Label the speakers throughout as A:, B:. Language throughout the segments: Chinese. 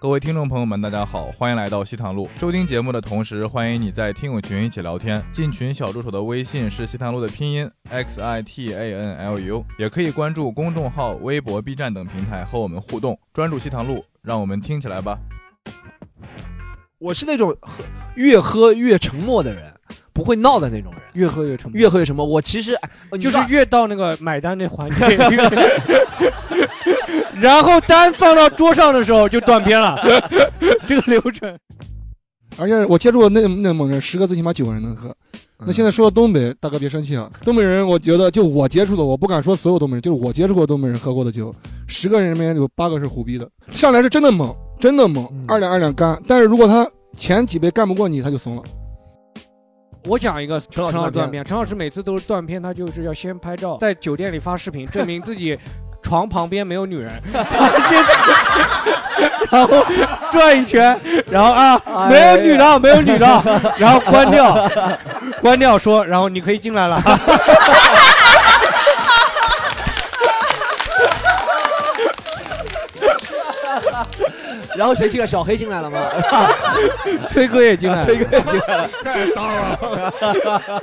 A: 各位听众朋友们，大家好，欢迎来到西塘路。收听节目的同时，欢迎你在听友群一起聊天。进群小助手的微信是西塘路的拼音 x i t a n l u，也可以关注公众号、微博、B 站等平台和我们互动。专注西塘路，让我们听起来吧。
B: 我是那种喝越喝越沉默的人，不会闹的那种人，
C: 越喝越沉默，
B: 越喝越沉默。我其实哎
C: 就
B: 就是是
C: 越到那个买单那环节，
B: 然后单放到桌上的时候就断片了，
C: 这个流 程。
D: 而且我接触的内内蒙人，十个最起码九个人能喝。
C: 嗯
D: 那现在说到东北，大哥别生气啊，东北人，我觉得就我接触的，我不敢说所有东北人，就是我接触过东北人喝过的酒，十个人里面有八个是虎逼的，上来是真的猛，真的猛，
C: 嗯
D: 二两二两干。但是如果他前几杯干不过你，他就怂了。
C: 我讲一个陈
B: 老师
C: 老师
B: 断片
C: 断片，陈老师每次都是断片，他就是要先拍照，在酒店里发视频，证明自己床旁边没有女人，然后转一圈，然后啊，没有女的，没有女的，然后关掉，关掉说，然后你可以进来了。
B: 然后谁进来？小黑进来了吗？ 啊
C: 崔哥也进来了，
B: 崔哥也进来了。
D: 太脏了！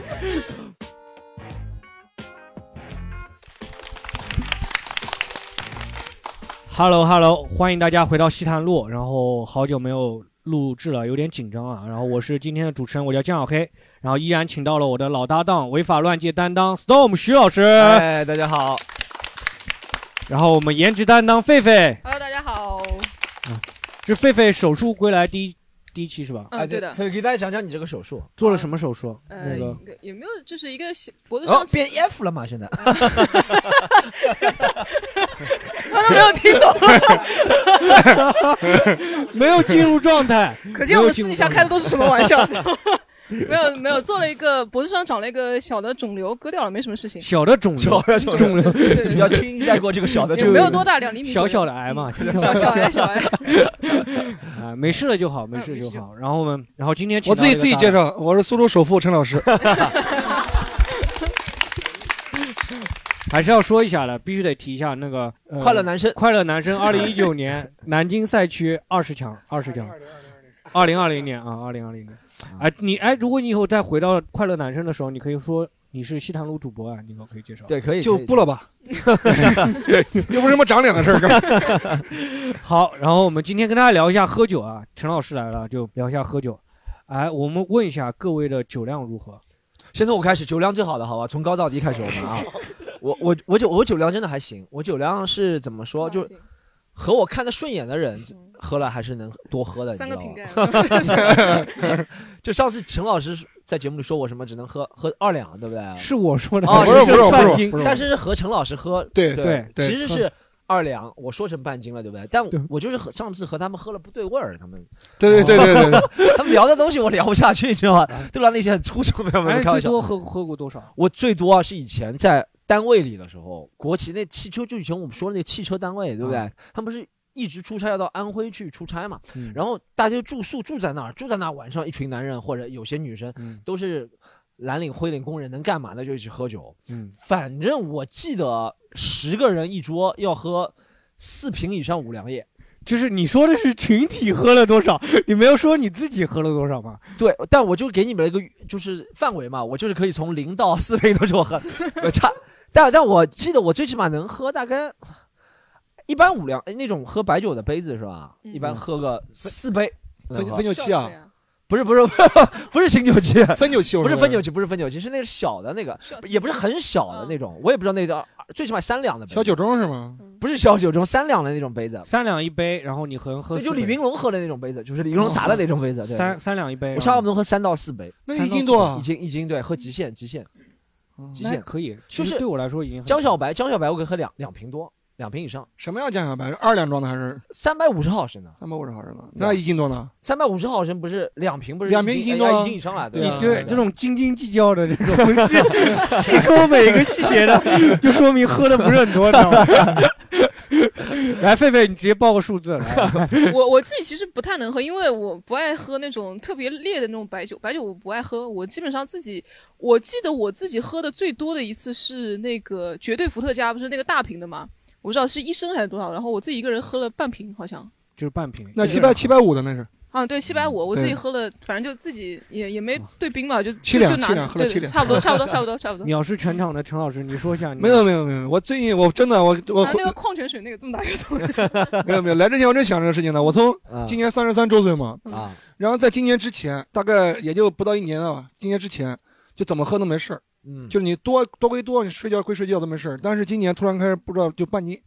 C: Hello Hello，欢迎大家回到西坛路。然后好久没有录制了，有点紧张啊。然后我是今天的主持人，我叫江小黑。然后依然请到了我的老搭档，违法乱纪担当 Storm 徐老师。
B: 哎，大家好，
C: 然后我们颜值担当狒狒，啊
E: Hello，大家好。
C: 这狒狒手术归来第一第一期是吧？
E: 嗯，对的，
B: 给大家讲啊讲你这啊个手术。
C: 做了什么手术？
E: 呃，
C: 那个
E: 一个也没有，就是一个小脖子
B: 哦
E: 上，啊
B: 变 F 了嘛？现 在
E: 他都没有听懂，
C: 没有进入状态，
E: 可见我们私底下开的都是什么玩笑。 没有没有，做了一个脖子上长了一个小的肿瘤，割掉了，没什么事情。
C: 小的肿瘤，
B: 要肿瘤，
E: 对对
B: 比
E: 对
B: 较轻易带过这个小的
E: 也
B: 肿
E: 没
B: 瘤
E: 有。多大，两厘米左
C: 小
E: 右。
C: 小的癌嘛，
E: 小小癌小癌。
C: 啊，没事了就好，没事就
E: 嗯
C: 好。然后我们，然后今天请
D: 我
C: 到
D: 自己
C: 一个
D: 自己
C: 搭
D: 介
C: 档，
D: 绍，我是苏州首富陈老师。
C: 还是要说一下的，必须得提一下那个呃
B: 快乐男生，
C: 快乐男生二零一九年南京赛区二十强，二十强， 二零二零年啊，二零二零年。哎，你哎，如果你以后再回到快乐男生的时候，你可以说你是西塘路主播啊，你可以介绍。
B: 对，可以
D: 就
B: 可以
D: 不了 吧，又不是什么长脸的事儿。哥
C: 好，然后我们今天跟大家聊一下喝酒啊，陈老师来了就聊一下喝酒。哎，我们问一下各位的酒量如何？
B: 先从我开始，酒量最好的，好吧，从高到低开始我们 啊。我我我酒我酒量真的还行，我酒量是怎么说，就是和我看得顺眼的人
E: 嗯
B: 喝了还是能多喝的，你
E: 三
B: 知道
E: 个瓶
B: 吗？
E: 盖。
B: 就上次陈老师在节目里说我什么只能喝喝二两，对不对？
C: 是我说的，
B: 哦
D: 不是
B: 你
D: 不
B: 这
D: 是
B: 个
D: 不
C: 半
D: 是
C: 斤
D: 不是，
B: 但是是和陈老师喝，
D: 对
C: 对
D: 对
B: 其实是二两，我说成半斤了，对不对？但
C: 对
B: 我就是和上次和他们喝了不对味儿，他们
D: 对对对对对，
B: 他们聊的东西我聊不下去，你知道吗？都聊那些很粗俗，没有没
C: 哎，
B: 有开
C: 最
B: 玩笑。
C: 多喝喝过多少？
B: 我最多啊是以前在单位里的时候，国企那汽车，就以前我们说的那个汽车单位，对不对？他们不是一直出差要到安徽去出差嘛，
C: 嗯
B: 然后大家就住宿住在那儿，住在那儿晚上一群男人或者有些女生
C: 嗯
B: 都是蓝领灰领工人，能干嘛呢？就一起喝酒。
C: 嗯，
B: 反正我记得十个人一桌要喝四瓶以上五粮液。
C: 就是你说的是群体喝了多少，你没有说你自己喝了多少吗？
B: 对，但我就给你们一个就是范围嘛，我就是可以从零到四瓶都是 我喝，我差，但但我记得我最起码能喝大概，一般五粮哎那种喝白酒的杯子是吧？
E: 嗯
B: 一般喝个四杯，能
D: 分
B: 喝
D: 分酒器啊，
B: 不是 不是不是醒酒器，
D: 分酒 器，我
B: 不是
D: 说
B: 汾酒器，不是汾酒器，是那个小的那个，也不是很小的那种，我也不知道那叫最起码三两的杯子
D: 小酒盅是吗？
B: 不是小酒盅，三两的那种杯子，
C: 三两一杯，然后你可能喝
B: 对，就
C: 四
B: 李
C: 杯哦
B: 云龙喝的那种杯子，就是李云龙砸的那种杯子，对。
C: 三三两一杯，嗯
B: 我差不多喝三到四杯，
D: 那一斤多啊
B: 一？斤一斤，对，喝极限极限。
D: 嗯
B: 极
C: 那
B: 限
C: 可以，
B: 哦
C: 其
B: 就
C: 实
B: 是
C: 对我来说已经很
B: 江小白，江小白，我给喝两两瓶多，两瓶以上，
D: 什么样酱小白？是二两装的还是
B: 三百五十毫升的，
D: 三百五十毫升的？那一斤多呢？
B: 三百五十毫升不是两瓶，不是
D: 两瓶
B: 一
D: 一斤
B: 哎
D: 多啊
B: 一斤以上了，
D: 对
C: 你
D: 啊
C: 对这种斤斤计较的这种 细细抠每一个细节的，就说明喝的不是很多，知道吗？ 来，狒狒，你直接报个数 字来。
E: 我我自己其实不太能喝，因为我不爱喝那种特别烈的那种白酒，白酒我不爱喝。我基本上自己，我记得我自己喝的最多的一次是那个绝对伏特加，不是那个大瓶的嘛？我不知道是一升还是多少，然后我自己一个人喝了半瓶，好像
C: 就是半瓶。
D: 那七百七百五的那是
E: 啊，对，七百五，我自己
D: 嗯对
E: 喝了，反正就自己也也没兑冰嘛，就
D: 七
E: 就
D: 两
E: 就拿
D: 七两喝了
E: 对
D: 七两
E: 差 不多，差不多，差不多，差不 多。啊
C: 藐视全场的陈老师，你说一下你，
D: 没有没有没有，我最近我真的我我
E: 拿那个矿泉水那个这么大一个东 西，
D: 没有没有来之前我真想这个事情呢。我从
B: 啊
D: 今年三十三周岁嘛，
B: 啊，
D: 然后在今年之前大概也就不到一年了吧，今年之前就怎么喝都没事儿，
B: 嗯，
D: 就是你多多归多，你睡觉归睡觉都没事儿。但是今年突然开始不知道就半斤，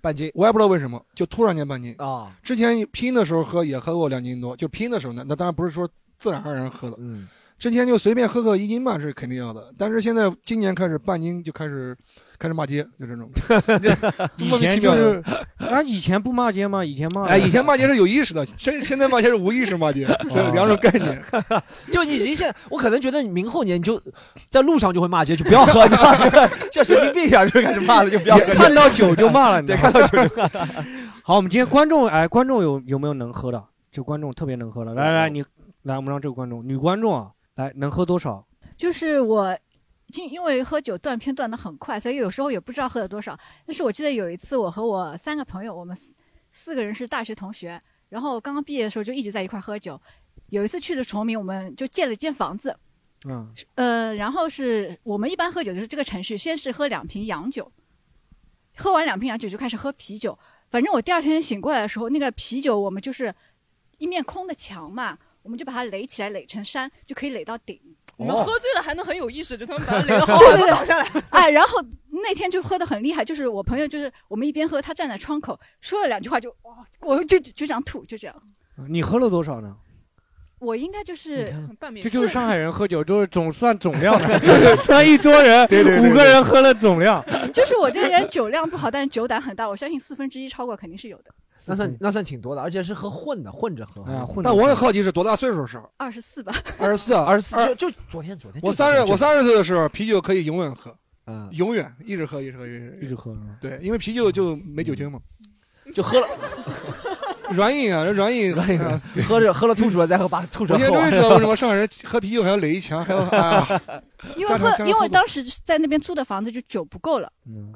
B: 半斤
D: 我也不知道为什么，就突然间半斤。
B: 啊，
D: 之前拼的时候喝也喝过两斤多，就拼的时候呢，那当然不是说自然而然喝的，
B: 嗯，
D: 之前就随便喝个一斤半是肯定要的，但是现在今年开始半斤就开始开始骂街，就这种，就莫名
C: 以
D: 其
C: 前
D: 妙
C: 就
D: 的
C: 是，啊，以前不骂街吗？以前骂，
D: 哎，以前骂街是有意识的，现现在骂街是无意识骂街，这两种概念。
B: 就已经现在，我可能觉得你明后年就在路上就会骂街，就不要喝，你知道吗像神经病一啊样就开始骂了，就不要喝。
C: 看到酒就骂了，你知道
B: 对，看
C: 吗？
B: 到就
C: 好，我们今天观众，哎，观众有有没有能喝的？就观众特别能喝的，来来来，你来，我们让这个观众，女观众啊，来能喝多少？
F: 就是我。因因为喝酒断片断的很快，所以有时候也不知道喝了多少。但是我记得有一次，我和我三个朋友，我们四四个人是大学同学，然后刚刚毕业的时候就一直在一块儿喝酒。有一次去的崇明，我们就借了一间房子，
C: 嗯，
F: 呃，然后是我们一般喝酒就是这个程序，先是喝两瓶洋酒，喝完两瓶洋酒就开始喝啤酒。反正我第二天醒过来的时候，那个啤酒我们就是一面空的墙嘛，我们就把它垒起来，垒成山，就可以垒到顶。
E: 你们
B: 哦
E: 喝醉了还能很有意识，就他们把它 垒个
F: 哦
E: 好好的倒下来。
F: 哎，然后那天就喝的很厉害，就是我朋友就是我们一边喝，他站在窗口说了两句话就，哇，我就就这样吐，就这样。
C: 你喝了多少呢？
F: 我应该就
C: 你
F: 是
C: 看，
E: 半米
C: 这就是上海人喝酒都是总算总量 的，他一桌人
D: 对对对对
C: 五个人喝了总量，
F: 就是我这个人酒量不好，但是酒胆很大，我相信四分之一超过肯定是有的，
B: 那算那算挺多的，而且是喝混的，混着喝。啊
C: 哎呀，混着
D: 但我也好奇是多大岁数时候，
F: 二十四 吧。
D: 二十四，啊
B: 二十四
D: 二
B: 就就昨天昨天。
D: 我
B: 就昨
D: 三
B: 天
D: 十，我，三十岁的时候，啤酒可以永远喝，
B: 就嗯，
D: 永远一直喝，一直喝，一直
C: 一
D: 喝。
C: 直喝。嗯
D: 对，因为啤酒就没酒精嘛，
B: 嗯就喝了
D: 软饮啊，软饮。
B: 软饮
D: 啊
B: 喝着喝了吐出来，再喝把吐出
D: 我
B: 来啊
D: 现在终于知道
B: 喝完。
D: 为什么上海人喝啤酒还要垒一墙，还要啊，
F: 因
D: 加上
F: 为喝
D: 加，上厕
F: 因为
D: 所
F: 我当时在那边租的房子就酒不够了，
C: 嗯，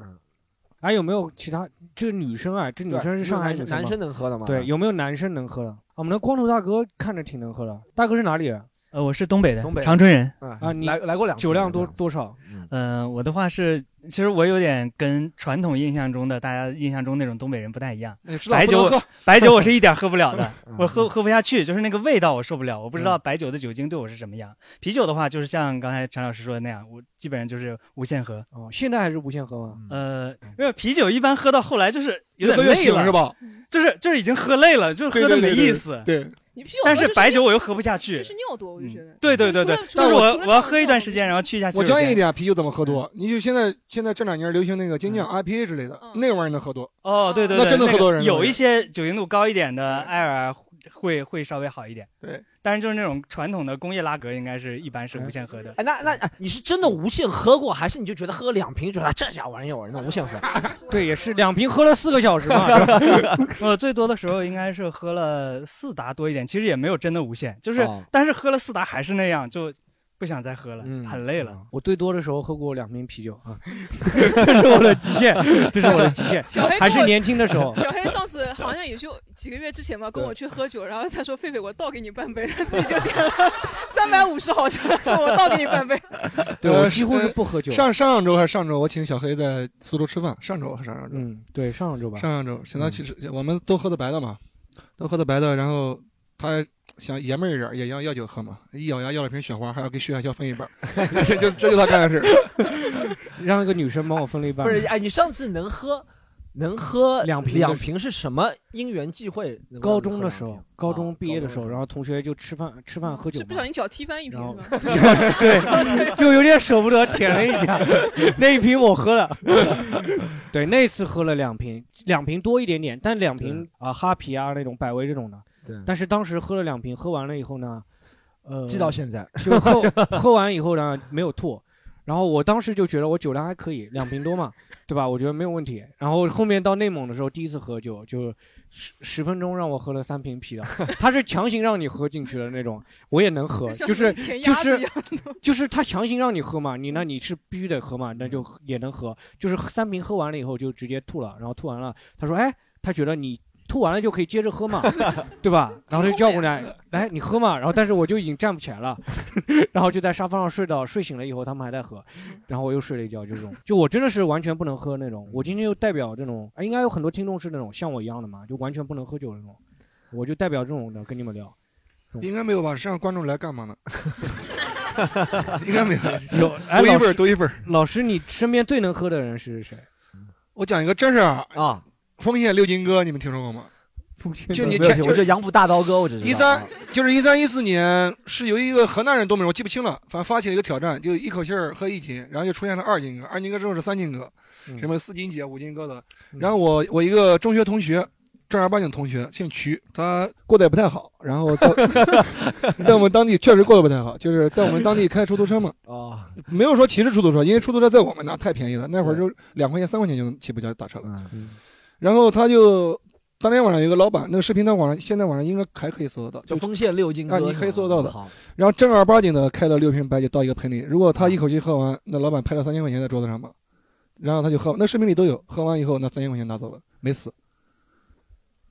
C: 哎，有没有其他？这女生啊，这女
B: 对
C: 生是上海
B: 男
C: 女
B: 男
C: 吗
B: 生能喝的吗？
C: 对，有没有男生能喝的？啊我们的光头大哥看着挺能喝的，大哥是哪里人？
G: 呃，我是东北的，
B: 嗯东北
G: 长春人。
C: 啊
B: 啊
C: 你
B: 来来过两次
C: 酒量多
B: 来过两次
C: 多少？
G: 嗯、我的话是，其实我有点跟传统印象中的大家印象中那种东北人不太一样。
D: 哎知道
G: 白
D: 不能
G: 酒
D: 喝。
G: 白酒我是一点儿喝不了的
B: 嗯，
G: 我喝喝不下去，就是那个味道我受不了。我不知道白酒的酒精对我是什么样。啤酒的话，就是像刚才陈老师说的那样，我基本上就是无限喝。
C: 哦，现在还是无限喝吗？
G: 呃，因为啤酒一般喝到后来就是有
D: 越
G: 点
D: 喝越
G: 累
D: 醒是
G: 了，
D: 吧？
G: 就是就是已经嗯喝累了，就是
D: 对
G: 喝的
D: 对
G: 没
D: 对
G: 意思。
D: 对，
E: 你啤酒喝
G: 但
E: 就是是
G: 白酒我又 喝不嗯下
E: 就
G: 去
E: 是，尿多，我就觉得。
G: 对对对对，
E: 除了除
G: 就是
E: 了
G: 我
E: 除了
G: 我要
E: 这种
G: 喝一段
E: 这
G: 时
E: 种
G: 间，然后去一嗯下洗
D: 我
G: 手
D: 教你一
G: 间。
D: 点，啤酒怎么喝多？你就现在现在这两年流行那个精酿 IPA 之类的，
E: 嗯
D: 那玩意儿能喝多。
G: 哦，对对
D: 那
G: 对，
D: 真的喝多人
G: 那个
D: 了
G: 有一些酒精度高一点的艾尔会会稍微好一点。
D: 对，
G: 但是就是那种传统的工业拉格，应该是一般是无限喝的。
B: 哎，那那哎你是真的无限喝过，还是你就觉得喝两瓶就啊这家玩意儿那无限 喝？
C: 对，也是两瓶喝了四个小时嘛。 是吧
G: 我最多的时候应该是喝了四打多一点，其实也没有真的无限，就是、
B: 哦
G: 但是喝了四打还是那样，就不想再喝了，
B: 嗯
G: 很累了。
C: 我最多的时候喝过两瓶啤酒啊， 这是我的极限，这是我的极限，
E: 小黑跟
C: 还是
E: 我
C: 年轻的时候。
E: 小黑上次好像也就几个月之前吧，跟我去喝酒，然后他说：“狒狒，我倒给你半杯。”他自己就点了三百五十毫升，说我倒给你半 杯。
C: 对
D: 呃
C: 我几乎是
D: 呃
C: 不喝酒。
D: 上上周还是上周，我请小黑在苏州吃饭，上周还是上上周，
C: 嗯，对，上上周吧。嗯
D: 上上周请他去吃，我们都喝的白的嘛，都喝的白的，然后他。想爷们儿一点，也要要酒喝嘛，一咬牙要了瓶雪花，还要给薛海笑分一半， 这就这就他干的事儿。
C: 让一个女生帮我分了一半
B: 不。是，哎，你上次能喝能喝
C: 两瓶的
B: 两
C: 时候
B: 瓶是什么因缘际会能
C: 高
B: 够让你喝两
C: 中
B: 瓶？
C: 的时候，高中毕业的时候，
B: 啊
C: 然后同学就吃饭吃饭喝酒
E: 是
C: 嘛，
E: 不小心脚踢翻一瓶
C: 然后
E: 是吧？
C: 对，就有点舍不得舔了一下。那一瓶我喝了， 对，那次喝了两瓶，两瓶多一点点，但两瓶啊哈啤啊那种百威这种的。
B: 对
C: 但是当时喝了两瓶，喝完了以后呢，呃，
B: 记到现在，
C: 就 喝喝完以后呢，没有吐。然后我当时就觉得我酒量还可以，两瓶多嘛，对吧？我觉得没有问题。然后后面到内蒙的时候，第一次喝酒，就十十分钟让我喝了三瓶啤的，他是强行让你喝进去的那种，我也能喝，
E: 像
C: 就是
E: 填
C: 就
E: 鸭子
C: 是
E: 一样
C: 就是他强行让你喝嘛，你那你是必须得喝嘛，那就也能喝。就是三瓶喝完了以后就直接吐了，然后吐完了，他说：“哎，他觉得你吐完了就可以接着喝嘛，对吧？然后他就叫过来，来你喝嘛。然后但是我就已经站不起来了， 然后就在沙发上睡到睡醒了以后，他们还在喝，然后我又睡了一觉，就这种。就我真的是完全不能喝那种。我今天又代表这种，哎应该有很多听众是那种像我一样的嘛，就完全不能喝酒的那种。我就代表这种的跟你们聊。。
D: 应该没有吧？是让观众来干嘛呢？ 应该没有
C: 有哎
D: 多一
C: 老
D: 份
C: 师
D: 儿，多一份儿。
C: 老师，你身边最能喝的人是谁？
D: 我讲一个真事儿
B: 啊，
D: 丰县六金哥，你们听说过吗？就你
B: 没有
D: 前
B: 听我
D: 就
B: 就杨浦大刀哥，我只知道
D: 一三就是一三一四年，是由一个河南人东北人，我记不清了，反正发起了一个挑战，就一口气儿喝一斤，然后就出现了二斤哥，二斤哥之后是三斤哥，
C: 嗯
D: 什么四斤姐、五斤哥的。
B: 嗯
D: 然后我我一个中学同学，正儿八经同学，姓瞿，他过得也不太好，然后 在在我们当地确实过得不太好，就是在我们当地开出租车嘛，
B: 哦，
D: 没有说歧视出租车，因为出租车在我们那太便宜了，那会儿就两块钱、三块钱就能起步就打车了。
B: 嗯
D: 然后他就当天晚上有一个老板，那个视频在网上现在网上应该还可以搜得到，
B: 就
D: 就
B: 丰县六金哥
D: 啊
B: 是吗，
D: 你可以搜得到的
B: 好，啊
D: 然后正儿八经的开了六瓶白酒到一个盆里，如果他一口气喝完，那老板拍了三千块钱在桌子上吧，然后他就喝，那视频里都有，喝完以后那三千块钱拿走了，没死，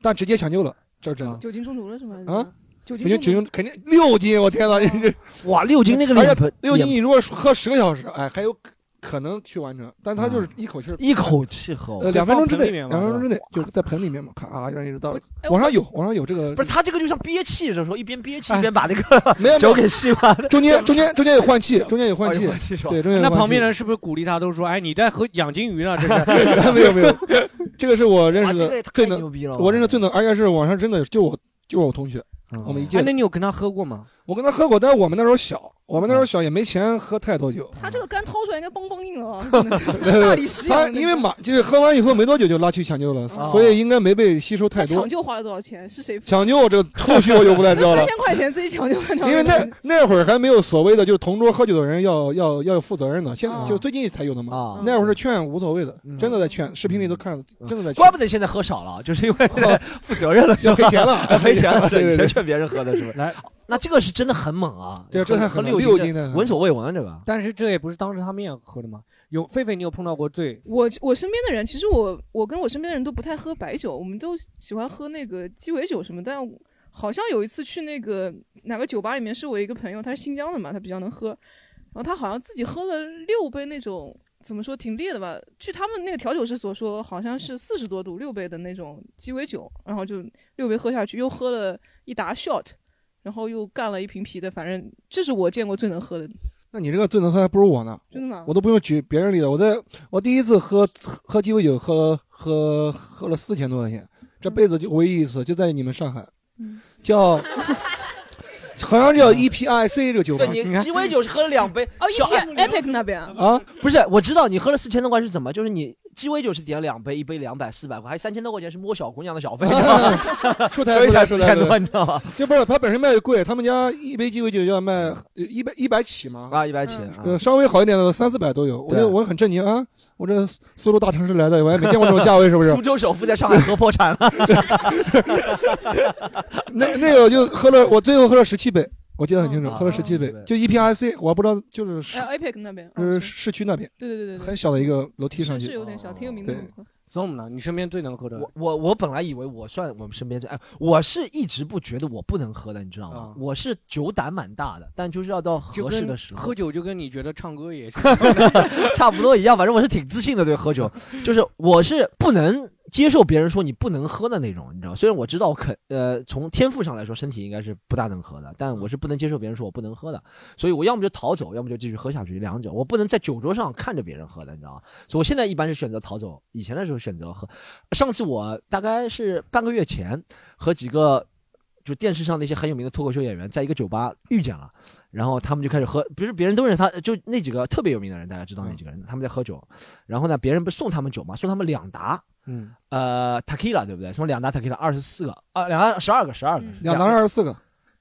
D: 但直接抢救了，这是真的
E: 酒精中毒了是吗？
D: 啊。
E: 酒
D: 肯定
E: 精
D: 酒
E: 中
D: 精
E: 毒
D: 肯定六斤，我天哪！你这
B: 哇，六斤那个
D: 而
B: 脸
D: 且
B: 盆，
D: 六斤，
B: 脸
D: 你如果喝十个小时，哎，还有可可能去完成，但他就是一口气儿，
B: 啊一口气喝哦
D: 呃，，两分钟之内，
C: 放盆里面
D: 两
C: 嘛
D: 分钟之内就在盆里面嘛，咔，让一直倒了。
E: 哎
D: 网上有，网上有这个
B: 不，是他这个就像憋气的时候，一边憋气
D: 哎
B: 一边把那 个
D: 没有没
B: 酒
D: 有，
B: 给吸完，
D: 中间中间中间有换气，中间有换
B: 哦
D: 气
B: 有，气是吧
D: 对，中间有
C: 那
D: 换
C: 旁
D: 气
C: 边人是不是鼓励他都说，哎，你在喝养金鱼呢？这是
D: 没有没 有，这个是我认
B: 哇，
D: 识
B: 这个也
D: 的最
B: 太
D: 能，
B: 牛逼了！
D: 我认识最能，而且是网上真的就我就我同学，
B: 嗯
D: 我们一届
C: 哎，
D: 的
C: 那，你有跟他喝过吗？
D: 我跟他喝过，但是我们那时候小，我
B: 嗯
D: 们那时候小也没钱喝太多酒。
E: 他这个肝掏出来应该梆梆硬了 啊， 真的是
D: 没有
E: 大理石一样
D: 他
E: 的那种。
D: 因为马就是喝完以后没多久就拉去抢救了，
B: 哦
D: 所以应该没被吸收太
E: 他
D: 多
E: 抢。救花了多少钱？是谁付？
D: 抢救这后续我就不太知道
E: 三
D: 了，
E: 千块钱自己抢救了多少钱，
D: 因为那那会儿还没有所谓的就是同桌喝酒的人要要要有负责任的，现在
E: 哦
D: 就最近才有的嘛。
B: 啊，
D: 那会儿是劝无所谓的
B: 嗯，
D: 真的在劝，视频里都看着，真的在
B: 怪
D: 劝
B: 不，得现在喝少了， 就是因为负责任了，是
D: 要
B: 吧，
D: 赔钱了
B: 要赔钱 了，
D: 对
B: 是
D: 对
B: 以前
D: 对，
B: 劝别人喝的是不是？
C: 来，
B: 那这个是真的很猛啊！
D: 对这太
B: 喝
D: 狠了
B: 六
D: 六
B: 斤
D: 斤的
B: 闻所未闻，这个
C: 但是这也不是当着他面喝的嘛。有狒狒，你有碰到过最
E: 我我身边的人，其实我我跟我身边的人都不太喝白酒，我们都喜欢喝那个鸡尾酒什么。但我好像有一次去那个哪个酒吧里面，是我一个朋友，他是新疆的嘛，他比较能喝，然后他好像自己喝了六杯那种怎么说挺烈的吧，据他们那个调酒师所说，好像是四十多度六杯的那种鸡尾酒，然后就六杯喝下去，又喝了一打 shot。然后又干了一瓶啤的，反正这是我见过最能喝的，
D: 那你这个最能喝还不如我呢，
E: 真的吗？
D: 我都不用举别人例子。我在我第一次喝喝鸡尾酒，喝喝喝了四千多块钱，这辈子就唯一一次，就在你们上海
E: 嗯，
D: 叫好像叫 E EPIC 这个酒吧
B: 对你
C: 看
B: 鸡尾酒是喝了两杯
E: 哦，一
B: 小哎
E: 瓶 Epic 那边啊，
D: 啊，
B: 不是，我知道你喝了四千多块是怎么，就是你鸡尾酒是点两杯，一杯两百，四百块，还三千多块钱是摸小姑娘的小 费，
D: 出台
B: 所以
D: 出
B: 才
D: 台
B: 四
D: 出
B: 千
D: 台，
B: 多，你知道吗？
D: 这不是它本身卖的贵，他们家一杯鸡尾酒要卖呃一百一百起嘛，
B: 啊，一百起，
E: 嗯
B: 啊
D: 呃，稍微好一点的三四百都有，我
B: 对
D: 就我很震惊啊！我这苏州大城市来的，我还没见过这种价位，是不是
B: 苏？州首富在上海喝破产了，
D: 那那个就喝了，我最后喝了十七杯，我记得很清楚，
B: 嗯
D: 喝了十七杯
B: 嗯，
D: 就 E EPIC，我还不知道，就是市
E: 哎，Epic 那边，
D: 呃
E: 嗯。
D: 市区那边
E: 对对对对对，
D: 很小的一个楼梯上
E: 是是
D: 去，
E: 有点小，挺有名
D: 对
E: 的那个。
C: Zoom 呢？你身边最能喝的
B: 我我我本来以为我算我们身边这，哎，我是一直不觉得我不能喝的，你知道吗
C: 啊？
B: 我是酒胆蛮大的，但就是要到
C: 就
B: 合适
C: 跟
B: 的时候
C: 喝，酒就跟你觉得唱歌 也是
B: 差不多一样。反正我是挺自信的，对喝酒，就是我是不能接受别人说你不能喝的那种，你知道吗？虽然我知道我肯呃从天赋上来说身体应该是不大能喝的，但我是不能接受别人说我不能喝的，所以我要么就逃走，要么就继续喝下去，两者我不能在酒桌上看着别人喝的，你知道吗？所以我现在一般是选择逃走，以前的时候选择喝。上次我大概是半个月前和几个就电视上那些很有名的脱口秀演员，在一个酒吧遇见了，然后他们就开始喝，不是别人都认识他，就那几个特别有名的人，大家知道那几个人，他们在喝酒，然后呢，别人不是送他们酒嘛，送他们两打。
C: 嗯，
B: 呃 t a k i l a 对不对？送两打 t a k i l a 二十四个啊，两打十二个，十二个，
E: 嗯
D: 两男二十四个，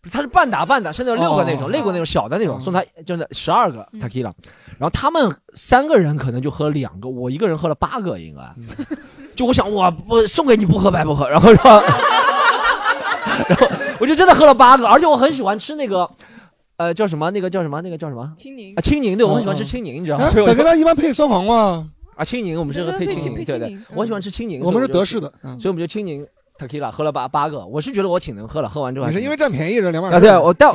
B: 不是他是半打半打，甚至有六个那
D: 哦
B: 种，六个那种小的那种，
D: 嗯
B: 送他就是十二个
E: 嗯
B: t a k i l a 然后他们三个人可能就喝了两个，我一个人喝了八个应该。
D: 嗯
B: 就我想，我我送给你不喝白不喝，然后然后 然后我就真的喝了八个，而且我很喜欢吃那个呃叫什么那个叫什么那个叫什么
E: 青柠
B: 啊，青柠，对我很喜欢
D: 嗯
B: 吃青柠，你知道吗？
D: 哎，
B: 所以我
D: 得
B: 就
D: 跟他一般配酸黄瓜，
B: 啊青柠，我们是
E: 对
B: 喝配
E: 对配
B: 青
E: 青
B: 柠，对
E: 配青嗯
B: 对
E: 柠，
B: 我很喜欢吃青柠，
D: 我们
B: 所以
D: 是
B: 就
D: 德式的，嗯
B: 所以我们就青柠 tequila 喝了八八 个， 我是觉得我挺能喝了，喝完之后还
D: 你是因为占便宜这两码事
B: 啊，
D: 儿。
B: 对我但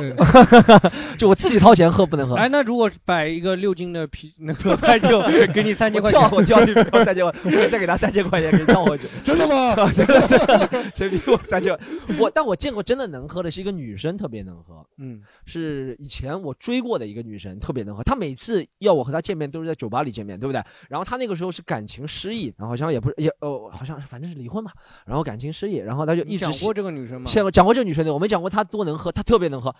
B: 就我自己掏钱喝不能喝，
C: 哎，那如果是摆一个六斤的啤那 个白酒，给你三千块
B: 我跳
C: 钱，
B: 我跳你不要三 千块，我再给他三千块钱给你跳回去，
D: 真的吗？
B: 真的真的，谁逼我三千块？我但我见过真的能喝的是一个女生，特别能喝，
C: 嗯，
B: 是以前我追过的一个女生，特别能喝。她每次要我和她见面都是在酒吧里见面，对不对？然后她那个时候是感情失意，然后好像也不是也呃，好像反正是离婚嘛，然后感情失意，然后她就
C: 你
B: 一直
C: 讲过这个女生吗？
B: 见过讲过这个女生的，我没讲过她多能喝，她特别能喝。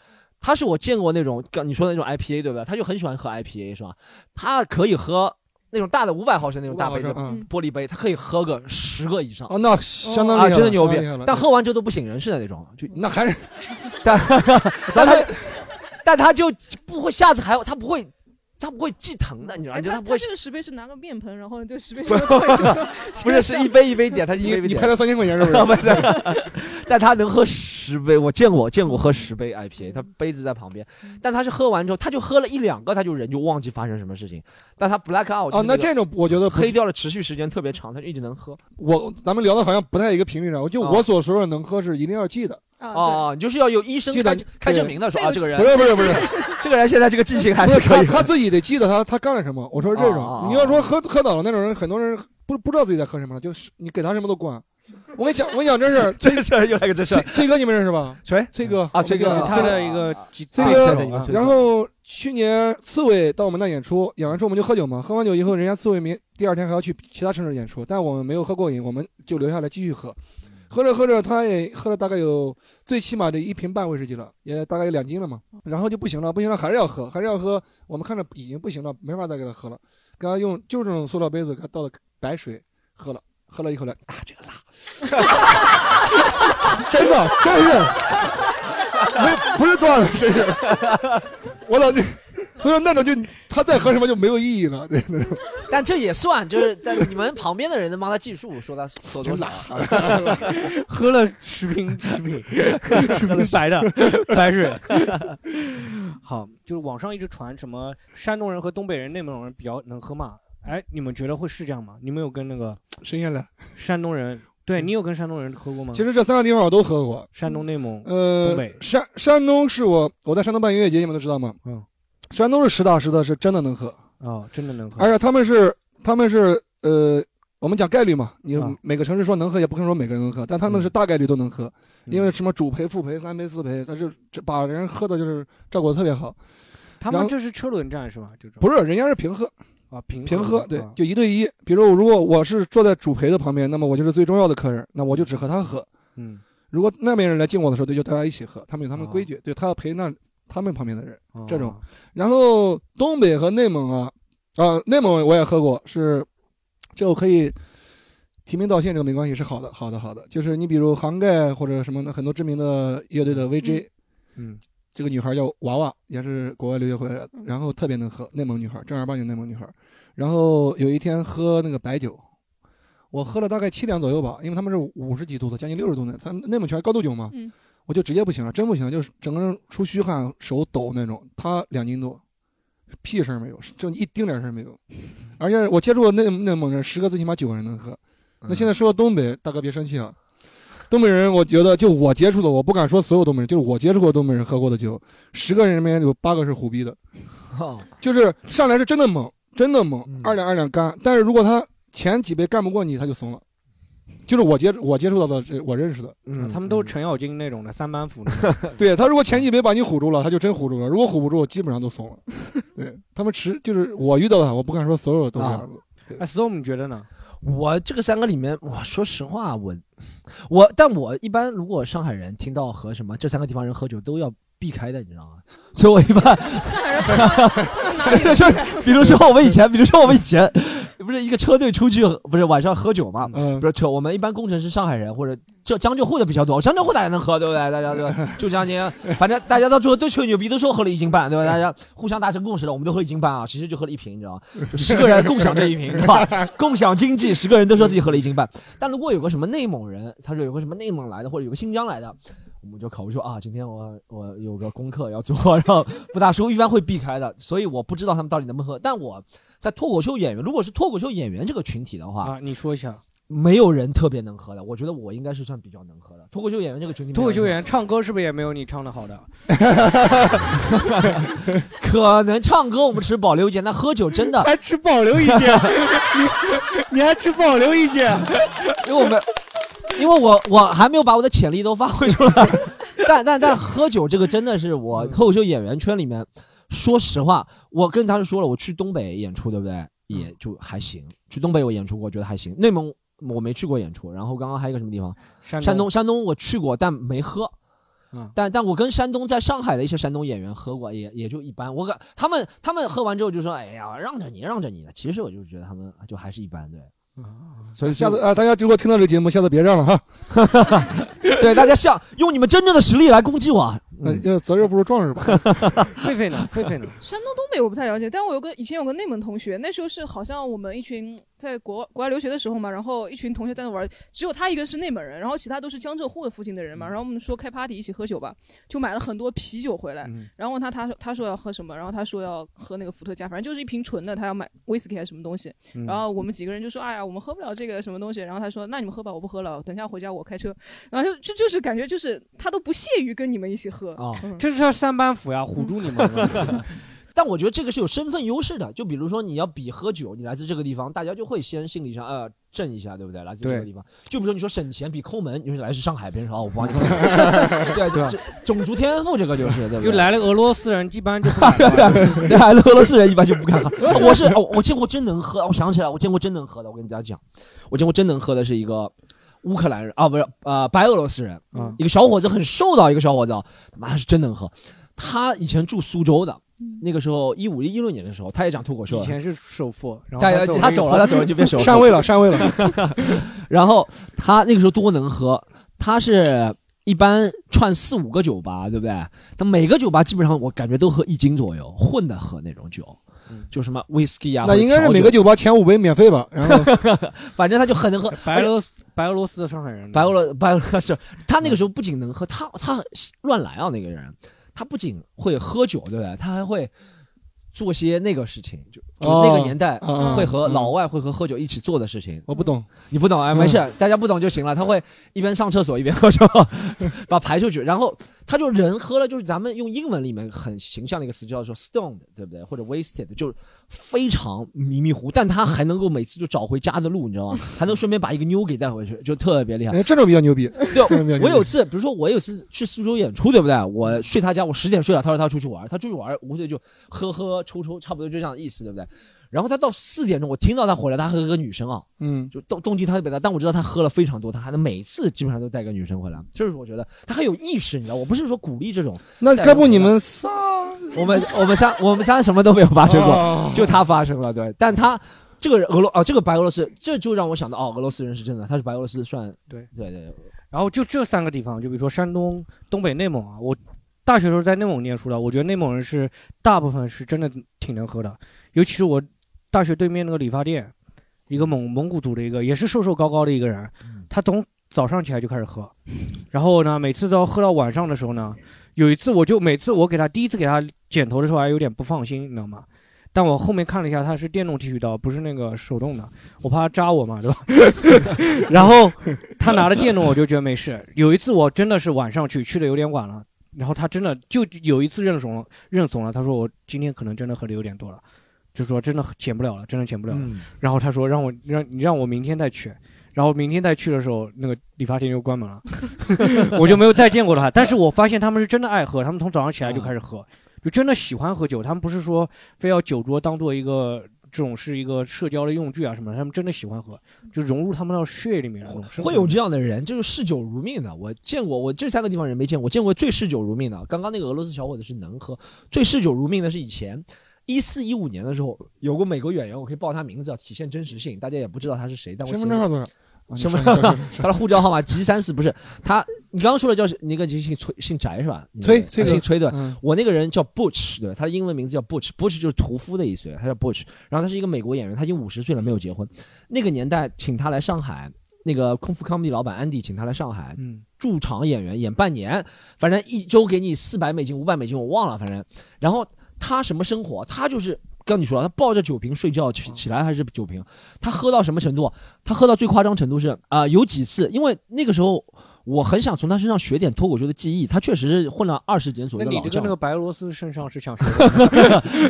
B: 她是我见过那种刚你说的那种 IPA 对吧？她就很喜欢喝 IPA 是吧？她可以喝那种大的五百毫升那种大杯子
D: 500毫升
E: 嗯
B: 玻璃杯，她可以喝个十个以上
D: 哦，那相当厉害
B: 啊，
D: 了
B: 真的牛逼
D: 相当厉害了！
B: 但喝完之后都不省人事的那种，就
D: 那还是
B: 但
D: 咱们
B: 但她就不会下次还她不会她不会记疼的，你知道吗？
E: 哎
B: 就
E: 他
B: 她不会
E: 这个石杯是拿个面盆，然后 就石杯上面倒一个
B: 不是是一杯一杯点，她一
D: 你
B: 杯一杯
D: 你
B: 点
D: 拍。了三千块钱是不是？
B: 不是，但他能喝十杯，我见过，见过喝十杯 IPA，他杯子在旁边，但他是喝完之后，他就喝了一两个，他就人就忘记发生什么事情，但他 black out
D: 哦，那
B: 就是
D: 这种我觉得
B: 个
D: 不是
B: 黑掉了持续时间特别长，他就一直能喝。
D: 我咱们聊的好像不太一个频率上，就
B: 啊
D: 我所说的能喝是一定要记的，
E: 啊，
B: 哦，你就是要有医生
D: 记得
B: 开开
D: 对
B: 证明的，说啊这个人
D: 不是不是不是
B: 这个人现在这个记性还
D: 不
B: 是
D: 是
B: 可
D: 他
B: 以的。
D: 他自己得记得他他干了什么。我说是这
B: 啊啊
D: 种
B: 啊，
D: 你要说喝喝倒了那种人，很多人不不知道自己在喝什么了，就是你给他什么都管。我跟你讲，我跟你讲这事 儿，
B: 这个事儿又来个这事
D: 崔
B: 儿
D: 崔哥你们认识吧？
B: 谁
D: 崔哥
B: 啊崔哥
D: 我们
C: 他
D: 叫
C: 的一个吉
D: 这
C: 他
D: 个
C: 手
B: 对对
C: 啊
B: 对
D: 然后去年刺猬到我们那演出，演完之后我们就喝酒嘛，喝完酒以后，人家刺猬明第二天还要去其他城市演出，但我们没有喝过瘾，我们就留下来继续喝。
C: 嗯
D: 喝着喝着，他也喝了大概有最起码得一瓶半威士忌了，也大概有两斤了嘛。然后就不行了，不行了，还是要喝，还是要喝。我们看着已经不行了，没法再给他喝了，给他用就是这种塑料杯子给他倒的白水喝了，喝了以后来啊，这个 辣，真的，真是，没不是段子，真是，我老弟，所以说那种就他再喝什么就没有意义了，对，那
C: 嗯
D: 种
B: 但这也算，就是但你们旁边的人能帮他计数，说他说多
D: 真啊
B: 少
D: 辣。
C: 喝了十瓶十瓶十瓶白 的白水。好，就是网上一直传什么山东人和东北人、内蒙人比较能喝嘛？哎，你们觉得会是这样吗？你们有跟那个
D: 深夜来。
C: 山东人，对你有跟山东人喝过吗？
D: 其实这三个地方我都喝过，
C: 山东、内蒙，
D: 呃
C: 东北，
D: 山山东是我我在山东办音乐节，你们都知道吗？
C: 嗯，
D: 山东是实打实的，是真的能喝，
C: 哦，真的能喝。
D: 而且他们是他们是呃，我们讲概率嘛，你
C: 啊
D: 每个城市说能喝，也不可能说每个人能喝，但他们是大概率都能喝，
C: 嗯
D: 因为什么主陪、副陪、三陪、四陪，他就这把人喝的就是照顾的特别好，
C: 他
D: 然
C: 们
D: 后
C: 这是车轮战是吧？这种
D: 不是人家是平喝，
C: 啊，平
D: 平喝，对
C: 啊，
D: 就一对一。比如说，如果我是坐在主陪的旁边，那么我就是最重要的客人，那我就只和他喝。
C: 嗯
D: 如果那边人来敬我的时候，对，就大家一起喝，他们有他们
C: 哦
D: 规矩，对他要陪那他们旁边的人。
C: 哦
D: 这种然后东北和内蒙啊，啊，内蒙我也喝过，是这我可以提名道姓，这个没关系，是好的，好的，好的。就是你比如杭盖或者什么的，很多知名的乐队的 VJ，、
C: 嗯
D: 这个女孩叫娃娃，也是国外留学回来的，
E: 嗯
D: 然后特别能喝，内蒙女孩，正儿八经内蒙女孩。然后有一天喝那个白酒，我喝了大概七两左右吧，因为他们是五十几度的，将近六十度的，他们内蒙全是高度酒嘛，
E: 嗯
D: 我就直接不行了，真不行了，就是整个人出虚汗、手抖那种。他两斤多，屁事儿没有，就一丁点事儿没 有。而且我接触的内内蒙人，十个最起码九个人能喝。那
B: 嗯
D: 现在说到东北，大哥别生气啊。东北人，我觉得就我接触的，我不敢说所有东北人，就是我接触过东北人喝过的酒，十个人里面有八个是虎逼的，
B: 哦
D: 就是上来是真的猛，真的猛
B: 嗯，
D: 二两二两干。但是如果他前几杯干不过你，他就怂了。就是我接我接触到的，这我认识的，
B: 嗯
C: 他们都是程咬金那种的三板斧那种，
D: 对他如果前几杯把你唬住了，他就真唬住了；如果唬不住，基本上都怂了。对他们持就是我遇到的，我不敢说所有都这样子。
C: 哎，Storm 你觉得呢？
B: 啊我这个三个里面，我说实话，我我，但我一般如果上海人听到和什么这三个地方人喝酒都要避开的，你知道吗？ 所以我一般
E: 上海人他们哪 里
B: 就是，比如说我们以前，比如说我们以前 不是一个车队出去，不是晚上喝酒嘛？
D: 嗯
B: 不，是车，我们一般工程师上海人或者这江浙沪的比较多，江浙沪大家能喝，对不对？大家对吧， 就江津，反正大家到最后都吹牛逼，都说喝了一斤半，对吧？大家互相达成共识了，我们都喝一斤半啊，其实就喝了一瓶，你知道吗？就十个人共享这一瓶，是吧？ 共享经济，十个人都说自己喝了一斤半。但如果有个什么内蒙人，他说有个什么内蒙来的，或者有个新疆来的。我们就考虑说啊，今天我我有个功课要做，然后不大叔一般会避开的，所以我不知道他们到底能不能喝。但我在脱口秀演员，如果是脱口秀演员这个群体的话，
C: 啊，你说一下。
B: 没有人特别能喝的，我觉得我应该是算比较能喝的。脱口秀演员这个群体，
C: 脱口秀演员唱歌是不是也没有你唱的好的？
B: 可能唱歌我们持保留意见，那喝酒真的
H: 还持保留意见，你你还持保留意见，
B: 因为我们因为我我还没有把我的潜力都发挥出 来，但但但喝酒这个真的是
H: 嗯
B: 我脱口秀演员圈里面，说实话，我跟他说了，我去东北演出，对不对？
H: 嗯
B: 也就还行，去东北我演出过，觉得还行。内蒙我没去过演出，然后刚刚还有一个什么地方？
C: 山
B: 山
C: 东
B: 东山东我去过，但没喝。
C: 嗯
B: 但但我跟山东在上海的一些山东演员喝过，也也就一般。我跟他们他们喝完之后就说：“哎呀，让着你，让着你。”其实我就觉得他们就还是一般，对。
C: 嗯
B: 所以
D: 下次啊、大家如果听到这个节目，下次别让了哈。
B: 对大家笑，用你们真正的实力来攻击我。嗯
D: 那要择日不如撞日吧。
C: 狒狒呢？ 狒狒呢？
E: 山东、东北我不太了解，但我有个以前有个内蒙同学，那时候是好像我们一群在国国外留学的时候嘛，然后一群同学在那玩，只有他一个人是内蒙人，然后其他都是江浙沪的附近的人嘛，然后我们说开 party 一起喝酒吧，就买了很多啤酒回来，然后问他他说他说要喝什么，然后他说要喝那个伏特加，反正就是一瓶纯的，他要买 whisky 还是什么东西，
C: 嗯
E: 然后我们几个人就说哎呀我们喝不了这个什么东西，然后他说那你们喝吧，我不喝了，等一下回家我开车，然后就就就是感觉就是他都不屑于跟你们一起喝
B: 啊
E: 嗯
C: 哦这是叫三板斧呀，唬住你 们了。
B: 但我觉得这个是有身份优势的，就比如说你要比喝酒，你来自这个地方，大家就会先心理上呃震一下，对不对？来自这个
C: 对
B: 地方，就比如说你说省钱比抠门，你说来自上海，别人说哦我 帮你抠门，对对，这种族天赋这个就是对不
C: 就
B: 对？
C: 来了俄罗斯人，一般就不敢
B: 对，
C: 啊
B: 来了俄罗斯人一般就不敢喝。 我是哦，我见过真能喝，我想起来，我见过真能喝的。我跟大家讲，我见过真能喝的是一个乌克兰人啊，不是呃白俄罗斯人，
C: 嗯
B: 一个小伙子很瘦的一个小伙子，他妈是真能喝。他以前住苏州的，那个时候一五一六年的时候，他也讲脱口秀
C: 以
B: 了。
C: 前是首富，然后
B: 大家他走了，他走了就变首富
D: 上位了，上位了。
B: 然后他那个时候多能喝，他是一般串四五个酒吧，对不对？他每个酒吧基本上我感觉都喝一斤左右，混的喝那种酒，
C: 嗯
B: 就什么 whisky 啊，
D: 那应该是每
B: 或者
D: 个酒吧前五杯免费吧？然 后
B: 调酒，反正他就很能喝。
C: 白俄罗斯白俄罗斯的上海人，嗯
B: 白俄罗白俄罗斯，他那个时候不仅能喝，他他乱来啊那个人，他不仅会喝酒，对不对？他还会做些那个事情，就就
D: 哦
B: 那个年代。
D: 啊，
B: 会和
D: 嗯
B: 老外会和喝酒一起做的事情，
D: 我不懂，
B: 你不懂哎，
D: 嗯
B: 没事，大家不懂就行了。他会一边上厕所一边喝酒，把排出去，然后他就人喝了，就是咱们用英文里面很形象的一个词叫做 stoned，对不对？或者 wasted，就是非常迷迷糊，但他还能够每次就找回家的路，你知道吗？还能顺便把一个妞给带回去，就特别厉害。
D: 人家这种比较 牛逼。
B: 对
D: 这种比较牛逼
B: 我有次，比如说我有次去苏州演出，对不对？我
D: 嗯
B: 睡他家，我十点睡了，他说他出去玩，他出去玩，无所谓就喝喝抽抽，差不多就这样的意思，对不对？然后他到四点钟，我听到他回来，他和个女生啊，
D: 嗯，
B: 就动动机特别大，但我知道他喝了非常多，他还能每次基本上都带个女生回来，这是我觉得他很有意识，你知道，我不是说鼓励这种，
D: 那该不你们仨
B: 我们我们三我们三什么都没有发生过，
D: 啊
B: 就他发生了，对，但他这个人俄罗啊，这个白俄罗斯，这就让我想到哦，俄罗斯人是真的，他是白俄罗斯算
C: 对
B: 对对，
C: 然后就这三个地方，就比如说山东、东北、内蒙啊，我大学时候在内蒙念书的，我觉得内蒙人是大部分是真的挺能喝的，尤其是我大学对面那个理发店，一个蒙蒙古族的一个，也是瘦瘦高高的一个人，他从早上起来就开始喝，然后呢，每次都要喝到晚上的时候呢，有一次我就每次我给他第一次给他剪头的时候还有点不放心，你知道吗？但我后面看了一下，他是电动剃须刀，不是那个手动的，我怕他扎我嘛，对吧？ 然后他拿了电动，我就觉得没事。有一次我真的是晚上去，去的有点晚了，然后他真的就有一次认怂了，认怂了。他说我今天可能真的喝的有点多了，就说真的减不了了，真的减不了了。
B: 嗯，
C: 然后他说让我让你让我明天再去，然后明天再去的时候，那个理发店就关门了，我就没有再见过他。但是我发现他们是真的爱喝，他们从早上起来就开始喝，就真的喜欢喝酒。他们不是说非要酒桌当做一个这种是一个社交的用具啊什么的，他们真的喜欢喝，就融入他们的血液里面。
B: 会有
C: 这
B: 这样的人，就是嗜酒如命的。我见过，我这三个地方人没见过，我见过最嗜酒如命的。刚刚那个俄罗斯小伙子是能喝，最嗜酒如命的是以前一四一五年的时候，有个美国演员，我可以报他名字啊，体现真实性，大家也不知道他是谁，但我
D: 身
B: 其
D: 份
B: 实
D: 证号多少？啊
B: 身份，
D: 你说你
B: 他
D: 说
B: 的护照号码 G 三四不是他，你刚刚说的叫那个姓崔，姓翟是吧？你那个
D: 崔崔
B: 人他
D: 哥
B: 姓崔对
D: 你说。嗯，
B: 我那个人叫 Butch，对，他的英文名字叫 Butch，Butch 就是屠夫的意思，他叫 Butch。然后他是一个美国演员，他已经五十岁了，没有结婚。那个年代请他来上海，那个空腹 comedy 老板安迪请他来上海
C: 嗯，
B: 驻场演员演半年，反正一周给你四百美金、五百美金，我忘了，反正。然后他什么生活？他就是跟你说了，他抱着酒瓶睡觉，起起来还是酒瓶。他喝到什么程度？他喝到最夸张程度是啊、有几次，因为那个时候我很想从他身上学点脱口秀的技艺，他确实是混了二十年左
C: 那
B: 右
C: 你
B: 的老
C: 这个
B: 将
C: 那。个白罗斯身上是想说，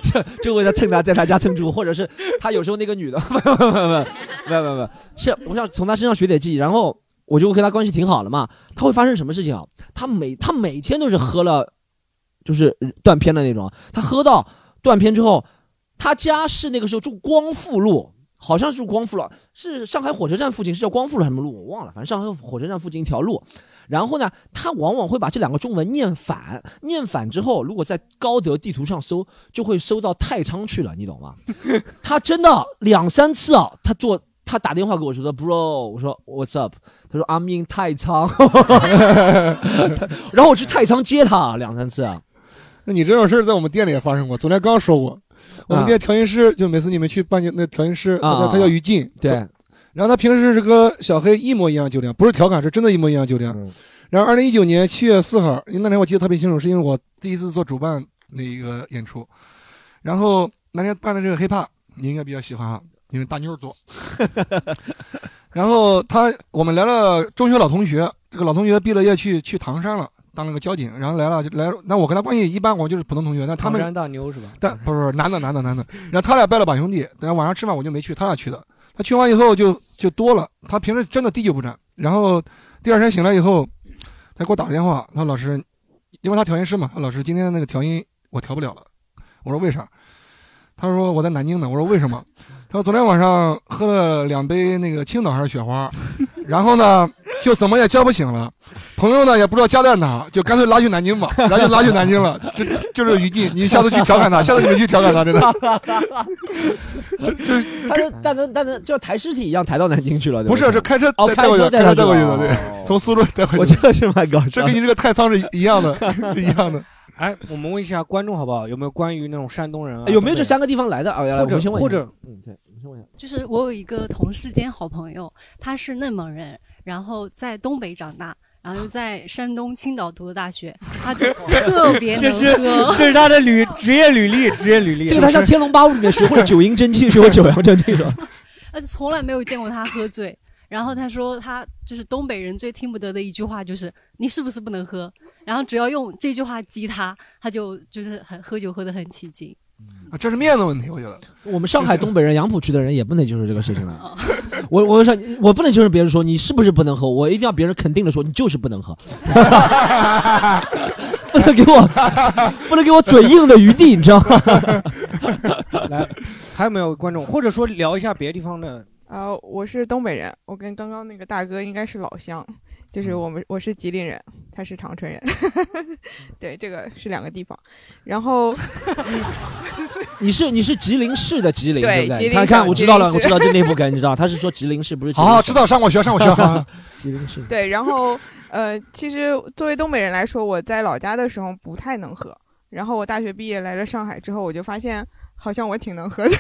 B: 就 就为了蹭他在他家蹭住，或者是他有时候那个女的，不不不不不不不，是我想从他身上学点技，然后我就跟他关系挺好了嘛。他会发生什么事情啊？他每他每天都是喝了，就是断片的那种。他喝到断片之后，他家是那个时候住光复路。好像是住光复路，是上海火车站附近，是叫光复路还是什么路，我忘了。反正上海火车站附近一条路，然后呢，他往往会把这两个中文念反，念反之后，如果在高德地图上搜，就会搜到太仓去了，你懂吗？ 他真的两三次啊，他做他打电话给我说的，bro，我说 what's up？他说 I'm in 太仓， 然后我去太仓接他两三次啊。
D: 那你这种事儿在我们店里也发生过，昨天刚说过，我们
B: 啊
D: 店调音师就每次你们去办那调音师，
B: 啊
D: 他
B: 啊
D: 他叫于静，
B: 对
D: 他，然后他平时是跟小黑一模一样酒量，不是调侃，是真的一模一样酒量。然后二零一九年七月四号，那天我记得特别清楚，是因为我第一次做主办那一个演出，然后那天办的这个 hiphop，你应该比较喜欢哈，因为大妞儿多。 然后他我们来了中学老同学，这个老同学毕了业去去唐山了，当了个交警，然后来了就来了，那我跟他关系一般，我就是普通同学，但他
C: 唐
D: 们
C: 山大妞是吧？
D: 但不是不是男的男的男的，然后他俩拜了把兄弟，然后晚上吃饭我就没去，他俩去的。他去完以后就就多了，他平时真的滴酒不沾。然后第二天醒来以后，他给我打个电话，他说老师，因为他调音师嘛，他说老师今天那个调音我调不了了。我说为啥？他说我在南京呢。我说为什么？他说昨天晚上喝了两杯那个青岛还是雪花，然后呢就怎么也叫不醒了，朋友呢也不知道家在哪，就干脆拉去南京吧，然后就拉去南京了。这就是于静，你下次去调侃他， 下次你们去调侃他，真的。
B: 他能他能他能就抬尸体一样抬到南京去了，对
D: 不是，
B: 对
D: 是开车
B: 哦
D: 带带过去的，
B: 开
D: 开车
B: 车带
D: 带过
B: 过去
D: 去
B: 的
D: 的，对，从苏州带
B: 哦我
D: 过去
B: 这
D: 的，
B: 哦个是蛮搞笑
D: 这跟你
B: 的。
D: 这个太仓是一样的，是一样的。
C: 哎，我们问一下观众好不好？有没有关于那种山东人啊？
B: 哎有没有这
C: 东
B: 三个地方来的？啊，
C: 北
B: 我们
C: 人
B: 先
C: 或者或
B: 问一下
C: 者
B: 嗯，对，你先问一下。
I: 就是我有一个同事兼好朋友，他是内蒙人，然后在东北长大，然后又在山东青岛读的 大学，他就特别
C: 这
I: 能
C: 是
I: 喝。
C: 这是他的履职业履历，职业履历。
B: 这个他像《天龙八部》里面学会九阴真经，学会九阳真 经是吧？
I: 他就从来没有见过他喝醉。然后他说，他就是东北人最听不得的一句话，就是你是不是不能喝？然后只要用这句话激他，他就就是很喝酒喝得很起劲。
D: 啊这是面子问题，我觉得。啊
B: 我们上海东北人杨浦区的人也不能接受这个事 情了。我我说你我不能接受别人说你是不是不能喝，我一定要别人肯定的说你就是不能喝， 不能给我不能给我嘴硬的余地，你知道吗？
C: 来，还有没有观众？或者说聊一下别地方的？
J: 啊、我是东北人，我跟刚刚那个大哥应该是老乡，
B: 嗯
J: 就是我们我是吉林人，他是长春人， 对，这个是两个地方。然 后
B: 你是你是吉林市的吉林，
J: 对
B: 不
J: 吉
B: 对？
J: 林
B: 看看
J: 省
B: 我知道了，
J: 吉
B: 我
J: 林
B: 知
J: 市
B: 道这内部梗，你知道他是说吉林市不是吉
D: 好
B: 林
D: 好，知
B: 省
D: 道上过学，上过 学。好好
B: 吉林市。
J: 对，然后呃，其实作为东北人来说，我在老家的时候不太能喝，然后我大学毕业来了上海之后，我就发现好像我挺能喝的，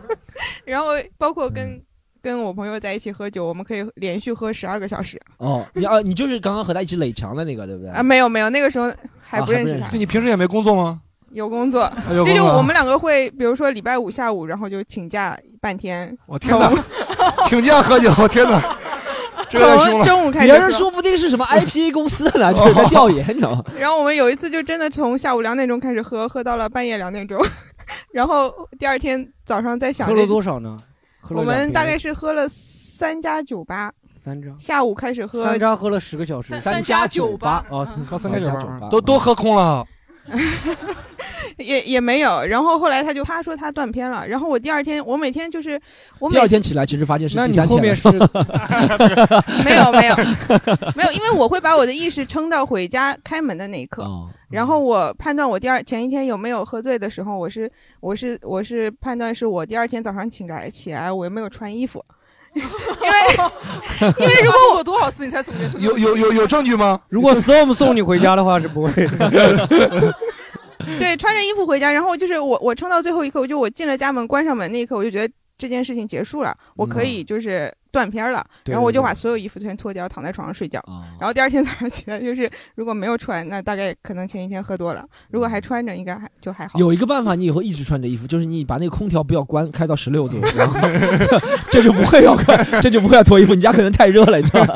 J: 然后包括跟。
B: 嗯
J: 跟我朋友在一起喝酒，我们可以连续喝十二个小时
B: 哦，你啊，你就是刚刚和他一起垒墙的那个，对不对？
J: 啊！没有没有，那个时候
B: 嗯
J: 还
B: 啊还
J: 不认
B: 不
J: 识
B: 认
J: 他
B: 识，
D: 对你平时也没工作吗？
J: 有工作，
D: 哎有
J: 这
D: 工
J: 就
D: 作啊。
J: 我们两个会，比如说礼拜五下午，然后就请假半天，
D: 我天哪，请假喝酒，我天 哪，这个太
J: 从
D: 凶了。
J: 中午开
B: 别人
J: 始
B: 说不定是 什么 IPA 公司的呢，就是在调研，你知道吗？
J: 然后我们有一次就真的从下午两点钟开始喝，喝到了半夜两点钟， 然后第二天早上再想
C: 喝了
J: 着，
C: 多少呢？喝了
J: 我
C: 两
J: 们
C: 瓶
J: 大概是喝了三家酒吧，
C: 三张，
J: 下午开始喝
C: 三，张喝了十个小时。
B: 三家酒吧，
C: 哦，
D: 喝三
B: 家
D: 家
B: 酒
D: 酒
B: 吧
D: 吧，都都喝空了。
J: 也也没有。然后后来他就他说他断片了，然后我第二天我每天就是我
B: 第
J: 每
B: 二天起来，其实发现是
C: 那
B: 第
C: 你
B: 三
C: 后面
B: 天 了。
C: 是
J: 没有没有没有，因为我会把我的意识撑到回家开门的那一刻。
B: 哦
J: 然后我判断我第二前一天有没有喝醉的时候，我是我是我是判断是我第二天早上起来起来我有没有穿衣服， 因为因为如果我
E: 多少 次你才总结出
D: 有有有有证据吗？
C: 如果 Storm 送你回家的话是不会 的。
J: 对穿着衣服回家，然后就是我我撑到最后一刻，我就我进了家门关上门那一刻，我就觉得这件事情结束了，我可以就是断片儿了，
B: 嗯对
J: 然后我就
B: 对
J: 把
B: 对哦
J: 所有衣服全脱掉，躺在床上睡觉。然后第二天早上起来，就是如果没有穿，那大概可能前一天喝多了；
B: 嗯
J: 如果还穿着，应该还就还好。
B: 有一个办法，你以后一直穿着衣服，就是你把那个空调不要关，开到十六 度，然后这就不会要看， 这就不会要脱衣服。你家可能太热了，你知道吧？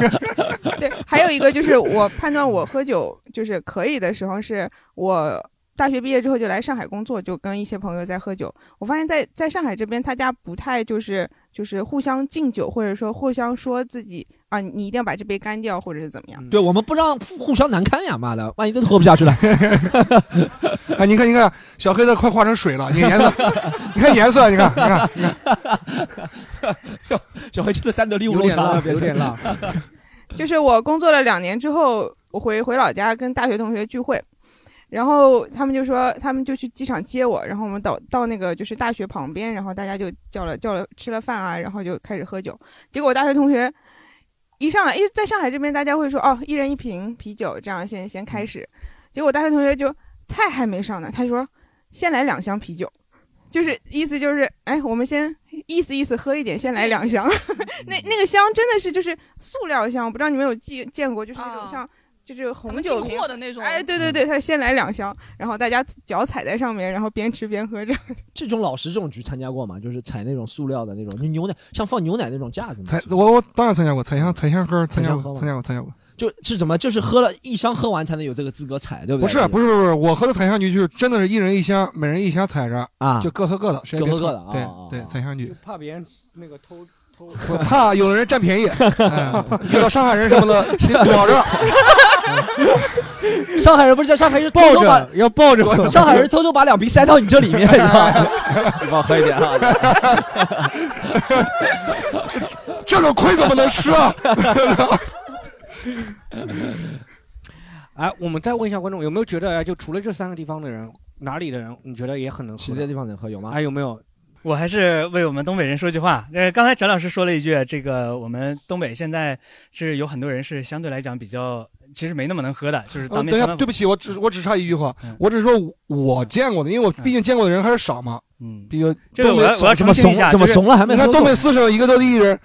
J: 对，还有一个就是我判断我喝酒就是可以的时候，是我大学毕业之后就来上海工作，就跟一些朋友在喝酒。我发现在，在上海这边，大家不太就是就是互相敬酒，或者说互相说自己啊，你一定要把这杯干掉，或者是怎么样。
B: 对，我们不让互相难堪呀，妈的，万一真的活不下去了。
D: 哎，你看，你看，小黑的快化成水了，你看颜色， 你看颜色，你看，你看，你看，
B: 小黑吃的三得利乌
D: 有
B: 龙
D: 点
B: 茶
D: 辣
B: 了，
D: 有点辣。
J: 就是我工作了两年之后，我回回老家跟大学同学聚会，然后他们就说他们就去机场接我，然后我们到到那个就是大学旁边，然后大家就叫了叫了吃了饭啊，然后就开始喝酒。结果我大学同学一上来，因为在上海这边大家会说哦，一人一瓶啤酒，这样先先
E: 嗯
J: 开始。结果我大学同学就菜还没上呢，他就说先来两箱啤酒。就是意思就是，哎，我们先意思意思喝一点，先来两箱。
E: 嗯
J: 那那个箱真的是就是塑料箱，我不知道你们有见见过，就是那种像、就是红酒
E: 哦进
J: 瓶
E: 货的那种
J: 哎，对对对，他先来两箱，然后大家脚踩在上面，然后边吃边喝着。
B: 这种老师这种局参加过吗？就是采那种塑料的那种，就牛奶像放牛奶那种架子吗？
D: 采我我当然参加过，采香采香喝，参加
B: 采香喝
D: 过，
B: 吗
D: 参加过，参加过。
B: 就是怎么就是喝了一箱喝完才能有这个资格采，对
D: 不
B: 对？
D: 是不
B: 是
D: 是不是，我喝的采香菊就是真的是一人一箱，每人一箱采着
B: 啊
D: 就各喝各的，谁也别
B: 各喝各的
D: 抢
B: 啊啊啊
D: 对对，采香 菊。
C: 怕别人那个偷偷。
D: 我怕有人占 便宜，哎遇到上海人什么的，谁躲着？
B: 上海人不是在上海人
C: 抱
B: 偷偷把
C: 着要抱着，
B: 上海人偷偷把两瓶塞到你这里面，你知道吗？ 你帮我 喝一点啊。
D: 这种亏怎么能吃啊？
C: 哎，我们再问一下观众，有没有觉得哎，就除了这三个地方的人，哪里的人你觉得也很能喝？
B: 其他地方能喝有吗？
C: 哎，有没有？
G: 我还是为我们东北人说句话。呃，刚才翟老师说了一句，这个我们东北现在是有很多人是相对来讲比较，其实没那么能喝的， 就是
D: 呃
G: 当
D: 等一
G: 面
D: 下
G: 他，们嗯
D: 对不起，我只我只插一句话，我只是说我见过的，因为我毕竟见过的人还是少嘛。
G: 嗯，
D: 比较
G: 这个我要
D: 东北
G: 我要澄清一下怎么就是怂了还没
D: 你看
G: 喝过
D: 东北四省一个都一人，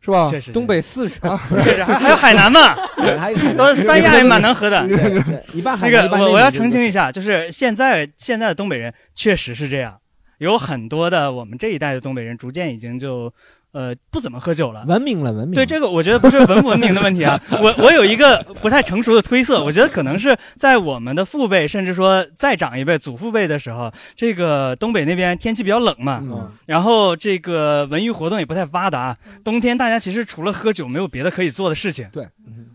D: 是吧？啊
G: 是是是
D: 东北
C: 四省，
G: 确实还还有海南 嘛
B: 对还有 海，南
G: 都是三亚也蛮能喝的
B: 对对对。一半海南
G: 那个
B: 一半
G: 我
B: 内
G: 我要
B: 蒙
G: 澄清一下，就是现在现在的东北人确实是这样，有很多的我们这一代的东北人逐渐已经就呃不怎么喝酒了。
B: 文明了，文明。
G: 对这个，我觉得不是文不文明的问题 啊，我我有一个不太成熟的推测，我觉得可能是在我们的父辈，甚至说再长一辈、祖父辈的时候，这个东北那边天气比较冷嘛，
B: 嗯
G: 然后这个文娱活动也不太发达，冬天大家其实除了喝酒，没有别的可以做的事情。
B: 对，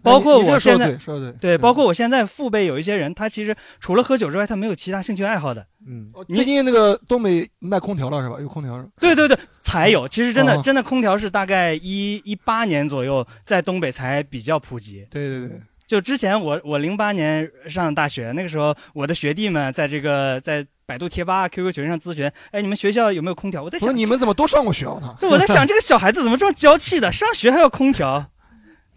G: 包括
D: 你这
G: 我
D: 说
G: 现
D: 得
G: 在
D: 对说得对嗯
G: 包括我现在父辈有一些人，他其实除了喝酒之外，他没有其他兴趣爱好的。
C: 嗯，
D: 最近那个东北卖空调了是吧？有空调是吧？
G: 哦对对对，才有。其实真的、
D: 哦
G: 真的，空调是大概一一八年左右在东北才比较普及。
D: 对对对。
G: 就之前我我零八年上大学，那个时候我的学弟们在这个在百度贴吧、QQ 群上咨询，哎，你们学校有没有空调？我在
D: 我说
G: 想
D: 你们怎么都上过学校啊呢？
G: 就我在想这个小孩子怎么这么娇 气的，上学还要空调？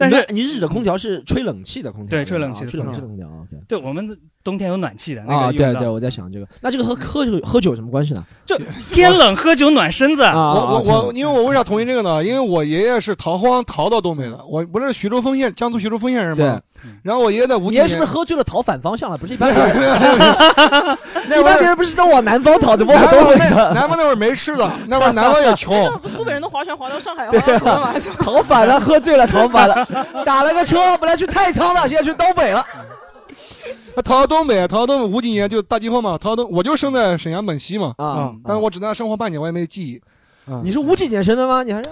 G: 但
B: 你
G: 是
B: 们你是指的空调是吹冷气的空调？
G: 对吹
B: 吧
G: 冷气
B: 啊
G: 的
B: 吹冷
G: 空
B: 气的
G: 调
B: 空调。OK。
G: 对我们冬天有暖气的那个
B: 啊，
G: 用
B: 对
G: 不
B: 对，
G: 到
B: 我在想这个，那这个和喝酒喝酒有什么关系呢？
G: 就天冷喝酒暖身子。啊
B: 啊
D: 我我我，因为我为啥同意这个呢？因为我爷爷是逃荒逃到东北的，我不是徐州丰县，江苏徐州丰县人嘛。然后我爷爷在五
B: 你
D: 几
B: 爷
D: 年，
B: 是不是喝醉了逃反方向了？不是一 般人，
D: 那
B: 一般别人不是都往南方逃，怎么往
D: 南
B: 东
D: 方
B: 北
D: 那
B: 呢？
D: 南方那会儿没吃的，那会儿南方也穷。
E: 不苏北人都划船划到上海，划
B: 对
E: 到河
B: 啊
E: 马，
B: 逃反了，喝醉了，逃反了，打了个车，本来去太仓的，现在去东北了。
D: 他啊逃到东北，逃到东北五几年就大饥荒嘛，逃到东我就生在沈阳本溪嘛，
G: 嗯
B: 啊
D: 但是我只在那生活半年，我也没记忆。
B: 你是五几年生的吗？你还是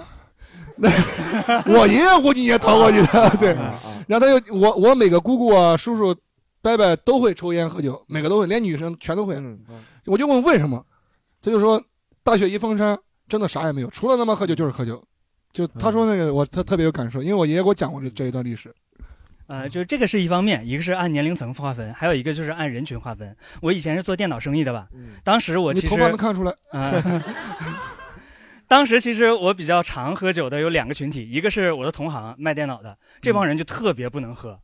D: 我爷爷五几年逃过去的，对。然后他就我我每个姑姑啊、叔叔、伯伯都会抽烟喝酒，每个都会，连女生全都会。我就问为什么，他就说大雪一封山，真的啥也没有，除了他妈喝酒就是喝酒。就他说那个我特特别有感受，因为我爷爷给我讲过这这一段历史。
G: 呃，就是这个是一方面，一个是按年龄层划分，还有一个就是按人群划分。我以前是做电脑生意的吧，当时我
D: 嗯你
G: 其实
D: 头发能看出来
G: 嗯 当时其实我比较常喝酒的有两个群体，一个是我的同行卖电脑的，这
D: 嗯
G: 帮人就特别不能喝，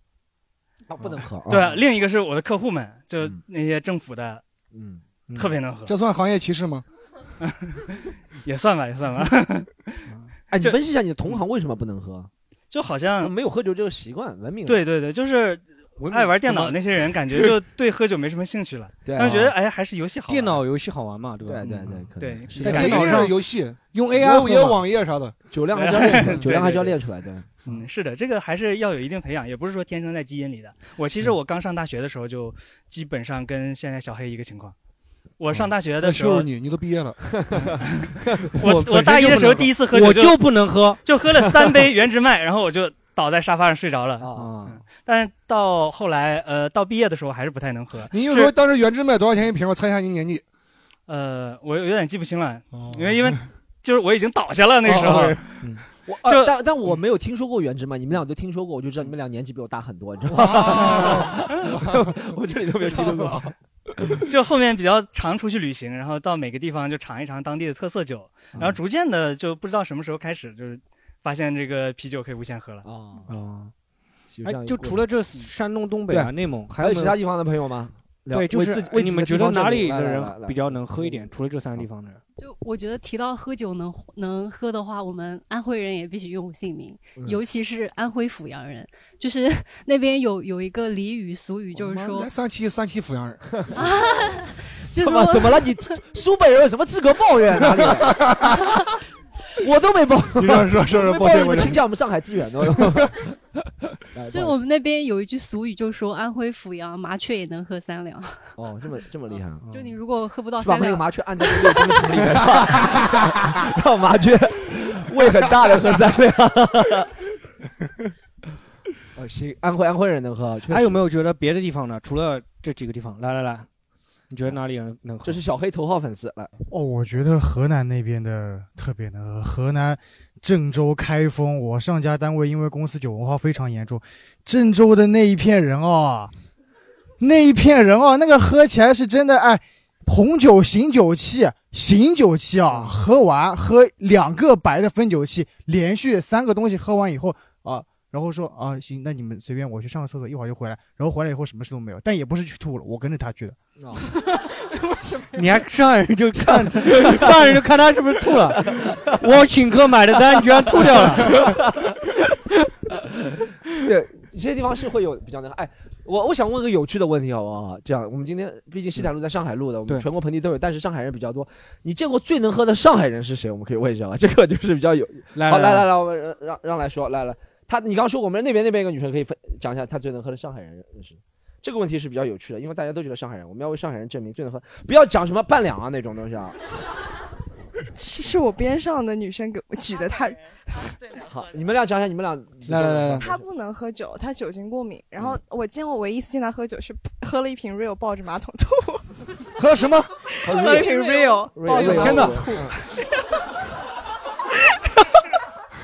B: 啊 不能喝
D: 哦
B: 啊
G: 对吧、另一个是
D: 嗯
G: 我的客户们，就那些政府的，
B: 嗯，
G: 特别能喝。
D: 这算行业歧视吗？
G: 也算吧，也 算吧。
B: 哎，你分析一下你的同行为什么不能喝？
G: 就好像
B: 没有喝酒这个习惯，文明。
G: 对对对，就是爱玩电脑那些人，感觉就对喝酒没什么兴趣了。
C: 对
G: 然后觉得
C: 啊
G: 哎，还是游戏好玩。
C: 电脑游戏好玩嘛，对吧？嗯对
B: 对
G: 对，
D: 在电脑上游戏
C: 用
D: 有
C: AI
D: 有网页啥的，
B: 酒 量
G: 还是要练出来
B: 酒量还是要练
G: 出
B: 来的。
G: 嗯，是的，这个还是要有一定培养，也不是说天生在基因里的。我其实我刚上大学的时候就基本上跟现在小黑一个情况。我上大学的时
D: 那
G: 候，
D: 就是你，你都毕业了。
G: 我我大一的时候第一次喝酒，
D: 我就不能喝
G: 就喝了三杯原汁麦，然后我就倒在沙发上睡着了。啊，但到后来，呃，到毕业的时候还是不太能喝。
D: 你就是说当时原汁卖多少钱一瓶？我猜一下您年纪。
G: 呃，我有点记不清了，
D: 哦
G: 因为因为就是我已经倒下了那个时
B: 哦
G: 候呃
B: 哦。 我啊
G: 就
B: 但但我没有听说过原汁嘛，你们俩都听说过，我就知道你们俩年纪比我大很多，你知道吗？ 我这里都没有听说过。
G: 就后面比较常出去旅行，然后到每个地方就尝一尝当地的特色酒，
B: 嗯
G: 然后逐渐的就不知道什么时候开始，就是发现这个啤酒可以无限喝了。
D: 哦
B: 啊有这样
C: 哎，
B: 一
C: 就
B: 个
C: 除了这山东、东北啊、
B: 对
C: 内蒙，还
B: 还有
C: 没
B: 其他地方的朋友吗聊
C: 对，就
B: 为
C: 是
B: 自
C: 你
B: 为自己
C: 们
B: 的
C: 觉
B: 地
C: 得
B: 方证
C: 哪里
B: 明来
C: 的
B: 来
C: 人
B: 来来嗯
C: 比较能喝一点？除了这三个地方的人，
I: 就我觉得提到喝酒能能喝的话，我们安徽人也必须用姓名，
C: 嗯
I: 尤其是安徽阜阳人，就是 那边有有一个俚语俗语，就是
D: 妈
I: 说
D: 来 三期三期阜阳人，
I: 就是
B: 怎么
I: 说
B: 怎么 了？你 哎苏北人有什么资格抱怨啊哪里？ 我都没抱，
D: 你说说说
B: 没
D: 抱
B: 抱
D: 歉
B: 怨你
D: 抱
B: 们
D: 歉
B: 请讲我们上海资源的。 来
I: 就
B: 不
I: 我
B: 好意思
I: 们那边有一句俗语，就说安徽阜阳麻雀也能喝三两，
B: 哦，这么这么厉害啊，
I: 嗯就你如果喝不到
B: 是把
I: 三
B: 那个
I: 两，
B: 麻雀按在那个金桶里面， 让麻 雀胃很大的喝三两。哦，行，安徽安徽人能喝，确实
C: 还有没有觉得别的地方呢？除了这几个地方，来来来，你觉得哪里人能喝？
B: 这是小黑头号粉丝来。
K: 哦，我觉得河南那边的特别能喝。河南郑州、开封，我上家单位因为公司酒文化非常严重，郑州的那一片人啊、那一片人啊、那个喝起来是真的哎，红酒醒酒器，醒酒器啊，喝完喝两个白的分酒器，连续三个东西喝完以后啊。然后说啊，行，那你们随便，我去上个厕所，一会儿就回来。然后回来以后什么事都没有，但也不是去吐了，我跟着他去的。
C: 哦你还上海 人就看， 上海人就看他是不是吐了。我请客买的单居然吐掉了。
B: 对，这些地方是会有比较那个。哎，我我想问个有趣的问题好不好？这样，我们今天毕竟西坦路在上海录的，我们全国盆地都有，但是上海人比较多。你见过最能喝的上海人是谁？我们可以问一下吗？这个就是比较有。
C: 来
B: 好，来
C: 来
B: 来来，我们让让让来说，来来，他你刚说我们那边那边一个女生可以分讲一下她最能喝的上海人是。这个问题是比较有趣的，因为大家都觉得上海人，我们要为上海人证明最能喝，不要讲什么半两啊那种东西啊。
L: 是是我边上的女生给我举的，她
B: 好，你们俩讲一下，你们俩
L: 她不能喝酒，她酒精过敏。然后我见过唯一一次见她喝酒是喝了一瓶 Rio 抱着马桶吐，
D: 喝了什么？
L: 喝了一瓶 Rio 抱着马
B: 天哪
L: 桶！吐。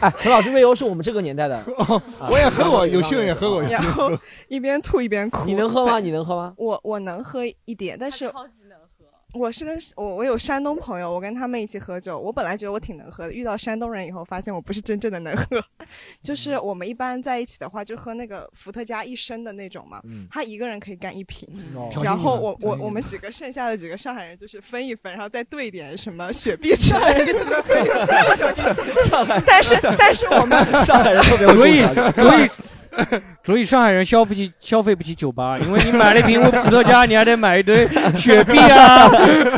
B: 哎，陈老师魏优是我们这个年 代的，啊
L: 哦我也喝过
B: 啊
L: 有幸
D: 也喝 过
L: 然后一边吐一边哭。
B: 你能喝吗？你能喝吗？
L: 我我能喝一点，但是超级能喝。我是跟我我有山东朋友，我跟他们一起喝酒。我本来觉得我挺能喝的，遇到山东人以后，发现我不是真正的能喝。就是我们一般在一起的话，就喝那个伏特加一升的那种嘛，他一个人可以干一瓶。
E: 小
L: 然
E: 心
L: 后
E: 你
L: 我
E: 小
L: 我
E: 心
L: 我
E: 你
L: 们几个剩下的几个上海人就是分一分，然后再兑一点什 么雪碧之类的，就是可以 小清新。但是但是我们
C: 所以 所以所以上海人消不起消费不起酒吧，因为你买了一瓶伏特加，你还得买一堆雪碧啊，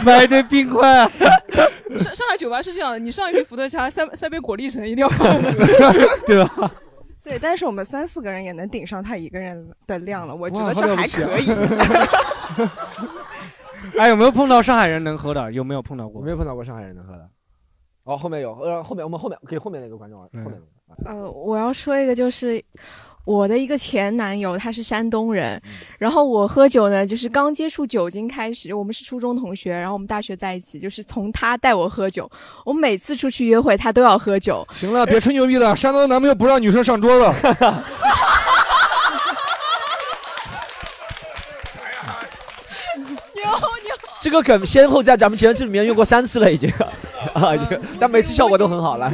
C: 买一堆冰块啊。
E: 上上海酒吧是这样的，你上一瓶伏特加，三三杯果粒 橙，一定要放在那里。
C: 对吧？
L: 对，但是我们三四个人也能顶上他一个人的量了，我觉
C: 哇
L: 得
C: 好了
L: 这
C: 不
L: 还
C: 起啊
L: 可以。
C: 哎，有没有碰到上海人能喝的？有没有碰到过？
B: 我没有碰到过上海人能喝的。哦，后面有，呃，后面我们后面给后面那个观众啊，后面那个啊。
M: 呃，我要说一个，就是我的一个前男友，他是山东人，
D: 嗯
M: 然后我喝酒呢，就是刚接触酒精开始，我们是初中同学，然后我们大学在一起，就是从他带我喝酒，我每次出去约会他都要喝酒。
D: 行哎了，别吹牛逼了，山东男朋友不让女生上桌 子。
M: 牛牛，
B: 这个梗先后在咱们节目里面用过三次
D: 嗯
B: 了，已经啊，已经，但每次效果都很好了。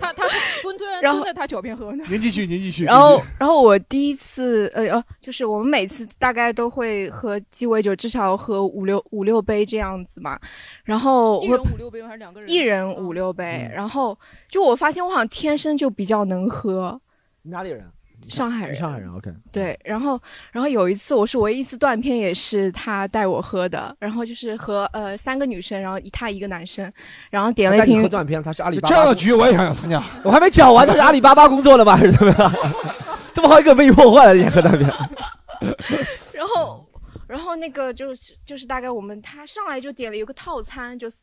N: 他他是蹲
E: 能
M: 然后
E: 蹲在他脚边 喝呢。
D: 您继续，您继续。
M: 然后，然后我第一次，呃，哦，就是我们每次大概都会喝鸡尾酒，至少喝五六五六杯这样子嘛。然后
E: 一
M: 我
E: 人五六杯还是两个人？嗯
M: 一人五六杯，
D: 嗯
M: 然后就我发现我好像天生就比较能喝，
B: 哪里人？啊
D: 嗯
M: 上海人
B: 上海人，OK。
M: 对，然后，然后有一次我是唯一一次断片，也是他带我喝的，然后就是和呃三个女生，然后一他一个男生，然后点了
B: 那
M: 一
B: 你喝
M: 瓶，
B: 断片，他是阿里巴
M: 这
B: 巴。
M: 样的
D: 局我也想想参加。
B: 我还没讲完，他是阿里巴巴工作的吧，还是怎么样？ 这么好一个被你破坏了，你还喝断片？
M: 然后，然后那个就是就是大概我们他上来就点了有个套餐，就是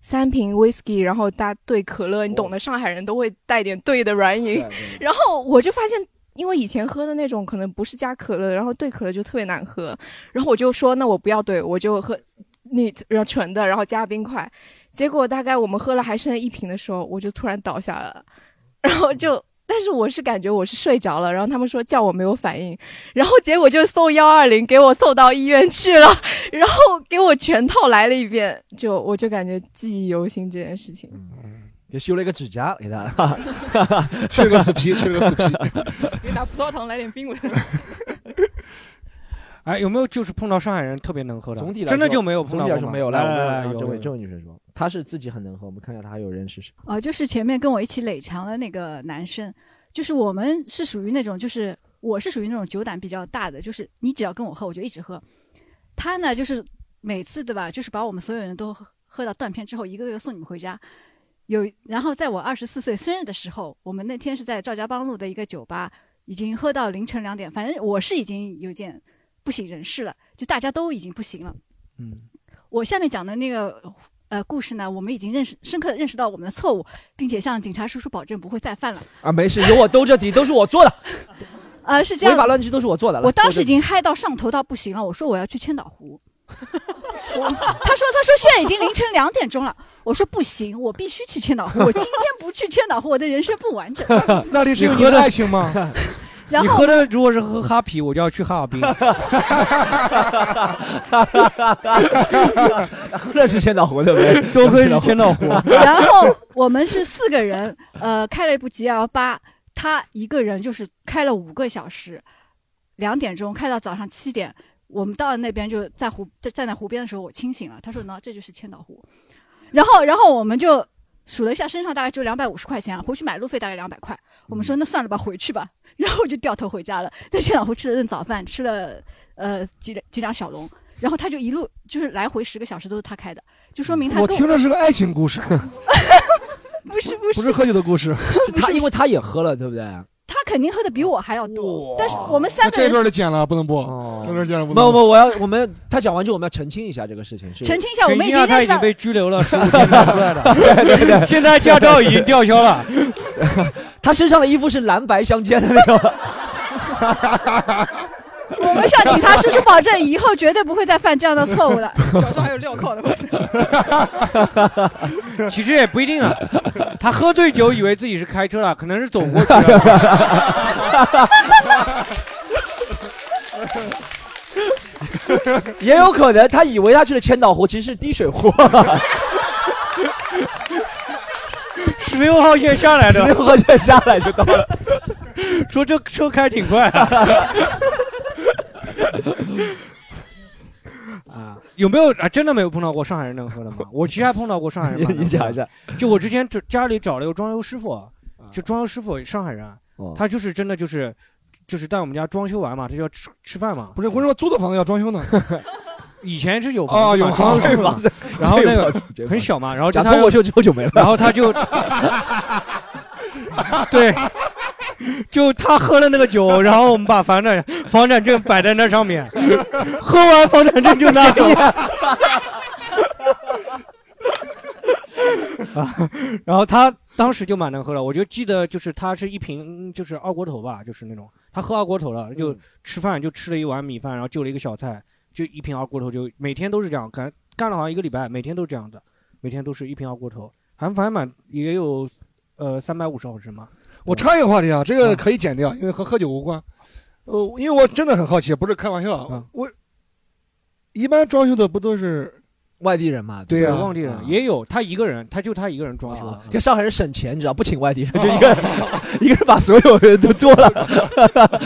M: 三瓶 whisky，然后搭兑可乐，你懂
B: 哦
M: 的，上海人都会带点兑的软饮。然后我就发现，因为以前喝的那种可能不是加可乐的，然后兑可乐就特别难喝。然后我就说，那我不要兑，我就喝你然后纯的，然后加冰块。结果大概我们喝了还剩一瓶的时候，我就突然倒下了，然后就。但是我是感觉我是睡着了，然后他们说叫我没有反应，然后结果就送幺二零给我送到医院去了，然后给我全套来了一遍，就我就感觉记忆犹新这件事情。
B: 也修了一个指甲给 他，
D: 去了个死皮去了个死皮
E: 给 你拿葡萄糖来点冰， 我觉得。
C: 哎，有没有就是碰到上海人特别能喝的？
B: 总体来
C: 真的
B: 说
C: 就没有碰
B: 总
C: 到
B: 体来
C: 过
B: 说
C: 吗哎
B: 没有。
C: 来
B: 我们
C: 来，
B: 让
C: 有
B: 这位
C: 有
B: 这位女生说，她是自己很能喝，我们看一下她还有人试试。
F: 呃，就是前面跟我一起垒墙的那个男生，就是我们是属于那种，就是我是属于那种酒胆比较大的，就是你只要跟我喝，我就一直喝。他呢，就是每次对吧，就是把我们所有人都喝喝到断片之后，一个个送你们回家。有，然后在我二十四岁生日的时候，我们那天是在赵家浜路的一个酒吧，已经喝到凌晨两点，反正我是已经有点不省人事了，就大家都已经不行了。
C: 嗯，
F: 我下面讲的那个呃故事呢，我们已经认识深刻的认识到我们的错误，并且向警察叔叔保证不会再犯了。
B: 啊，没事，有我兜着底，都是我 做的，
F: 呃，是这
B: 违
F: 样，
B: 法乱纪都是我做的。来
F: 我当时
B: 兜
F: 已
B: 着
F: 经嗨到上头到不行了，我说我要去千岛湖。 我他说他说现在已经凌晨两点钟了，我说不行，我必须去千岛湖，我今天不去千岛湖，我的人生不完整。
D: 那里是有你的爱情吗？
F: 然
C: 你
F: 后
C: 喝的如果是喝哈啤，我就要去哈尔滨。
B: 喝的是千岛湖的呗，
C: 多亏是千岛湖
F: 然后我们是四个人，呃，开了一部 GL 八，他一个人就是开了五个小时，两点钟开到早上七点。我们到了那边就在湖在站在湖边的时候，我清醒了。他说呢，这就是千岛湖。然后，然后我们就数了一下，身上大概只有两百五十块钱，啊回去买路费大概两百块。我
D: 嗯
F: 们说那算了吧，回去吧。然后就掉头回家了，在千岛湖吃了顿早饭，吃了呃几两几两小笼，然后他就一路就是来回十个小时都是他开的，就说明他
D: 我
F: 跟
D: 听着是个爱情故事，
F: 不是不是
D: 不是喝酒的故事。
B: 他因为他也喝了，对不对？
F: 他肯定喝的比我还要多，但是我们三
D: 那
F: 个
D: 这一段
F: 人
D: 的 剪了，不能播。这段剪了不
B: 哦不
D: 能
B: 不，
D: 播。
B: 我要我们他讲完之后，我们要澄清一下这个事情，是
F: 澄清一下，我们已经认识到，
C: 拘留 了十五天出来了，对对现在驾照已经吊销了。
B: 他身上的衣服是蓝白相间的那 种。
F: 我们向警察叔叔保证，以后绝对不会再犯这样的错误 了。
E: 脚上还有镣铐的，我 操！
C: 其实也不一定啊，他喝醉酒以为自己是开车了，可能是走过去 了。
B: 也有可能他以为他去了千岛湖，其实是滴水 湖。
C: 十六号线下来的，
B: 十六号线下来就到了。
C: 说这车开挺快、 啊。啊，有没有啊？真的没有碰到过上海人能喝的 吗？我其实还碰到过上海人蛮能喝的。
B: 你讲一下
C: 就我之前就家里找了个装修师傅，啊就装修师傅上海人啊
B: 哦，
C: 他就是真的就是就是在我们家装修完嘛，他就要吃吃饭嘛。
D: 不是，我说租的房子要装修呢。
C: 以前是有
D: 哦
C: 房子
D: 有
C: 嘛装修
D: 房子
C: 师
D: 房子，
C: 傅嘛然后那
D: 这有房
C: 个
D: 子这有
C: 很
D: 房
C: 小嘛，然后
B: 讲
C: 他
B: 脱口
C: 就
B: 秀之后就没了
C: 然后他 就 对，就他喝了那个酒，然后我们把房产房产证摆在那上面， 喝完房产证就拿走。 啊，然后他当时就蛮能喝了，我就记得就是他是一瓶就是二锅头吧，就是那种他喝二锅头了，就吃饭就吃了一碗米饭，然后就了一个小菜，就一瓶二锅头，就每天都是这样，干干了好像一个礼拜，每天都这样的，每天都是一瓶二锅头，还反正蛮也有呃三百五十毫升嘛。
D: 我插一个话题啊，这
B: 嗯
D: 个可以剪掉，因为和喝酒无关。呃，
B: 嗯
D: 因为我真的很好奇，不是开玩笑啊。我一般装修的不都是
B: 外地人嘛，
D: 对
B: 呀、啊
D: 呀
C: 外地人也有，他一个人，他就他一个人装修的。
B: 跟上海人省钱，你知道，不请外地人，就一个人一个人把所有人都做了，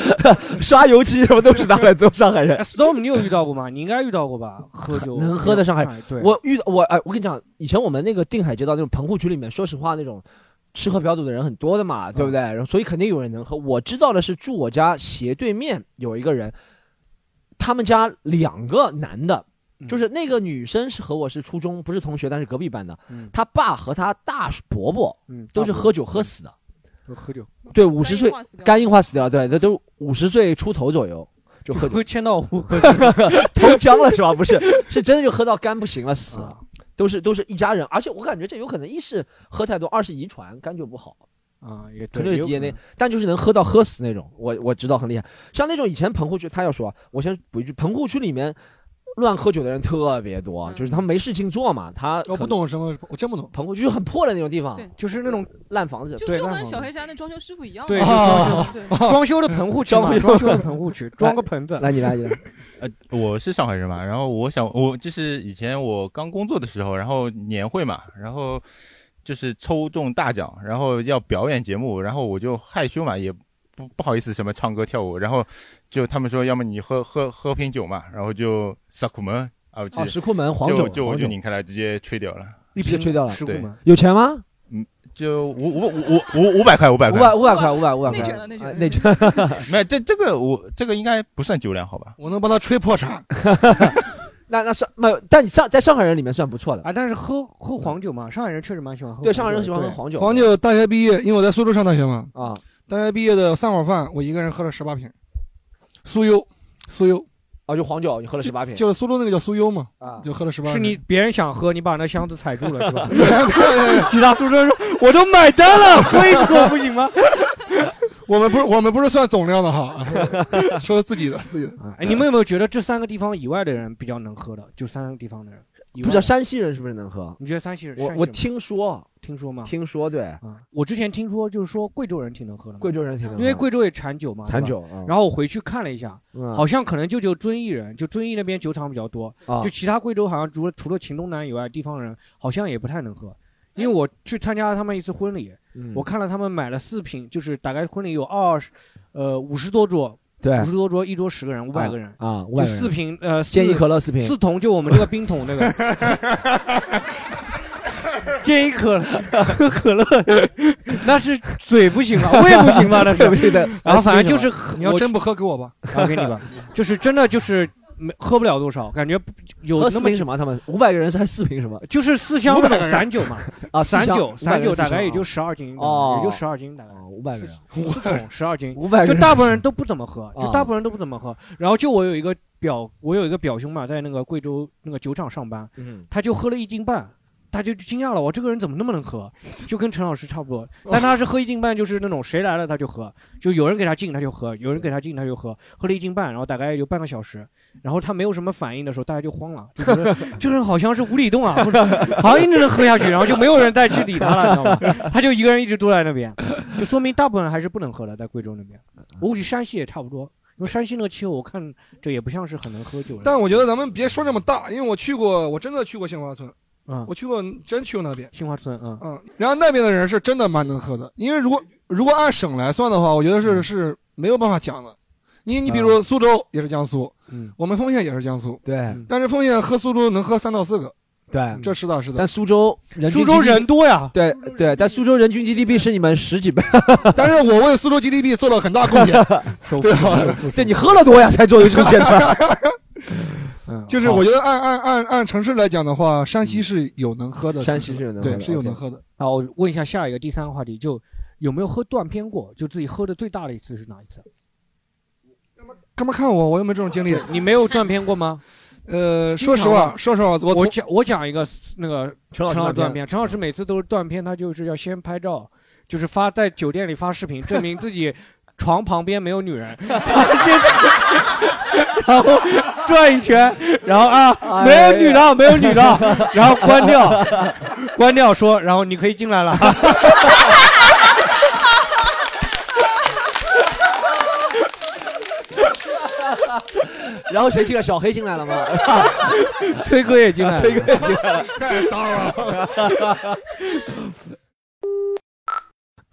B: 刷油漆什么都是他来做上海人。
C: 哎 Storm，你有遇到过吗？你应该遇到过吧？喝酒
B: 能喝的上海，
C: 对，
B: 我遇到我哎，我跟你讲，以前我们那个定海街道那种棚户区里面，说实话那种。吃喝嫖赌的人很多的嘛，
C: 嗯
B: 对不对？然后所以肯定有人能喝。我知道的是，住我家斜对面有一个人，他们家两个男的，
C: 嗯
B: 就是那个女生是和我是初中，不是同学，但是隔壁班的。
C: 嗯
B: 她爸和她大伯伯，
C: 嗯
B: 都是喝酒喝死的。
C: 喝酒，
B: 对，五十岁
C: 硬化死掉
B: 肝硬化死掉，对，他都五十岁出头左右就喝
C: 会签到 户
B: 投江了是吧？不是，是真的就喝到肝不行了，死了，都是都是一家人，而且我感觉这有可能一是喝太多，二是遗传，肝就不好。
C: 啊，也
B: 可
C: 对
B: 能
C: 也
B: 是
C: 有
B: DNA，
C: 可能
B: 但就是能喝到喝死那种，我我知道很厉害。像那种以前棚户区，他要说，我先补一句，棚户区里面乱喝酒的人特别多，就是
E: 嗯
B: 他们没事情做嘛，他我不
D: 懂什么，我真不懂。
B: 棚户区就很破的那种地方
E: 对，
C: 就是那种
B: 烂房子，
E: 就
B: 对
E: 就
B: 烂
E: 跟
B: 房
E: 小
B: 子
E: 黑家那装修师傅一样嘛，
C: 对，
D: 啊
E: 对
C: 就装修装修的棚户区嘛，装修的棚户区，装个棚子。
B: 来哎你来你来，
N: 呃，我是上海人嘛，然后我想，我就是以前我刚工作的时候，然后年会嘛，然后就是抽中大奖，然后要表演节目，然后我就害羞嘛，也不不好意思什么唱歌跳舞，然后就他们说，要么你喝喝喝瓶酒嘛，然后就萨库门啊，我记
B: 哦
N: 得
B: 石库门黄酒
N: 就就我
B: 黄
N: 就
B: 酒
N: 拧开来直接吹掉了，
B: 一瓶吹掉了，
N: 对，
B: 有钱吗？
C: 嗯
N: 就五五五五五五百块，五百
B: 五
N: 块，
B: 百五百块，五百五百块，啊内卷，
N: 没有这这个我这个应该不算酒量好吧？
D: 我能把它吹破产。
B: 那那算没有，但你上在上海人里面算不错的
C: 啊，但是喝喝黄酒嘛，上海人确实蛮喜欢喝黄酒的。
B: 对上海人喜欢喝
C: 对
B: 黄酒
D: 黄酒大学毕业，因为我在苏州上大学嘛，
B: 啊，
D: 大学毕业的散伙饭，我一个人喝了十八瓶，苏优，苏优，
B: 啊，就黄酒，你喝了十八瓶，
D: 就是苏州那个叫苏优嘛，
B: 啊，
D: 就喝了十八。？
C: 是你别人想喝，你把那箱子踩住了是吧 其他苏州人说，我都买单了，喝一口不行吗？
D: 我们不是我们不是算总量的 哈， 说自己的自己的。
B: 啊
C: 哎，你们有没有觉得这三个地方以外的人比较能喝的？就三个地方的人，以
B: 不
C: 外
B: 知道山西人是不是能喝？
C: 你觉得山西人？
B: 我
C: 山西
B: 我
C: 人
B: 听说
C: 听说吗？啊
B: 听说对，
C: 我之前听说就是说贵州人挺能喝的嘛，
B: 贵州人挺能喝
C: 因为贵州也产酒嘛，
B: 产
C: 对吧
B: 酒嗯
C: 然后我回去看了一下
B: 嗯，
C: 好像可能就只有遵义人，就遵义那边酒厂比较多
B: 啊，
C: 就其他贵州好像除了除了黔东南以外，地方人好像也不太能喝。因为我去参加了他们一次婚礼
B: 嗯，
C: 我看了他们买了四瓶，就是大概婚礼有二十，呃五十多桌，
B: 对
C: 五十多桌，一桌十个人，五百
B: 啊
C: 个人
B: 啊500
C: 就
B: 个人
C: 四瓶呃四
B: 健怡可乐四瓶
C: 四桶就我们这个冰桶那 个，建议可乐， 喝可乐，那是 嘴不行了，胃不 行吧？那是
B: 不是的
C: 然后反正就是
D: 你要真不喝给我吧
C: 我我给你吧，就是真的就是没喝不了多少，感觉不有
B: 喝
C: 那
B: 四
C: 么
B: 瓶什么？他们五百个人是还四瓶什么？
C: 就是四箱那种散酒嘛
B: 啊，四
C: 散
B: 箱
C: 酒
B: 500
C: 散酒
B: 人
C: 大概也
B: 四箱
C: 就
B: 啊
C: 12斤
B: 哦，
C: 也就12斤大概
B: 五百个人，
C: 四桶十二斤，
B: 百个
C: 就
B: 人
C: 大部分人都不怎么喝，就
B: 啊
C: 大部分人都不怎么喝。然后就我有一个表，我有一个表兄嘛，在那个贵州那个酒厂上班
B: 嗯，
C: 他就喝了一斤半。他就惊讶了，我这个人怎么那么能 喝？就跟陈老师差不多，但他是喝一斤半，就是那种谁来了他就喝，就有人给他敬他就喝，有人给他敬他就喝，喝了一斤半，然后大概也就半个小时，然后他没有什么反应的时候，大家就慌了，就觉得 这个人好像是无底洞啊，或者 好像一直能喝下去，然后就没有人再去理他了，你知道吗？他就一个人一直都在那边，就说明大部分人还是不能喝的，在贵州那边。我估计山西也差不多，因为山西那个气候，我看这也不像是很能喝酒的。
D: 但我觉得咱们别说这么大，因为我去过，我真的去过杏花村，
C: 嗯
D: 我去过，真去过那边
C: 杏花村，嗯
D: 嗯，然后那边的人是真的蛮能喝的，因为如果如果按省来算的话，我觉得是是没有办法讲的。你你比如苏州也是江苏，
C: 嗯，
D: 我们丰县也是江苏，
B: 对，
D: 但是丰县喝苏州能喝三到四个，
B: 对，
D: 这是的，是的。
B: 但苏州人
D: 苏州人
C: 多呀，
B: 对对，但苏州人均 GDP 是你们十几倍，
D: 但是我为苏州 GDP 做了很大贡献
C: 首，
D: 对吧？
B: 对你喝了多呀，才做有这个检测。
D: 就是我觉
C: 啊
D: 得按按按按城市来讲的话，山西是有能喝的城市，
C: 山西是有能喝的
D: 对，是有
C: OK
D: 能喝的。
C: 好，我问一下下一个第三个话题，就有没有喝断片过？就自己喝的最大的一次是哪一次？
D: 干嘛看我？我又没这种经历。
C: 你没有断片过吗？
D: 呃，说实
H: 啊
D: 话，说实话，我
C: 我
D: 从
C: 讲我讲一个那个
D: 陈老师
C: 陈老
D: 断
C: 断
D: 片
C: 片，陈老师每次都是断片，他就是要先拍照，就是发在酒店里发视频，证明自己床旁边没有女人， 然后转一圈，然后啊没有女的，没有女的，然后关掉，关掉说，然后你可以进来了。
H: 然后谁进来？小黑进来了吗？ 崔哥也进 来了，
O: 崔哥也
H: 进 来了，
O: 太脏了。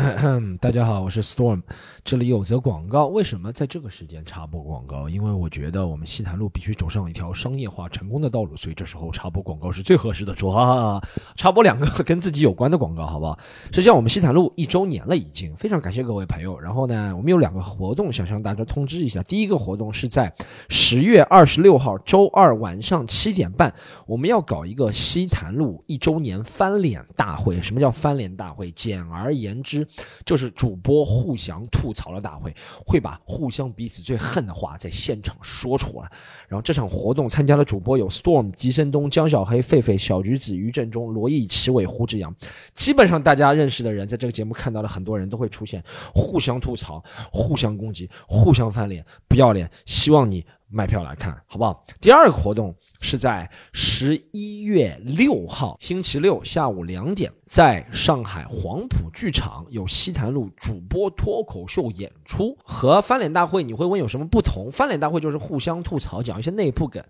B: 大家好，我是 Storm，这里有则广告。为什么在这个时间插播广告？因为我觉得我们西坛路必须走上一条商业化成功的道路，所以这时候插播广告是最合适的。说哈哈哈哈，插播两个跟自己有关的广告，好不好？ 实际上我们西坛路一周年了，已经非常感谢各位朋友。然后呢，我们有两个活动想向大家通知一下。第一个活动是在十月二十六号周二晚上七点半，我们要搞一个西坛路一周年翻脸大会。什么叫翻脸大会？简而言之。就是主播互相吐槽的大会，会把互相彼此最恨的话在现场说出来。然后这场活动参加的主播有 Storm、吉森东、江小黑、狒狒、小橘子、于振中、罗毅、齐伟、胡志阳，基本上大家认识的人，在这个节目看到的很多人都会出现，互相吐槽、互相攻击、互相翻脸，不要脸。希望你买票来看，好不好？第二个活动是在十一月六号星期六下午两点，在上海黄浦剧场有西坛路主播脱口秀演出。和翻脸大会你会问有什么不同？翻脸大会就是互相吐槽，讲一些内部梗，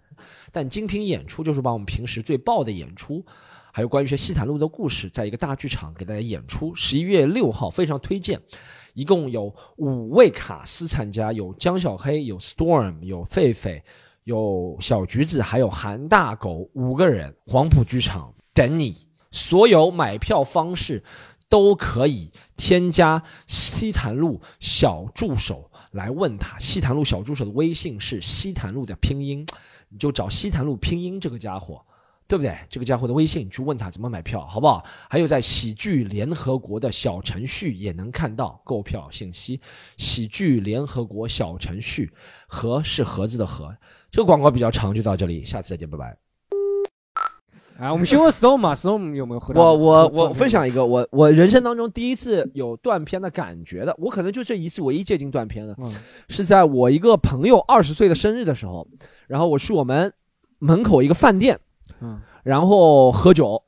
B: 但精品演出就是把我们平时最爆的演出。还有关于一些西坦路的故事，在一个大剧场给大家演出。十一月六号，非常推荐，一共有五位卡司参加，有江小黑，有 Storm，有狒狒，有小橘子，还有韩大狗，五个人，黄埔剧场等你。所有买票方式都可以添加西坦路小助手来问他。西坦路小助手的微信是西坦路的拼音，你就找西坦路拼音这个家伙。对不对？这个家伙的微信，你去问他怎么买票，好不好？还有在喜剧联合国的小程序也能看到购票信息。喜剧联合国小程序，盒是盒子的盒。这个广告比较长，就到这里，下次再见，拜拜。
C: 啊， 我们先问 Storm 嘛，Storm 有没有喝到？
H: 我我我分享一个，我我人生当中第一次有断片的感觉的，我可能就这一次唯一接近断片的，是在我一个朋友二十岁的生日的时候，然后我去我们门口一个饭店。
C: 嗯，
H: 然后喝酒，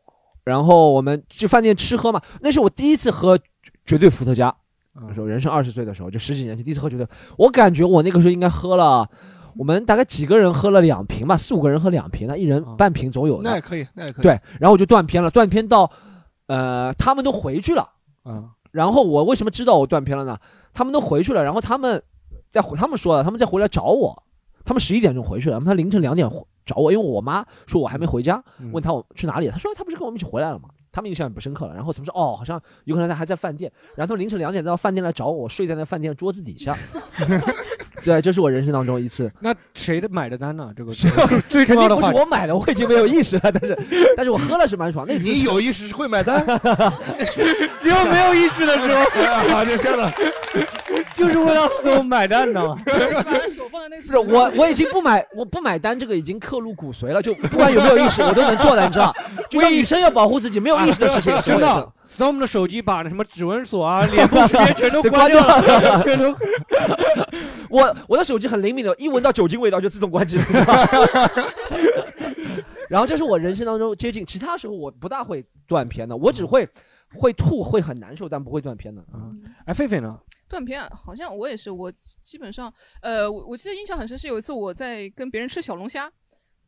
H: 然后我们去饭店吃喝嘛。那是我第一次喝绝对伏特加，
D: 嗯
H: 那时候人生二十岁的时候，就十几年前第一次喝绝对。我感觉我那个时候应该喝了，我们大概几个人喝了两瓶吧，四五个人喝两瓶，那一人半瓶总有的。
D: 嗯那也可以，那也可以。
H: 对，然后我就断片了，断片到，呃，他们都回去了。
E: 啊
D: 嗯，
H: 然后我为什么知道我断片了呢？他们都回去了，然后他们再回，他们说了，他们再回来找我，他们十一点钟回去了，他们凌晨两点回找我，因为我妈说我还没回家，
C: 嗯
H: 问他我去哪里，他说他不是跟我们一起回来了吗？他们印象也不深刻了。然后他们说哦，好像有可能他还在饭店，然后他们凌晨两点到饭店来找我，我睡在那饭店桌子 底下。对，这是我人生当中一次。
C: 那谁的买的单呢？这 个
H: 最
C: 重
H: 肯
C: 要
H: 定
C: 的
H: 不
C: 话
H: 是
C: 题
H: 我买的，我已经没有意识了。但是，但是我喝了是蛮爽。那次
D: 你有意识会买 单？啊
C: 只有没有意识的 时
D: 候，我的天哪！
C: 就是为 了死我买单的。
E: 手放在那
H: 不
E: 个
H: 是 我，我已经不买，我不买单，这个已经刻入骨髓了。就不管有没有意识，我都能做的，你 知道？就像女生要保护自己，没有意识的事情，
C: 真的。Storm 的手机把那什么指纹锁 啊、脸部识别全都
H: 对
C: 关
H: 关
C: 掉
H: 掉
C: 了，
H: 了
C: 全都
H: 我我的手机很灵敏的，一闻到酒精味道就自动关机了。你知道吗 然后这是我人生当中接近，其他时候我不大会断片的，我只会会吐，会很难受，但不会断片的。
C: 哎，狒狒呢？
E: 断片啊，好像我也是，我基本上，呃，我我记得印象很深是有一次我在跟别人吃小龙虾，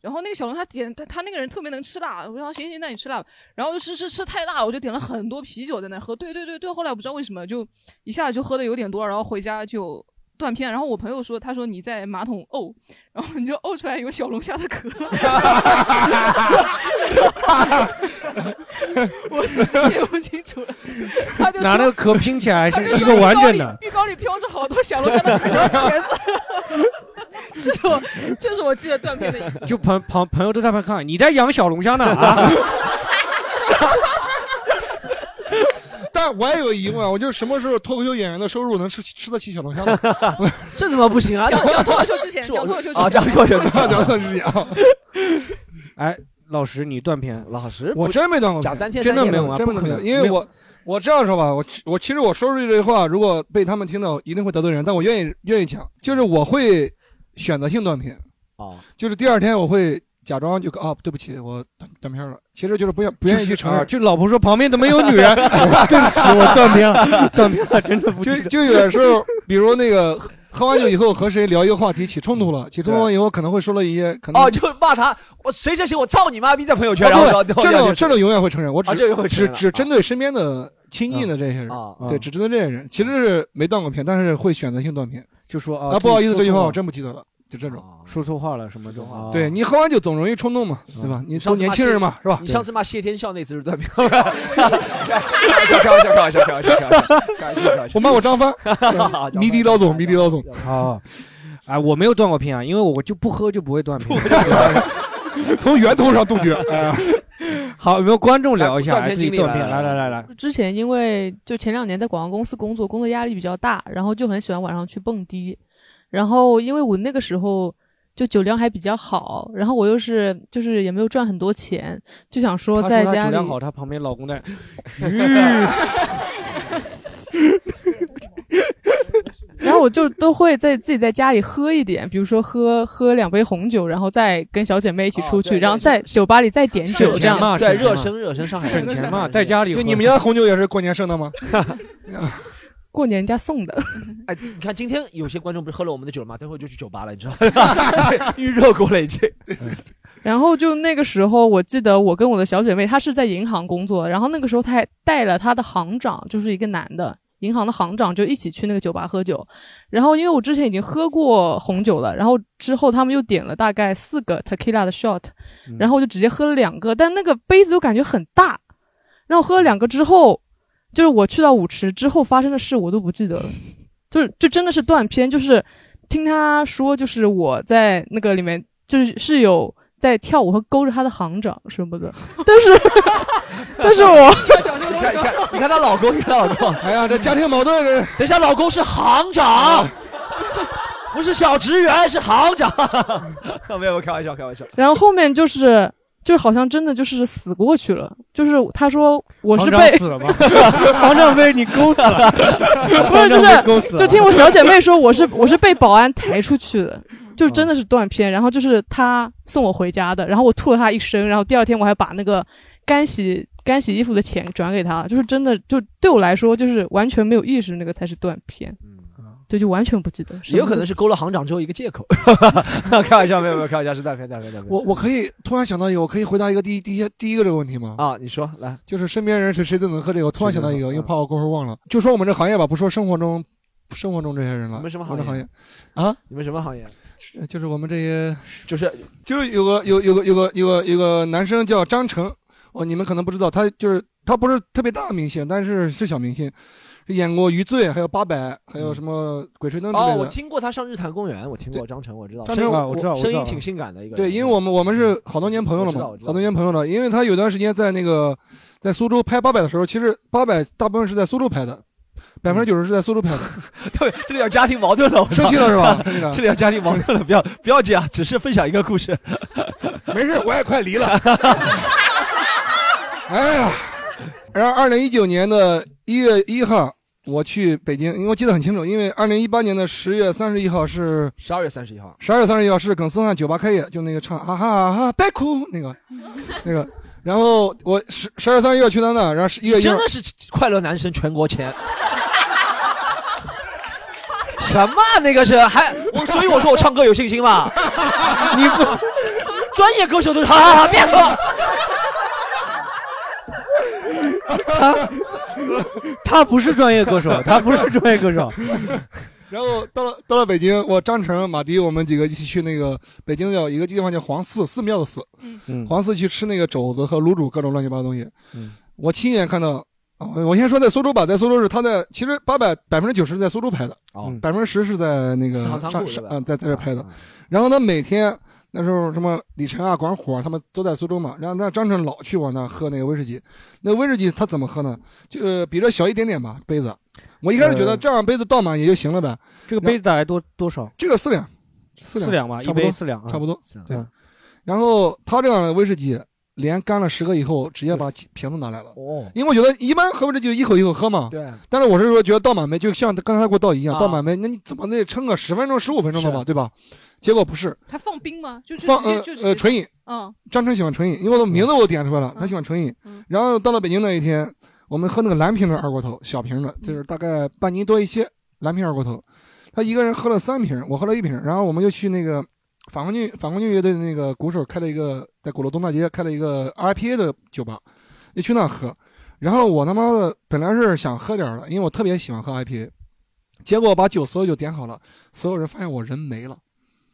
E: 然后那个小龙虾点他他那个人特别能吃辣，我说行行，那你吃辣吧，然后就吃吃吃太辣，我就点了很多啤酒在那喝，对对对对，后来我不知道为什么就一下子就喝的有点多，然后回家就断片，然后我朋友说他说你在马桶呕，然后你就呕出来有小龙虾的壳， 我自己也不清 楚了，他就说
C: 拿那个壳拼起来
E: 他
C: 是
E: 就
C: 一个
E: 说
C: 完
E: 浴缸
C: 整
E: 里
C: 的。
E: 浴缸里飘着好多小龙虾的很多钳子。 这是我，这是我记得断片的一 次。
C: 就朋朋朋友都在旁边看，你在养小龙虾呢啊？
D: 但我也有疑问，啊我就是什么时候脱口秀演员的收入能吃吃得起小龙虾 呢？
H: 这怎么不行啊哦
E: 讲讲脱口秀 之前，讲脱口秀之前，
D: 讲脱口秀之前。
C: 哎，老石，你断片？
H: 老石
D: 我真没断过片，
C: 假三天
D: 真的
C: 三夜
D: 没有啊
C: 吗
D: 真
C: 不
D: 的
C: 可
D: 没有。
C: 能
D: 因
C: 没
D: 为
C: 有
D: 我我这样说吧，我其我其实我说出这句话，如果被他们听到，一定会得罪人，但我愿意愿意讲，就是我会选择性断片，
C: 哦
H: 啊，
D: 就是第二天我会假装就啊，对不起，我断断片了，其实就是不愿不愿意去承认，
C: 就老婆说旁边怎么有 女人？对不起，我断片了，断片了，真的不
D: 就就有时候，比如那个喝喝完酒以后和谁聊一个话题起冲突了，起冲突完以后可能会说了一些可能
B: 哦，就骂他，我谁谁谁，我操你妈逼，在朋友圈，
D: 啊
B: 然后说
D: 不这种这种永远会承认，我
B: 啊
D: 只
B: 这个会承
D: 只
B: 认
D: 只针对身边的亲近的这些人
B: 啊，
D: 对，只针对这些人，其实是没断过片，但是会选择性断片，
B: 就说
C: 哦
D: 啊，不好意思，这句话我真不记得了，就这种。
B: 说错话了什么的话
D: 对你喝完酒总容易冲动嘛，对
B: 嗯
D: 吧？你都年轻人嘛，是吧？
B: 你上次骂谢天笑那次是断片，开玩笑，开玩笑，开玩笑，开玩笑，开玩笑， 开玩笑，开玩笑。
D: 我骂我张帆
B: 张，
D: 迷笛老总，迷笛老总。
C: 啊， 哎，我没有断过片啊，因为我就不喝就不会断 片。
D: 从源头上杜 绝。哎、
C: 好，有没有观众聊一下？
B: 断
C: 哎
B: 片
C: 自己
B: 经历
C: 断片，来
B: 来来
C: 来来来，
P: 之前因为就前两年在广告公司工作，工作压力比较大，然后就很喜欢晚上去蹦迪。然后因为我那个时候就酒量还比较好，然后我又是就是也没有赚很多钱，就想说
C: 他
P: 在
C: 他
P: 家
C: 酒
P: 里
C: 量好，他旁边老公在，
P: 然后我就都会在自己在家里喝一点，比如说喝喝两杯红酒，然后再跟小姐妹一起出去，然后在酒吧里再点酒，这样
C: 嘛，
B: 对
C: 省钱嘛
B: 热身热身上海
C: 省钱嘛，
B: 省钱
C: 在家里
D: 就你们家红酒也是过年剩的吗？
P: 过年人家送的。
B: 哎，你看今天有些观众不是喝了我们的酒吗？待会儿就去酒吧了，你知道吗？预热过了已经。
P: 然后就那个时候，我记得我跟我的小姐妹，她是在银行工作，然后那个时候她还带了她的行长，就是一个男的，银行的行长就一起去那个酒吧喝酒。然后因为我之前已经喝过红酒了，然后之后他们又点了大概四个 tequila 的 shot，然后我就直接喝了两个，但那个杯子我感觉很大，然后喝了两个之后，就是我去到舞池之后发生的事我都不记得了，就是就真的是断片，就是听他说，就是我在那个里面就是是有在跳舞和勾着他的行长什么的，但是 但是我
B: 你看，你看，你看她老公，你看她老公，
D: 哎呀，这家庭矛盾，这
B: 等一下，老公是行长，不是小职员，是行长。没有，没有开玩笑，开玩笑。
P: 然后后面就是就是好像真的就是死过去了，就是他说我是
B: 行长
P: 被
B: 死了 吗
K: 行长被你勾死了，
P: 不 是，就
K: 行长被勾死啊
P: 是
K: 了
P: 就听我小姐妹说，我是我是被保安抬出去的，
B: 嗯
P: 就真的是断片。然后就是他送我回家的，然后我吐了他一身，然后第二天我还把那个干洗干洗衣服的钱转给他，就是真的就对我来说就是完全没有意识，那个才是断片。
K: 嗯
P: 对，就完全不记得。什
B: 啊也
P: 么
B: 有可
P: 都
B: 能
P: 不
B: 是勾了行长之后一个借口。 开玩笑，没有，没有，开玩笑，是大片，大片，大片。
D: 我我可以突然想到一个，我可以回答一个第一第一第一个这个问题吗？
B: 嗯啊，你说来，
D: 就是身边人谁谁最能喝这个，我突然想到一个，因为怕
B: 嗯
D: 我过会儿忘了，就说我们这行业吧，不说生活中生活中这些人了，
B: 你们什么
D: 我
B: 行
D: 们
B: 业？
D: 这行业啊，
B: 你们什么行业？
D: 呃就是我们这些，
B: 就是
D: 就是有个有有个有个有个有个男生叫张晨，哦，你们可能不知道，他就是他不是特别大的明星，但是是小明星，演过《余罪》，还有《八佰》，还有什么《鬼吹灯》之类
B: 哦，
D: 的。
B: 我听过他上日坛公园，我听过张晨，我知道。
D: 张
B: 声
D: 晨
B: 音
D: 我知道我
B: 声音
D: 知道
B: 挺性感的一个人。
D: 对，
C: 啊
D: 因为我们我们
C: 嗯
D: 是好多年朋友了嘛，
B: 我知道我知道
D: 好多年朋友了。因为他有段时间在那个在苏州拍八佰的时候，其实八佰大部分是在苏州拍的，百分之九十是在苏州拍的。
B: 对，这里有家庭矛盾了，我
D: 生气了是 吧生气了
B: 这里有家庭矛盾了，不要不要这样，只是分享一个故事。
D: 没事，我也快离了。哎呀，然后二零一九年的一月一号，我去北京，因为我记得很清楚，因为二零一八年的十月三十一号是
B: 十二月三十一号，
D: 十二月三十一号是耿斯汉酒吧开业，就那个唱啊哈啊哈别哭那个那个。然后我十十二月三十一号去他那，然后十一月一号
B: 真的是快乐男神全国前。 什么啊那个是还我，所以我说我唱歌有信心嘛。 你不 专业歌手都是哈哈哈，别喝。
C: 他他不是专业歌手，他不是专业歌 手，
D: 然后到了到了北京，我张成、马迪，我们几个一起去那个北京有一个地方叫黄寺，寺庙的寺，
C: 嗯
D: 黄寺去吃那个肘子和卤煮各种乱七八糟东西。
C: 嗯
D: 我亲眼看到，啊我先说在苏州吧，在苏州是他在其实八百百分之九十是在苏州拍的
B: 哦，
C: 嗯
D: 百分之十是在那个
B: 四行仓库
D: 上
B: 是
D: 上
B: 吧
D: 嗯在在这拍的。然后他每天那时候什么李晨啊、管虎啊，他们都在苏州嘛。然后那张成老去往那喝那个威士忌，那威士忌他怎么喝呢？就是呃比这小一点点吧杯子。我一开始觉得
C: 呃
D: 这样杯子倒满也就行了呗。
C: 这个杯子大概多多少？
D: 这个四两，四
C: 四两吧
D: 差不多
C: 一杯四两啊
D: 差不多
C: 四两。
D: 对
C: 嗯，
D: 然后他这样的威士忌，连干了十个以后，直接把瓶子拿来了。因为我觉得一般喝威士忌就一口一口喝嘛。
B: 哦对。
D: 但是我是说，觉得倒满杯，就像刚才他给我倒一样，
B: 啊
D: 倒满杯，那你怎么得撑个十分钟、十五分钟的吧，对吧？结果不是，
P: 他放冰吗？就
D: 放呃呃纯饮，
P: 嗯，
D: 张晨喜欢纯饮，因为我的名字我都点出来了，他喜欢纯饮。然后到了北京那一天，我们喝那个蓝瓶的二锅头，小瓶的，就是大概半斤多一些，蓝瓶二锅头。他一个人喝了三瓶，我喝了一瓶，然后我们就去那个反光镜反光镜乐队的那个鼓手开了一个在鼓楼东大街开了一个 RPA 的酒吧，就去那喝。然后我他妈的本来是想喝点儿的，因为我特别喜欢喝 IPA，结果把酒所有酒点好了，所有人发现我人没了，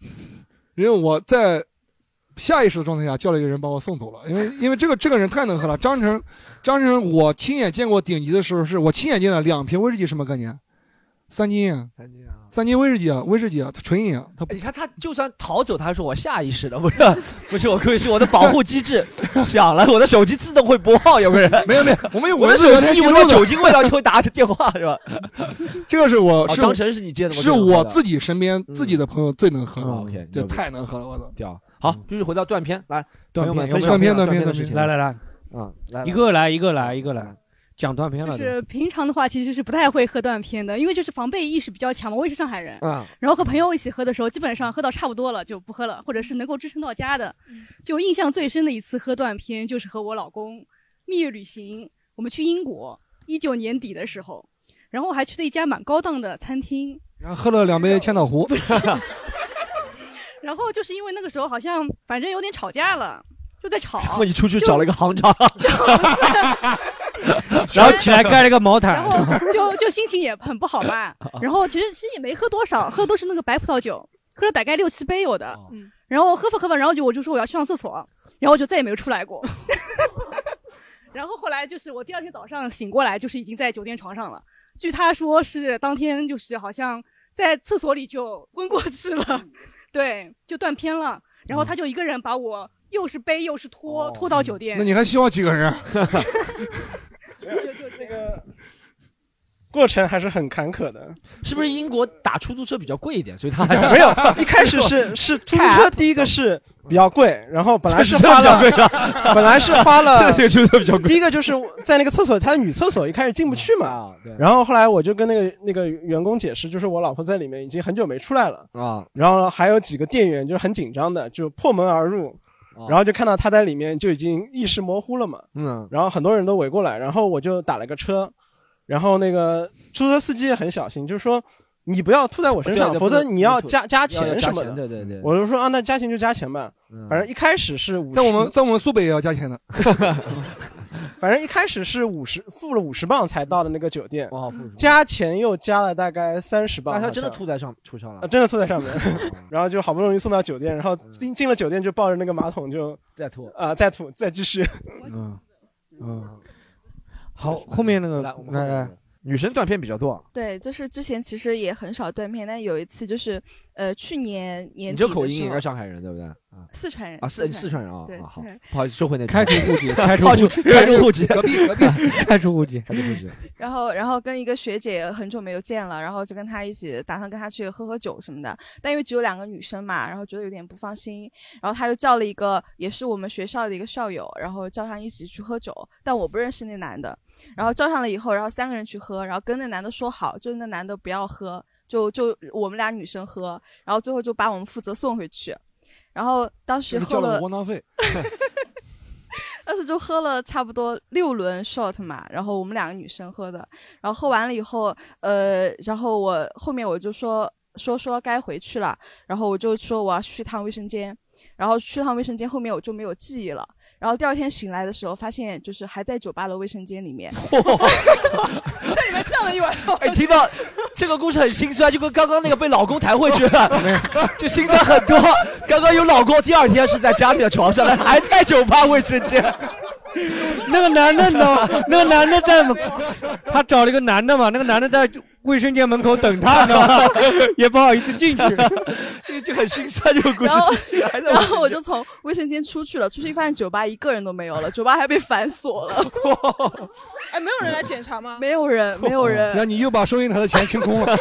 D: 因为我在下意识的状态下叫了一个人把我送走了，因为因为这个这个人太能喝了。张成，张成，我亲眼见过顶级的时候是，我亲眼见了两瓶威士忌什么概念？三斤啊，三斤啊，三斤威士忌啊，威士忌啊，它纯饮啊，它
B: 你看他就算逃走，他说我下意识的，不是 不是我故意，是我的保护机 制响了，我的手机自动会拨号，有没有人？
D: 没有没有，我们有
B: 我的
D: 文字
B: 手
D: 聊天
B: 机一
D: 记
B: 闻
D: 录
B: 到
D: 的
B: 酒精味道就会打电话是 吧？
D: 这个是我
B: 哦
D: 是
B: 张
D: 我
B: 晨是你见的吗
D: 是
B: 这个喝
D: 我
B: 的嗯
D: 自己身边自己的朋友最能喝
B: 哦，OK，
D: 这
B: 牛逼
D: 太能喝了，我操！
B: 屌，好，继续回到嗯断片来，
C: 断
B: 朋友们
C: 片
B: 分享
C: 断片
B: 分享
C: 断片
B: 的
C: 断
B: 事
C: 片
B: 情，
C: 来来来
B: 嗯，来
C: 一个来一个来一个来，讲断片了
Q: 就
C: 都。
Q: 是平常的话，其实是不太会喝断片的，因为就是防备意识比较强嘛。我也是上海人，
C: 嗯
Q: 然后和朋友一起喝的时候，基本上喝到差不多了就不喝了，或者是能够支撑到家的。就印象最深的一次喝断片，就是和我老公蜜月旅行，我们去英国，一九年底的时候，然后还去了一家蛮高档的餐厅，
D: 然后喝了两杯千岛湖，
Q: 然后就是因为那个时候好像反正有点吵架了，就在吵。
B: 然后你出去找了一个行长，
C: 然后起来盖了个毛 毯，
Q: 就就心情也很不好嘛。然后其实其实也没喝多少，喝的都是那个白葡萄酒，喝了大概六七杯有
D: 哦
Q: 的。然后喝吧喝吧，然后就我就说我要去上厕所，然后就再也没有出来 过。 然后后来就是我第二天早上醒过来，就是已经在酒店床上了。据他说是当天就是好像在厕所里就昏过去了，
D: 嗯
Q: 对，就断片了。然后他就一个人把我又是背又是拖、拖到酒店。
D: 哦嗯那你还希望几个人啊？
Q: 就这个
R: 过程还是很坎 坷的。
B: 是不是英国打出租车比较贵一点，所以他
R: 没有，一开 始是是出租车，第一个是比较贵，然后本来是
B: 这
R: 花
B: 比较
R: 了
B: 贵了，
R: 本来是花 了，
B: 这个出租车比较贵。
R: 第一个就是在那个厕所，它女厕所一开始进不去
B: 啊
R: 嘛，然后后来我就跟那个那个员工解释，就是我老婆在里面已经很久没出来了，
B: 啊，
R: 然后还有几个店员就是很紧张的，就破门而入，
B: 哦
R: 然后就看到她在里面就已经意识模糊了嘛，
B: 嗯，
R: 然后很多人都围过来，然后我就打了个车，然后那个出租车司机也很小心，就是说你不要吐在我身上，
B: 哦对
R: 否则
B: 不
R: 你要
B: 不
R: 加
B: 要
R: 加
B: 要
R: 钱
B: 加
R: 什么
B: 钱嗯
R: 的。
B: 对对对
R: 我就说啊，那加钱就加钱吧，反正一开始是五，
D: 在我们在我们苏北也要加钱的，
R: 反正一开始是五十，付了五十磅才到的那个酒店
B: 哦，
R: 加钱又加了大概三十磅
B: 那
R: 好像，
B: 他真的吐在上出上了
R: 啊，，真的吐 在上面， 然后就好不容易送到酒店，然后进进了酒店就抱着那个马桶就
B: 嗯再吐
R: 啊，再吐，再继续。
C: 嗯嗯，好，后面那个来来，
B: 女生断片比较
C: 啊
B: 多，
S: 对，就是之前其实也很少断片，但有一次就是，呃，去年年
B: 你
S: 底的
B: 这
S: 时候，
B: 口音也是上海人对不对？啊
S: 四川人
B: 啊，四
S: 四
B: 四
S: 川
B: 川人啊，
S: 对
B: 啊
S: 四
B: 好
S: 川人，
B: 不好意思，收回那
C: 开除 户籍，开除
B: 靠
C: 户
B: 住
C: 籍，
B: 开除户籍，
C: 开除户籍，
B: 开除户籍。
S: 然后，然后跟一个学姐很久没有见了，然后就跟她一起打算跟她去喝喝酒什么的。但因为只有两个女生嘛，然后觉得有点不放心，然后她就叫了一个也是我们学校的一个校友，然后叫上一起去喝酒。但我不认识那男的，然后叫上了以后，然后三个人去喝，然后跟那男的说好，就是那男的不要喝，就就我们俩女生喝，然后最后就把我们负责送回去。然后当
D: 就
S: 时
D: 是
S: 喝
D: 交
S: 了
D: 了窝囊废。
S: 当时就喝了差不多六轮 shot 嘛，然后我们两个女生喝的，然后喝完了以后，呃，然后我后面我就说说说该回去了，然后我就说我要去趟卫生间，然后去趟卫生间，后面我就没有记忆了。然后第二天醒来的时候，发现就是还在酒吧的卫生间里面，
B: 在
S: 里面站了一晚上。
B: 哎，听到这个故事很心酸，就跟刚刚那个被老公抬回去 了，就心酸很多。刚刚有老公，第二天是在家里的床上，但还在酒吧卫生间。
C: 那个男的呢？那个男的在，他找了一个男的嘛，那个男的在卫生间门口等他，你知道吗？ 也不好意思进去，
B: 就就很心酸这个故
S: 然后
B: 事。还在
S: 然后我
B: 间
S: 就从卫生间出去了，出去发现酒吧一个人都没有了，酒吧还被反锁了，
E: 哎，没有人来检查吗？
S: 没有人，没有人。
D: 然后你又把收银台的钱清空 了，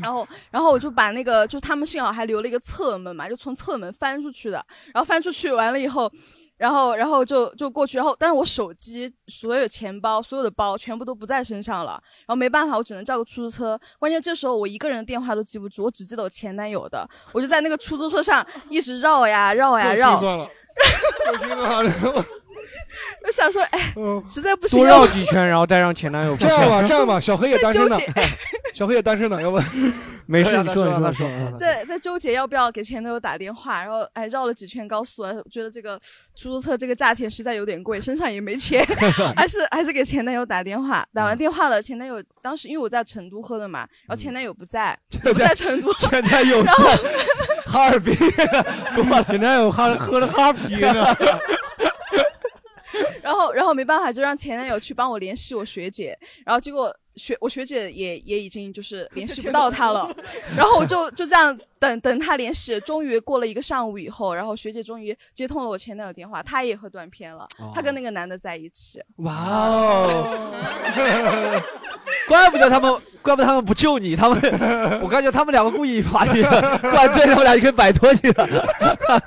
S: 然后，然后我就把那个，就是他们幸好还留了一个侧门嘛，就从侧门翻出去的。然后翻出去完了以后，然后，然后就就过去，然后但是我手机、所有钱包、所有的包全部都不在身上了。然后没办法，我只能叫个出租车。关键这时候我一个人的电话都记不住，我只记得我前男友的。我就在那个出租车上一直绕呀绕呀
D: 够
S: 绕
D: 心，酸了，够心酸了。
S: 我想说，哎，
D: 实
S: 在不行，
C: 嗯多
S: 要
C: 绕
S: 不
C: 几圈，然后再让前男友
D: 这
C: 发现
D: 样吧，这样吧，小黑也单 身呢
S: 纠，
D: 小黑也单身呢，要不
C: 没事，
D: 让
C: 你
D: 他
C: 说，
D: 说
C: 你说，
D: 让
C: 你
D: 他
C: 说。
B: 嗯
S: 在在纠结要不要给前男友打电话，然后哎绕了几圈高速，啊，觉得这个出租车这个价钱实在有点贵，身上也没钱，还是还是给前男友打电话。打完电话了，前男友当时因为我在成都喝的嘛，然后前男友不在，我不在成都，
H: 前男友
S: 然后
H: 在
C: 哈尔滨，
H: 前男友哈喝了哈啤 呢，
S: 然后然后没办法，就让前男友去帮我联系我学姐，然后结果学我学姐也也已经就是联系不到她了，然后我就就这样等等她联系，终于过了一个上午以后，然后学姐终于接通了我前男友电话，她也喝断片了
B: 哦，
S: 她跟那个男的在一起，
B: 哇哦！ 怪不得他们，怪不得他们不救你， 他们，我感觉他们两个故意把你 灌醉，他们俩就可以摆脱你了。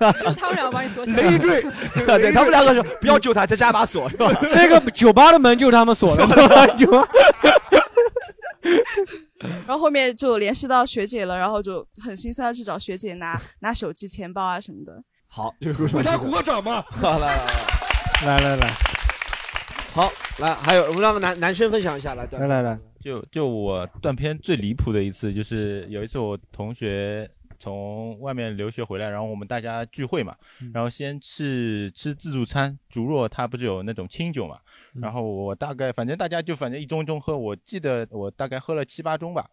E: 就是他们两个把你锁起来。
B: 累赘， 对他们两个说不要救他，再加把锁 是吧？
C: 那个酒吧的门就是他们锁的， 酒吧
S: 然后后面就联系到学姐了，然后就很心酸的去找学姐拿拿手机、钱包啊什么的。
B: 好，这个故事
S: 为他
B: 就
S: 鼓
B: 是
S: 个掌吧
B: 好来来
C: 来
B: 来
C: 来来，
B: 好来，还有我们让男男生分享一下来，来
C: 来来，
N: 就就我断片最离谱的一次，就是有一次我同学从外面留学回来，然后我们大家聚会嘛，
C: 嗯
N: 然后先是吃自助餐，竹若它不是有那种清酒嘛，然后我大概反正大家就反正一盅一盅喝，我记得我大概喝了七八盅吧，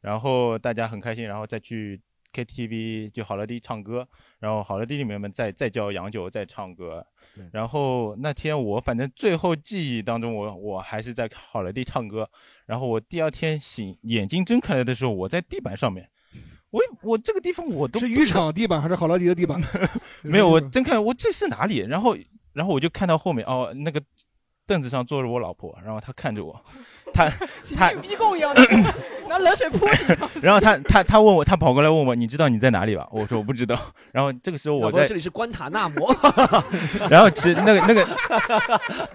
N: 然后大家很开心，然后再去 KTV 就好乐迪唱歌，然后好乐迪里面们再再叫洋酒再唱歌，然后那天我反正最后记忆当中我，我还是在好乐迪唱歌，然后我第二天醒眼睛睁开来的时候，我在地板上面，我也我这个地方我都
D: 是渔场地板还是好乐迪的地板？
N: 没有，我真看我这是哪里？然后，然后我就看到后面哦，那个凳子上坐着我老婆，然后她看着我，她她
E: 跟逼供 一样的，拿冷水泼你。
N: 然后她她她问我，她跑过来问我，你知道你在哪里吧？我说我不知道。然后这个时候我
B: 老婆
N: 在
B: 这，里是关塔纳 摩，
N: 然后其实那个 那个，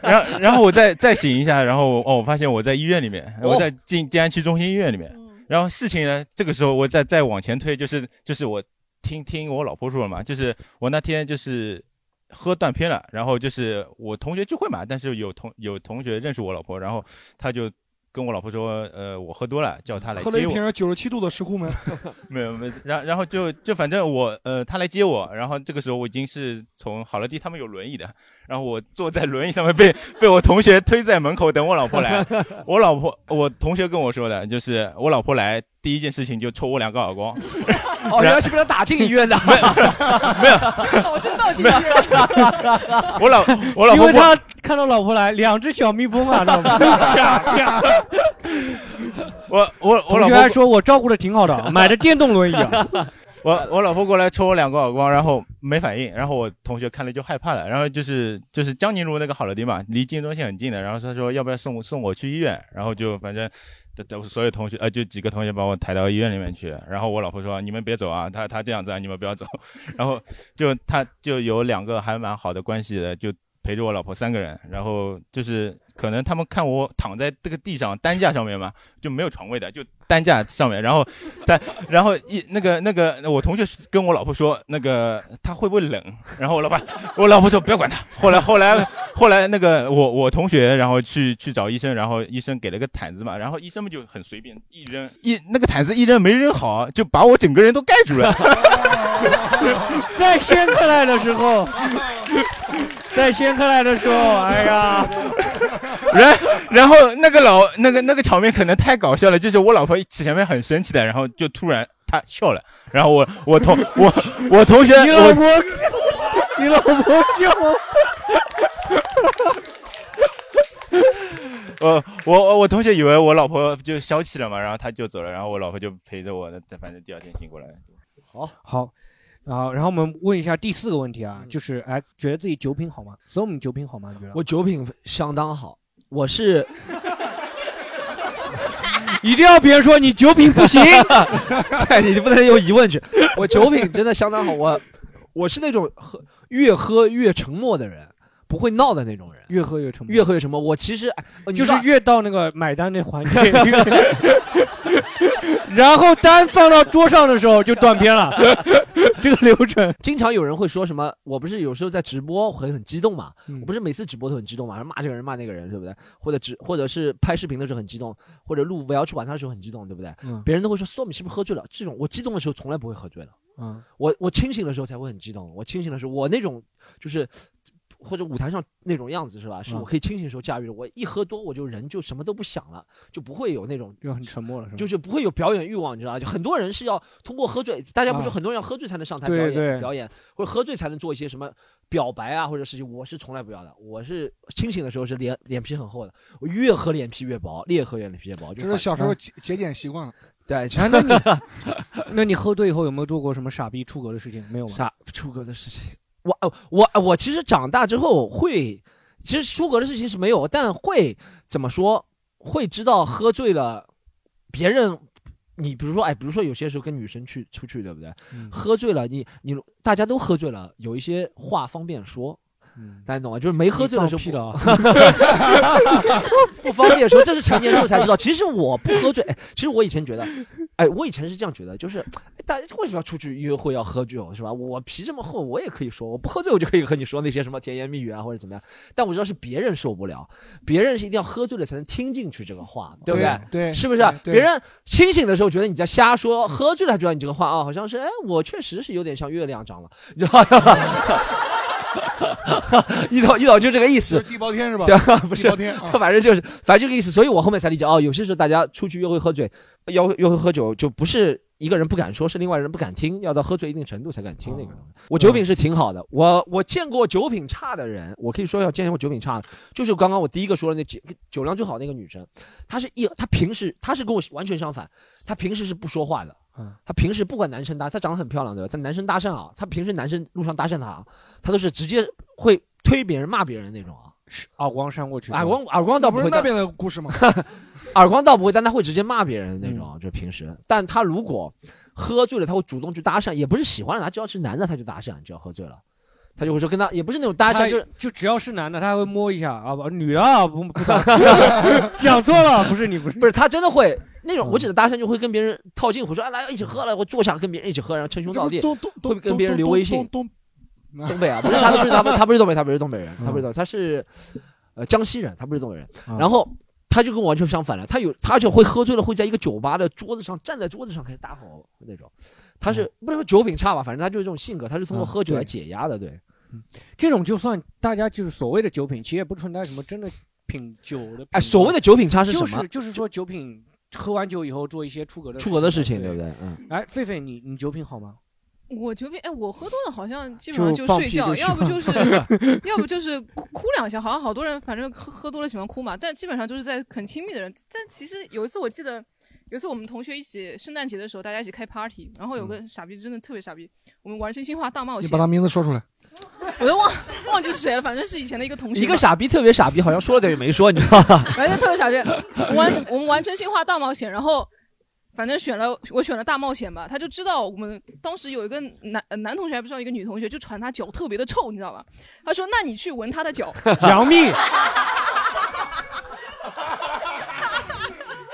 N: 然后然后我再再醒一下，然后哦，我发现我在医院里面，
B: 哦嗯
N: 我在静静安区中心医院里面。然后事情呢，这个时候我再再往前推，就是就是我听听我老婆说了嘛，就是我那天就是喝断片了，然后就是我同学聚会嘛，但是有同有同学认识我老婆，然后他就跟我老婆说，呃，我喝多了，叫他来
D: 喝了一
N: 接我。
D: 瓶九十七度的石斛门，
N: 没有没有，然然后就就反正我呃，他来接我，然后这个时候我已经是从好乐迪他们有轮椅的，然后我坐在轮椅上面被被我同学推在门口等我老 婆 来，我老婆我同学跟我说的就是我老婆来第一件事情就抽我两个耳 光，
B: 哦，原来是被他打进医院的，
E: 早就报警
N: 没有 我老我老
C: 因
N: 婆
C: 为他看到老婆来，两只小蜜蜂啊，知道 吗？
N: 我我 我
C: 同
N: 老
C: 学
N: 婆
C: 还说我照顾的挺好的，买的电动轮椅啊。
N: 我我老婆过来抽我两个耳光，然后没反应，然后我同学看了就害怕了，然后就是就是江宁路那个好乐迪嘛，离金钟线很近的，然后他说要不要送我送我去医院，然后就反正。所有同学，呃，就几个同学把我抬到医院里面去，然后我老婆说：“你们别走啊，他他这样子啊，你们不要走。”然后就他就有两个还蛮好的关系的，就陪着我老婆三个人，然后就是可能他们看我躺在这个地上担架上面嘛， 就没有床位的，就担架上面，然后但 然后一那个那个我同学跟我老婆说，那个他会不会冷？然后我老婆我老婆说不要管他。后来后来后来那个我我同学然后去去找医生，然后医生给了个毯子嘛，然后医生们就很随便一扔一那个毯子一扔没扔好，就把我整个人都盖住了。
C: 在掀开来的时候，在掀开来的时候，哎呀，
N: 然然后那个老那个那个场面可能太搞笑了，就是我老婆前面很生气的，然后就突然她笑了，然后我我同我我 同学
H: 你老
N: 我
H: 婆，你老婆 笑，
N: 我我我同学以为我老婆就消气了嘛，然后她就走了，然后我老婆就陪着我，反正第二天醒过来。
B: 好，
C: 好，啊，然后我们问一下第四个问题
D: 嗯
C: 啊，就是哎，觉得自己酒品好吗？所以我们酒品好吗？你觉得？
B: 我酒品相当好，我是
C: 一定要别人说你酒品不 行，
B: 对哎你不能用疑问句。我酒品真的相当好，我我是那种喝越喝越沉默的人，不会闹的那种人，
C: 越喝越沉默，
B: 越喝越沉默。我其实哎你
C: 就
B: 知道
C: 是越到那个买单那环节， 然后单放到桌上的时候就断片了。这个流程。
B: 经常有人会说什么，我不是有时候在直播会很激动嘛，
C: 嗯
B: 我不是每次直播都很激动嘛，然后骂这个人骂那个人，对不对？或者直或者是拍视频的时候很激动，或者录 VL 出晚上的时候很激动，对不对？
C: 嗯
B: 别人都会说 Storm 你是不是喝醉了？这种我激动的时候从来不会喝醉了。
C: 嗯，
B: 我我清醒的时候才会很激动，我清醒的时候，我那种就是或者舞台上那种样子是吧？是
C: 嗯
B: 我可以清醒的时候驾驭的。我一喝多，我就人就什么都不想了，就不会有那种
C: 就很沉默了，是吧？
B: 就是不会有表演欲望，你知道吧？就很多人是要通过喝醉，大家不是
C: 啊
B: 很多人要喝醉才能上台表
C: 对
B: 演、
C: 对
B: 表演，或者喝醉才能做一些什么表白啊或者事情。我是从来不要的，我是清醒的时候是脸脸皮很厚的，我越喝脸皮越薄，越喝脸皮越薄。
D: 就
B: 就
D: 是
B: 反
D: 小时候
B: 嗯
D: 节节俭习惯了。
B: 对，
C: 啊那你 那你喝醉以后有没有做过什么傻逼出格的事情？没有吗？
B: 傻出格的事情，我哦我我其实长大之后会，其实出格的事情是没有，但会怎么说？会知道喝醉了，别人，你比如说，哎，比如说有些时候跟女生去出去，对不对？
C: 嗯
B: 喝醉了，你你大家都喝醉了，有一些话方便说。
D: 嗯
B: 大家懂吗？就是没喝醉的时候不， 不方便说，这是成年之后才知道。其实我不喝醉，哎其实我以前觉得，哎，我以前是这样觉得，就是哎大家为什么要出去约会要喝酒是吧？我皮这么厚，我也可以说，我不喝醉我就可以和你说那些什么甜言蜜语啊或者怎么样。但我知道是别人受不了，别人是一定要喝醉了才能听进去这个话，对不
D: 对对
B: 是不是？
D: 对
B: 别人清醒的时候觉得你在瞎说，喝醉了觉得你这个话啊、好像是，哎，我确实是有点像月亮长了，你知道吗？ 一早一早就这个意思，
D: 地包天是吧
B: 对吧，不是
D: 地包天啊，
B: 反正就是反正这个意思，所以我后面才理解哦，有些时候大家出去约会喝醉，约会约会喝酒就不是。一个人不敢说，是另外一个人不敢听，要到喝醉一定程度才敢听那个东西。我酒品是挺好的，我我见过酒品差的人，我可以说要见过酒品差的，就是刚刚我第一个说的那酒酒量最好那个女生，她是一她平时她是跟我完全相反，她平时是不说话的，
N: 嗯
B: 她平时不管男生搭，她长得很漂亮对吧？但男生搭讪啊，她平时男生路上搭讪她啊，她都是直接会推别人骂别人那种啊，
C: 耳光扇过去，
B: 耳光耳光倒
D: 不
B: 会
D: 是
B: 的，
D: 那边的故事吗？
B: 耳光倒不会，但他会直接骂别人的那
C: 嗯
B: 种，啊就平时。但他如果喝醉了，他会主动去搭讪，也不是喜欢了，他只要是男的他就搭讪，只要喝醉了，他就会说跟他也不是那种搭
C: 他
B: 讪，就是
C: 就只要是男的，他还会摸一下啊，不，女的啊，不不 搭， 讲错了，不是你，不是
B: 不是他真的会
D: 嗯
B: 那种，我指的搭讪就会跟别人套近乎，说哎来一起喝了，我坐下跟别人一起喝，然后称兄道弟，
D: 东东
B: 会跟别人留微信。
D: 东
B: 东北啊，不是他不是他不是他不是东北，他不是东北人，他不是东，他是呃江西人，他不是东北人。
D: 啊
B: 然后他就跟我完全相反了，他有他就会喝醉了，会在一个酒吧的桌子上站在桌子上开始大吼那种。他
D: 嗯
B: 是不能说酒品差吧，反正他就是这种性格，他是通
C: 嗯
B: 过喝酒来
C: 对
B: 解压的，对。
C: 这种就算大家就是所谓的酒品，其实也不存在什么真的品酒的品
B: 哎所谓的酒品差是
C: 就
B: 什么
C: 是就是说酒品喝完酒以后做一些出格的
B: 出格的事
C: 情
B: 情，对不对？嗯。
C: 嘛。哎，狒狒，你你酒品好吗？
E: 我酒品，哎，我喝多了好像基本上
C: 就
E: 就
C: 放
E: 睡
C: 屁
E: 觉，
C: 就
E: 要不
C: 喜
E: 就
C: 欢
E: 是要不就是哭哭两下，好像好多人反正喝喝多了喜欢哭嘛，但基本上就是在很亲密的人。但其实有一次我记得，有一次我们同学一起圣诞节的时候，大家一起开 party，然后有个傻逼真的特别傻逼，我们玩真心话大冒
D: 你
E: 险，
D: 把他名字说出来。
E: 我都忘忘记是谁了，反正是以前的一个同学嘛，
B: 一个傻逼特别傻逼，好像说了等于没说，你知道吧？
E: 反正特别傻逼。我玩我们玩真心话大冒险，然后反正选了我选了大冒险吧，他就知道我们当时有一个男呃男同学还不知道一个女同学，就传他脚特别的臭，你知道吧？他说那你去闻他的脚，
C: 杨幂，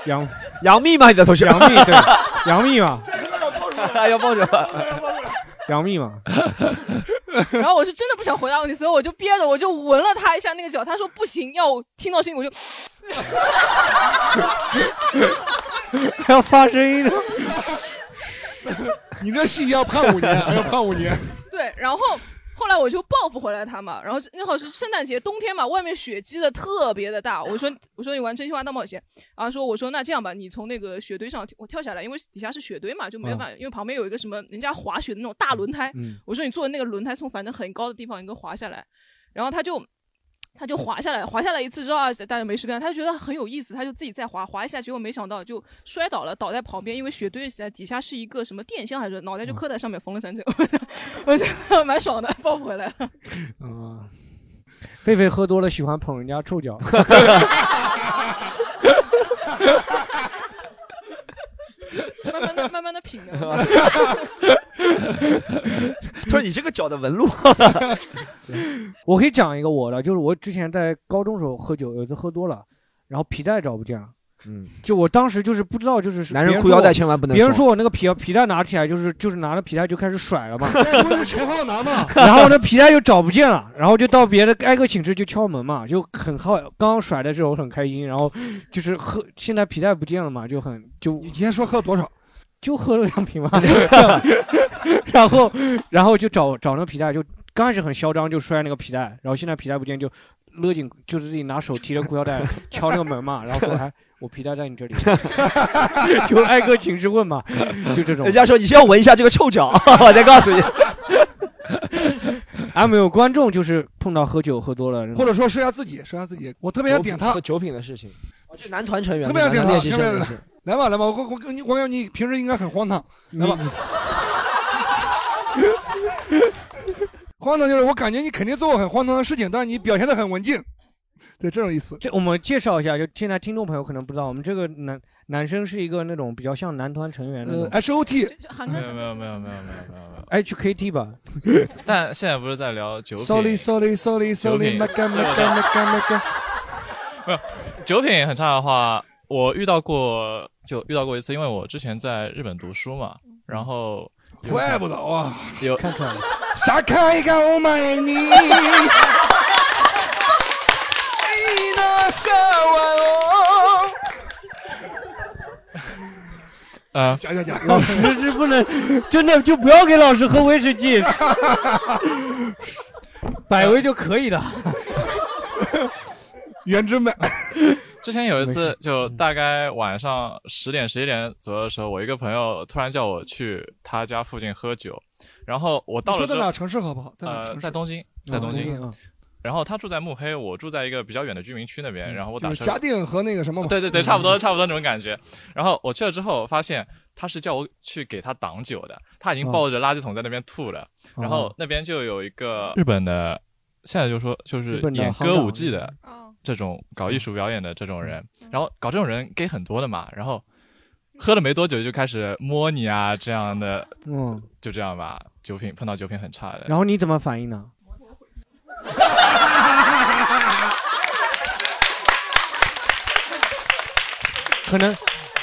C: 杨
B: 杨幂嘛，你的同学
C: 杨幂对，杨幂嘛，
B: 要抱着。
C: 杨幂嘛，
E: 然后我是真的不想回答问题，所以我就憋着，我就闻了他一下那个脚，他说不行，要我听到声音我就
C: 还要发声音呢。
D: 你这戏要判五年，还 要判五年。
E: 对，然后后来我就报复回来他嘛，然后那会儿是圣诞节，冬天嘛，外面雪积的特别的大。我说我说你玩真心话大冒险，然后说我说那这样吧，你从那个雪堆上跳我跳下来，因为底下是雪堆嘛，就没有办法，因为旁边有一个什么人家滑雪的那种大轮胎，
C: 嗯
E: 我说你坐的那个轮胎从反正很高的地方一个滑下来，然后他就。他就滑下来，滑下来一次之后啊，大家没事干，他就觉得很有意思，他就自己再滑，滑一下，结果没想到就摔倒了，倒在旁边，因为雪堆起来底下是一个什么电箱还是脑袋就磕在上面，缝了三针，我觉得 蛮爽的，抱回来了。
C: 嗯，狒狒喝多了喜欢捧人家臭脚。
E: 慢慢的，慢慢的品的。
B: 他说你这个脚的纹路，
C: 我可以讲一个我的，就是我之前在高中时候喝酒，有一次喝多了，然后皮带找不见了，
H: 嗯，
C: 就我当时就是不知道，就是
H: 男人
C: 别
H: 裤
C: 说
H: 腰带
C: 我
H: 千万不能
C: 别人
H: 松
C: 说我那个皮皮带拿起来，就是就是拿着皮带就开始甩 了嘛，
D: 不是陈浩南 吗？
C: 然后呢，皮带又找不见了，然后就到别的挨个寝室就敲门嘛，就很好。刚刚甩的时候很开心，然后就是喝，现在皮带不见了嘛，就很就。你
D: 今天说喝多少？
C: 就喝了两瓶 嘛， 然后然后就找找那皮带，就刚开始很嚣张，就摔那个皮带，然后现在皮带不见就勒紧，就是自己拿手提着裤腰带敲那个门嘛，然 后说哎，我皮带在你这里， 就挨个寝室问 嘛，就这种。
H: 人家说你先闻一下这个臭脚， 我再告 诉你。
C: 啊，没有观众就是碰到喝酒喝多
H: 嗯
C: 了，
D: 或者说是他自己，是他自己。我特别想点他，
H: 和酒品的事情，哦这男团成员，
D: 特别想点
H: 男
D: 他，
H: 练习
D: 特
H: 生
D: 别
H: 也
D: 想
H: 是。
D: 来吧来吧，我我我跟你我感觉你平时应该很荒唐，来吧。
H: 嗯
D: 荒唐就是我感觉你肯定做过很荒唐的事情，但你表现的很文静，对这种意思。
C: 这我们介绍一下，就现在听众朋友可能不知道，我们这个男男生是一个那种比较像男团成员那种
D: 呃。，H O T，
T: 没有没有没有没有没有没有。
C: H K T 吧，
T: 但现在不是在聊酒品
D: Sorry, sorry, sorry,
T: 酒
D: sorry,
T: 品
D: my god, my god, my god, my god。
T: 没有酒品很差的话，我遇到过就遇到过一次，因为我之前在日本读书嘛，然后
D: 怪不得啊，
T: 有
C: 看出来了，
D: 啥看一看我买你。哦
T: 啊，
D: 讲讲讲，
C: 老师是不能，真的就不要给老师喝威士忌，百威就可以了。
D: 原汁买。
T: 之前有一次，就大概晚上十点十一点左右的时候，我一个朋友突然叫我去他家附近喝酒，然后我
D: 你
T: 到
D: 说
T: 了
D: 在
T: 之
D: 哪
T: 后，
D: 城市好不好？在哪城
T: 呃，
D: 市
T: 在东京，在
D: 哦
T: 东京。
D: 啊
T: 然后他住在慕黑，我住在一个比较远的居民区那边，然后我打
D: 就是
T: 车。哦
D: 嘉 定嗯和那个什么嘛？
T: 对对对，差不
H: 嗯
T: 多差不多那种感觉。然后我去了之后，发现他是叫我去给他挡酒的，他已经抱着垃圾桶在那边吐了。
N: 哦
T: 然后那边就有一个日本的，现在就说就是
N: 啊日本的
T: 演
N: 行
T: 歌
N: 当
T: 舞伎的这种搞艺术表演的这种人，然后搞这种人给很多的嘛，然后喝了没多久就开始摸你啊这样的，
C: 嗯，
T: 就这样吧。酒品碰到酒品很差的，
C: 然后你怎么反应呢？可能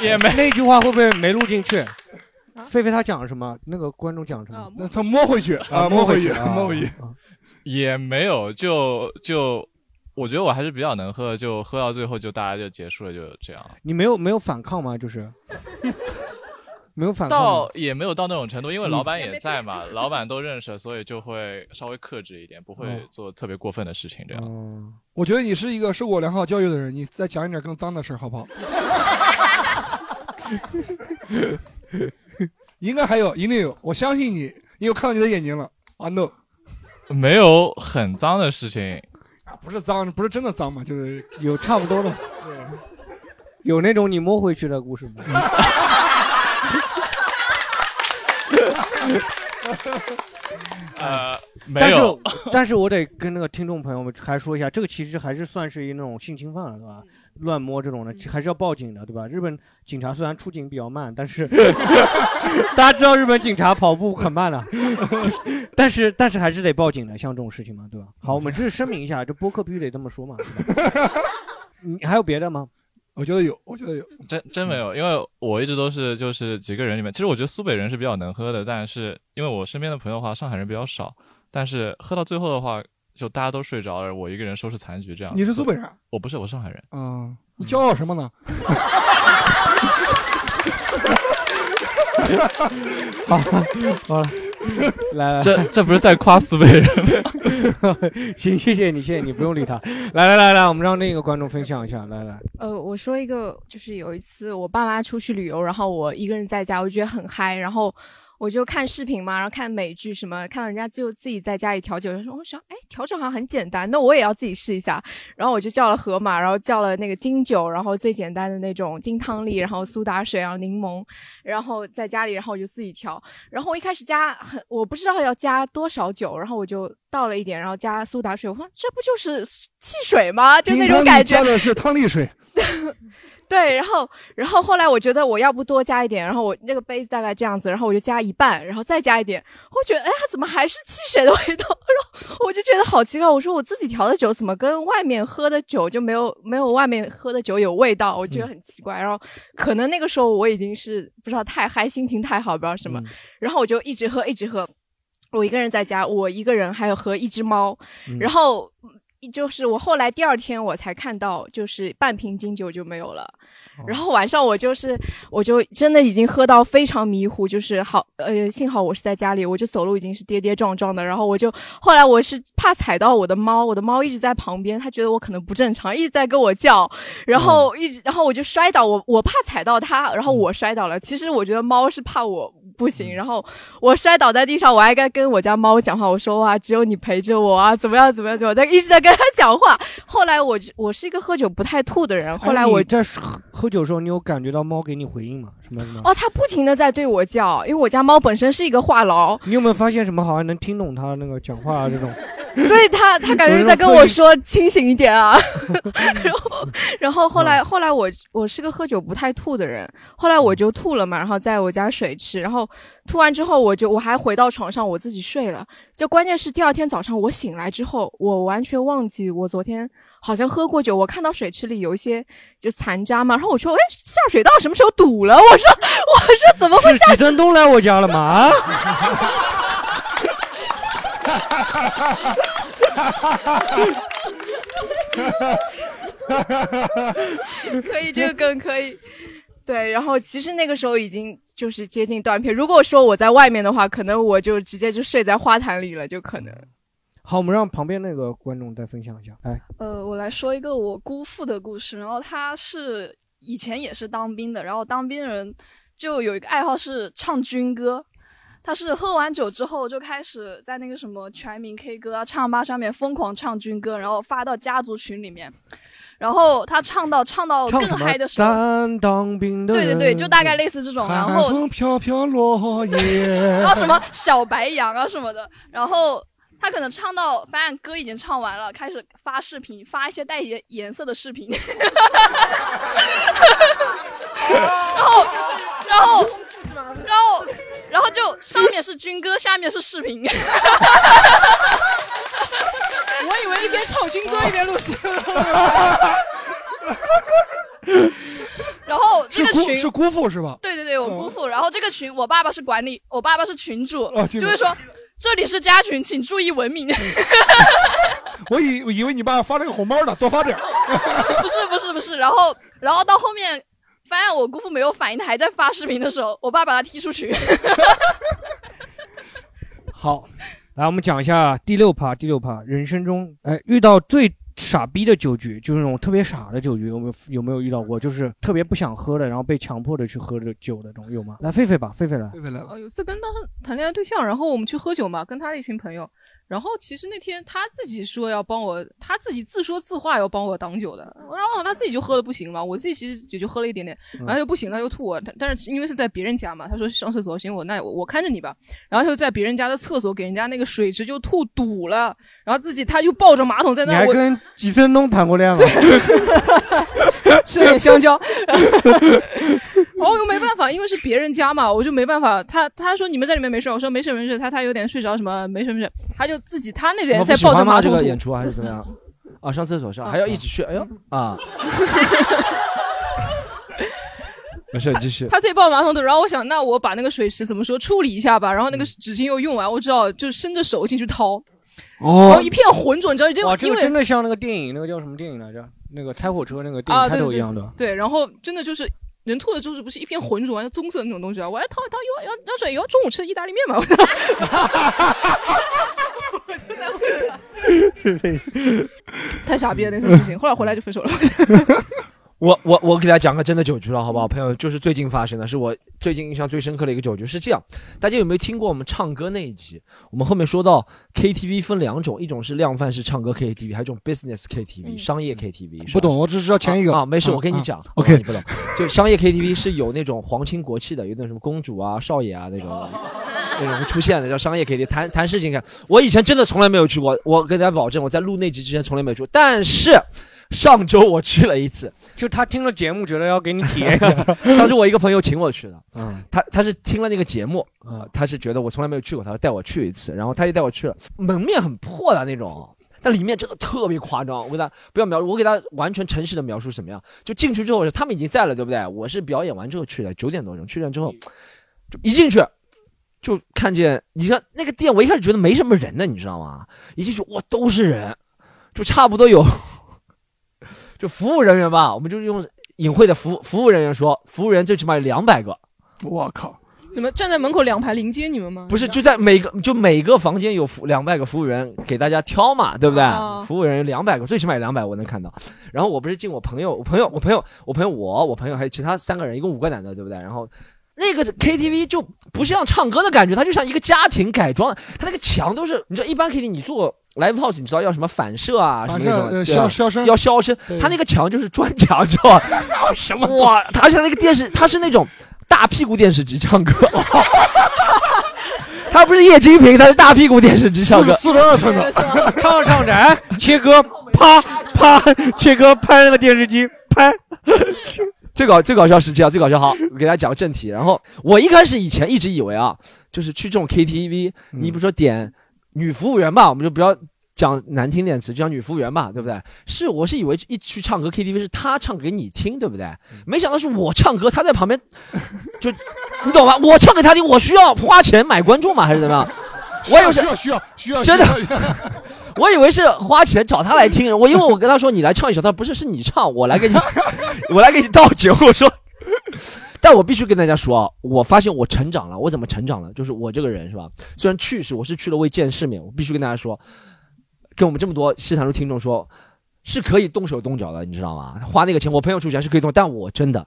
T: 也没
C: 那句话会不会没录进去？菲菲她讲了什么？那个观众讲了什么？
D: 那他啊摸回去啊，摸回去，摸回去。
T: 也没有，就就我觉得我还是比较能喝的，就喝到最后就大家就结束了，就这样。
C: 你没有没有反抗吗？就是没有反抗吗
T: 到也没有到那种程度，因为
C: 嗯
T: 老板也在嘛，老板都认识，所以就会稍微克制一点，不会
D: 哦
T: 做特别过分的事情。 这
C: 样，
D: 我觉得你是一个受过良好教育的人，你再讲一点更脏的事儿好不好？ 应该还有，一定有，我相信你，因为我看到你的眼睛了。啊，no，
T: 没有很脏的事情，
D: 啊不是脏，不是真的脏嘛，就是
C: 有差不多了。有那种你摸回去的故事吗？
T: 呃，没
C: 但是
T: 有。
C: 但是我得跟那个听众朋友们还说一下，这个其实还是算是一那种性侵犯了，对吧？乱摸这种的还是要报警的，对吧？日本警察虽然出警比较慢，但是 大家知道日本警察跑步很慢的， 但是但是还是得报警的，像这种事情嘛，对吧？好，我们这是声明一下，这播客必须得这么说嘛。对吧你还有别的吗？
D: 我觉得有，我觉得有。
T: 真真没有，因为我一直都是就是几个人里面，其实我觉得苏北人是比较能喝的，但是因为我身边的朋友的话，上海人比较少，但是喝到最后的话，就大家都睡着了，我一个人收拾残局这样。
D: 你是苏北人？
T: 我不是，我上海人。
D: 啊，你骄傲什么呢？
C: 好了，好 了，来来，
T: 这这不是在夸苏北人
C: 吗？ 行，谢谢你，谢谢你，不用理他。来来来来，我们让那个观众分享一下，来来，
M: 呃，我说一个，就是有一次我爸妈出去旅游，然后我一个人在家，我觉得很嗨，然后我就看视频嘛，然后看美剧什么，看到人家就自己在家里调酒，然后我想，哎，调酒好像很简单，那我也要自己试一下。然后我就叫了河马，然后叫了那个金酒，然后最简单的那种金汤力，然后苏打水，然后柠檬，然后在家里，然后我就自己调。然后我一开始加很，我不知道要加多少酒，然后我就倒了一点，然后加苏打水，我说这不就是汽水
B: 啊
M: 吗？就那种感觉。
D: 加的是汤力水，
M: 对，然后然后后来我觉得我要不多加一点，然后我那个杯子大概这样子，然后我就加一半，然后再加一点，我觉得哎，它怎么还是汽水的味道？我 然后我就觉得好奇怪，我说我自己调的酒怎么跟外面喝的酒就没有没有外面喝的酒有味道，我觉得很奇怪。然后可能那个时候我已经是不知道太嗨，心情太好，不知道什么，然后我就一直喝，一直喝。我一个人在家，我一个人还有和一只猫，
F: 嗯
M: 然后嗯就是我后来第二天我才看到，就是半瓶金酒就没有了。然后晚上我就是，我就真的已经喝到非常迷糊，就是好，呃，幸好我是在家里，我就走路已经是跌跌撞撞的。然后我就后来我是怕踩到我的猫，我的猫一直在旁边，它觉得我可能不正常，一直在跟我叫，然后一直，然后我就摔倒，我我怕踩到它，然后我摔倒了。其实我觉得猫是怕我不行，然后我摔倒在地上，我还该跟我家猫讲话，我说哇，只有你陪着我啊，怎么样怎么样怎么样，但一直在跟它讲话。后来我我是一个喝酒不太吐的人，后来我
C: 哎你在喝喝酒的时候，你有感觉到猫给你回应吗？什么什么？
M: 哦，它不停的在对我叫，因为我家猫本身是一个话痨，
C: 你有没有发现什么好像能听懂它那个讲话啊这种？
M: 所以它它感觉就在跟我说清醒一点啊。然后后来后来我我是个喝酒不太吐的人，后来我就吐了嘛，然后在我家水池，然后吐完之后我就我还回到床上我自己睡了。就关键是第二天早上我醒来之后，我完全忘记我昨天好像喝过酒，我看到水池里有一些就残渣嘛，然后我说哎下水道什么时候堵了？我说 我说怎么会
C: 是
M: 下
C: 许振东来我家了吗？啊啊
M: 可以，这个梗可以。 对，然后其实那个时候已经就是接近断片。如果说我在外面的话，可能我就直接就睡在花坛里了，就可能。
C: 好，我们让旁边那个观众再分享一下。来，
U: 呃，我来说一个我姑父的故事。然后他是以前也是当兵的，然后当兵的人就有一个爱好是唱军歌。他是喝完酒之后就开始在那个什么全民 K 歌啊、唱吧上面疯狂唱军歌，然后发到家族群里面。然后他唱到唱到
C: 唱
U: 哦更
C: 什么
U: 嗨的时候，
C: 咱当兵的
U: 对对
C: 人
U: 对，就大概类似这种。然 后
D: 飘飘落叶
U: 然后什么小白羊啊什么的，然后他可能唱到，发现歌已经唱完了，开始发视频，发一些带颜颜色的视频， 然后，然后，然后，然后就上面是军歌，下面是视频。 我以为一边唱军歌一边录视频。 然
B: 哦
U: 后这
D: 是
U: 个
D: 姑
U: 群
D: 是姑父是吧？
U: 对对对，我姑父。然后这个群，我爸爸是管理，我爸爸是群主，
D: 哦这
U: 就
D: 个
U: 会说这里是家群，请注意文明。
D: 我以我以为你爸发了个红包呢，多发点儿。
U: 不是不是不是，然后然后到后面发现我姑父没有反应，他还在发视频的时候，我爸把他踢出群。
C: 好，来我们讲一下第六趴，第六趴，人生中哎遇到最傻逼的酒局，就是那种特别傻的酒局，有没有有没有遇到过？就是特别不想喝的，然后被强迫的去喝的酒的那种，有吗？来，狒狒吧，狒狒来，
D: 狒狒来
E: 哦，有一次跟当时谈恋爱对象，然后我们去喝酒嘛，跟他的一群朋友。然后其实那天他自己说要帮我，他自己自说自话要帮我挡酒的，然后他自己就喝的不行嘛，我自己其实也就喝了一点点，
U: 嗯
E: 然后又不行了又吐我，但但是因为是在别人家嘛，他说上厕所行，我那我我看着你吧，然后他就在别人家的厕所给人家那个水池就吐堵了，然后自己他就抱着马桶在
C: 你
E: 那
C: 还
E: 儿，我
C: 跟吉森东谈过恋爱吗？
E: 吃了点香蕉，然后我又没办法，因为是别人家嘛，我就没办法。他他说你们在里面没事，我说没事没事。他他有点睡着什么没事没事，他就自己他那
B: 怎
E: 边
B: 么
E: 在
B: 不喜
E: 抱着
B: 欢吗
E: 马
B: 这
E: 桶
B: 个
E: 吐
B: 演出还是怎么样？啊，上厕所上还要一直去，哎呦啊！ 没事，继续
E: 他自己抱着马桶吐，然后我想，那我把那个水池怎么说处理一下吧，然后那
B: 嗯
E: 个纸巾又用完，我只好就伸着手进去掏，然后哦一片混浊，你知道，
C: 哦哇，
E: 就
C: 这
E: 因
C: 个
E: 为
C: 真的像那个电影，那个叫什么电影来着？那个拆火车那个电
E: 啊，
C: 影开
E: 对
C: 头
E: 对
C: 一样的。
E: 对，然后真的就是人吐了之后，不是一片浑浊，棕色的那种东西啊，我还掏一掏，要要要转，要中午吃的意大利面嘛， 我说我就在问他太傻逼了那次事情，后来回来就分手了。
B: 我我我给大家讲个真的酒局了，好不好，朋友？就是最近发生的，是我最近印象最深刻的一个酒局。是这样，大家有没有听过我们唱歌那一集？我们后面说到 KTV 分两种，一种是量贩式唱歌 KTV，还有一种 business KTV、商业 KTV。
D: 不懂，我只知道前一个
B: 啊，没事，我跟你讲，OK，你不懂，
C: 哦
B: 就商业 KTV 是有那种皇亲国戚的，有那种什么公主啊、少爷啊那种的。那种出现的，叫商业 KTV，谈谈事情看。我以前真的从来没有去过，我跟大家保证，我在录那集之前从来没有去过。但是上周我去了一次，
C: 就他听了节目，觉得要给你体验一下。
B: 上周我一个朋友请我去的，
C: 嗯，
B: 他他是听了那个节目，啊，他是觉得我从来没有去过，他说带我去一次，然后他就带我去了，门面很破的那种。但里面真的特别夸张，我给大家不要描述，我给大家完全诚实的描述什么样。就进去之后，他们已经在了，对不对？我是表演完之后去的，九点多钟去了之后，就一进去就看见，你看那个店，我一开始觉得没什么人呢，你知道吗？一进去哇，都是人，就差不多有，就服务人员吧，我们就是用隐晦的服服务人员说，服务人最起码有两百个，我靠，
E: 你们站在门口两排迎接你们吗？
B: 不是，就在每个就每个房间有服两百个服务员给大家挑嘛，对不对？
E: 哦
B: 服务人有两百个，最起码有两百，我能看到。然后我不是进我朋友，我朋友，我朋友，我朋友我，我朋友还有其他三个人，一共五个男的，对不对？然后那个 KTV 就不像唱歌的感觉，它就像一个家庭改装的，它那个墙都是，你知道，一般 KTV 你做 live house，你知道要什么反射啊，什么
D: 反
B: 那
D: 正
B: 种
D: 呃
B: 对
D: 消消声
B: 要消声，它那个墙就是砖墙，知 道吧？什么？哇！它而且它那个电视，它是那种大屁股电视机唱歌。它不是液晶屏，它是大屁股电视机唱歌，
C: 四十二寸的，唱着唱着，哎，切歌，啪啪，切歌拍那个电视机，拍，
B: 最搞最搞笑是这样，最搞笑好，我给大家讲个正题。然后我一开始以前一直以为啊，就是去这种 KTV，你
D: 嗯
B: 比如说点女服务员吧，我们就不要讲难听点词，就讲女服务员吧，对不对？是我是以为一去唱歌 KTV 是她唱给你听，对不对？
D: 嗯
B: 没想到是我唱歌，她在旁边 就你懂吧？我唱给她听，我需要花钱买观众吗？还是怎么样？我有
D: 需要需要需要
B: 真的。我以为是花钱找他来听，我因为我跟他说你来唱一首，他说不是，是你唱，我来给你，我来给你倒酒。我说，但我必须跟大家说啊，我发现我成长了，我怎么成长了？就是我这个人是吧？虽然去世，我是去了为见世面，我必须跟大家说，跟我们这么多西坦路听众说，是可以动手动脚的，你知道吗？花那个钱，我朋友出钱是可以动，但我真的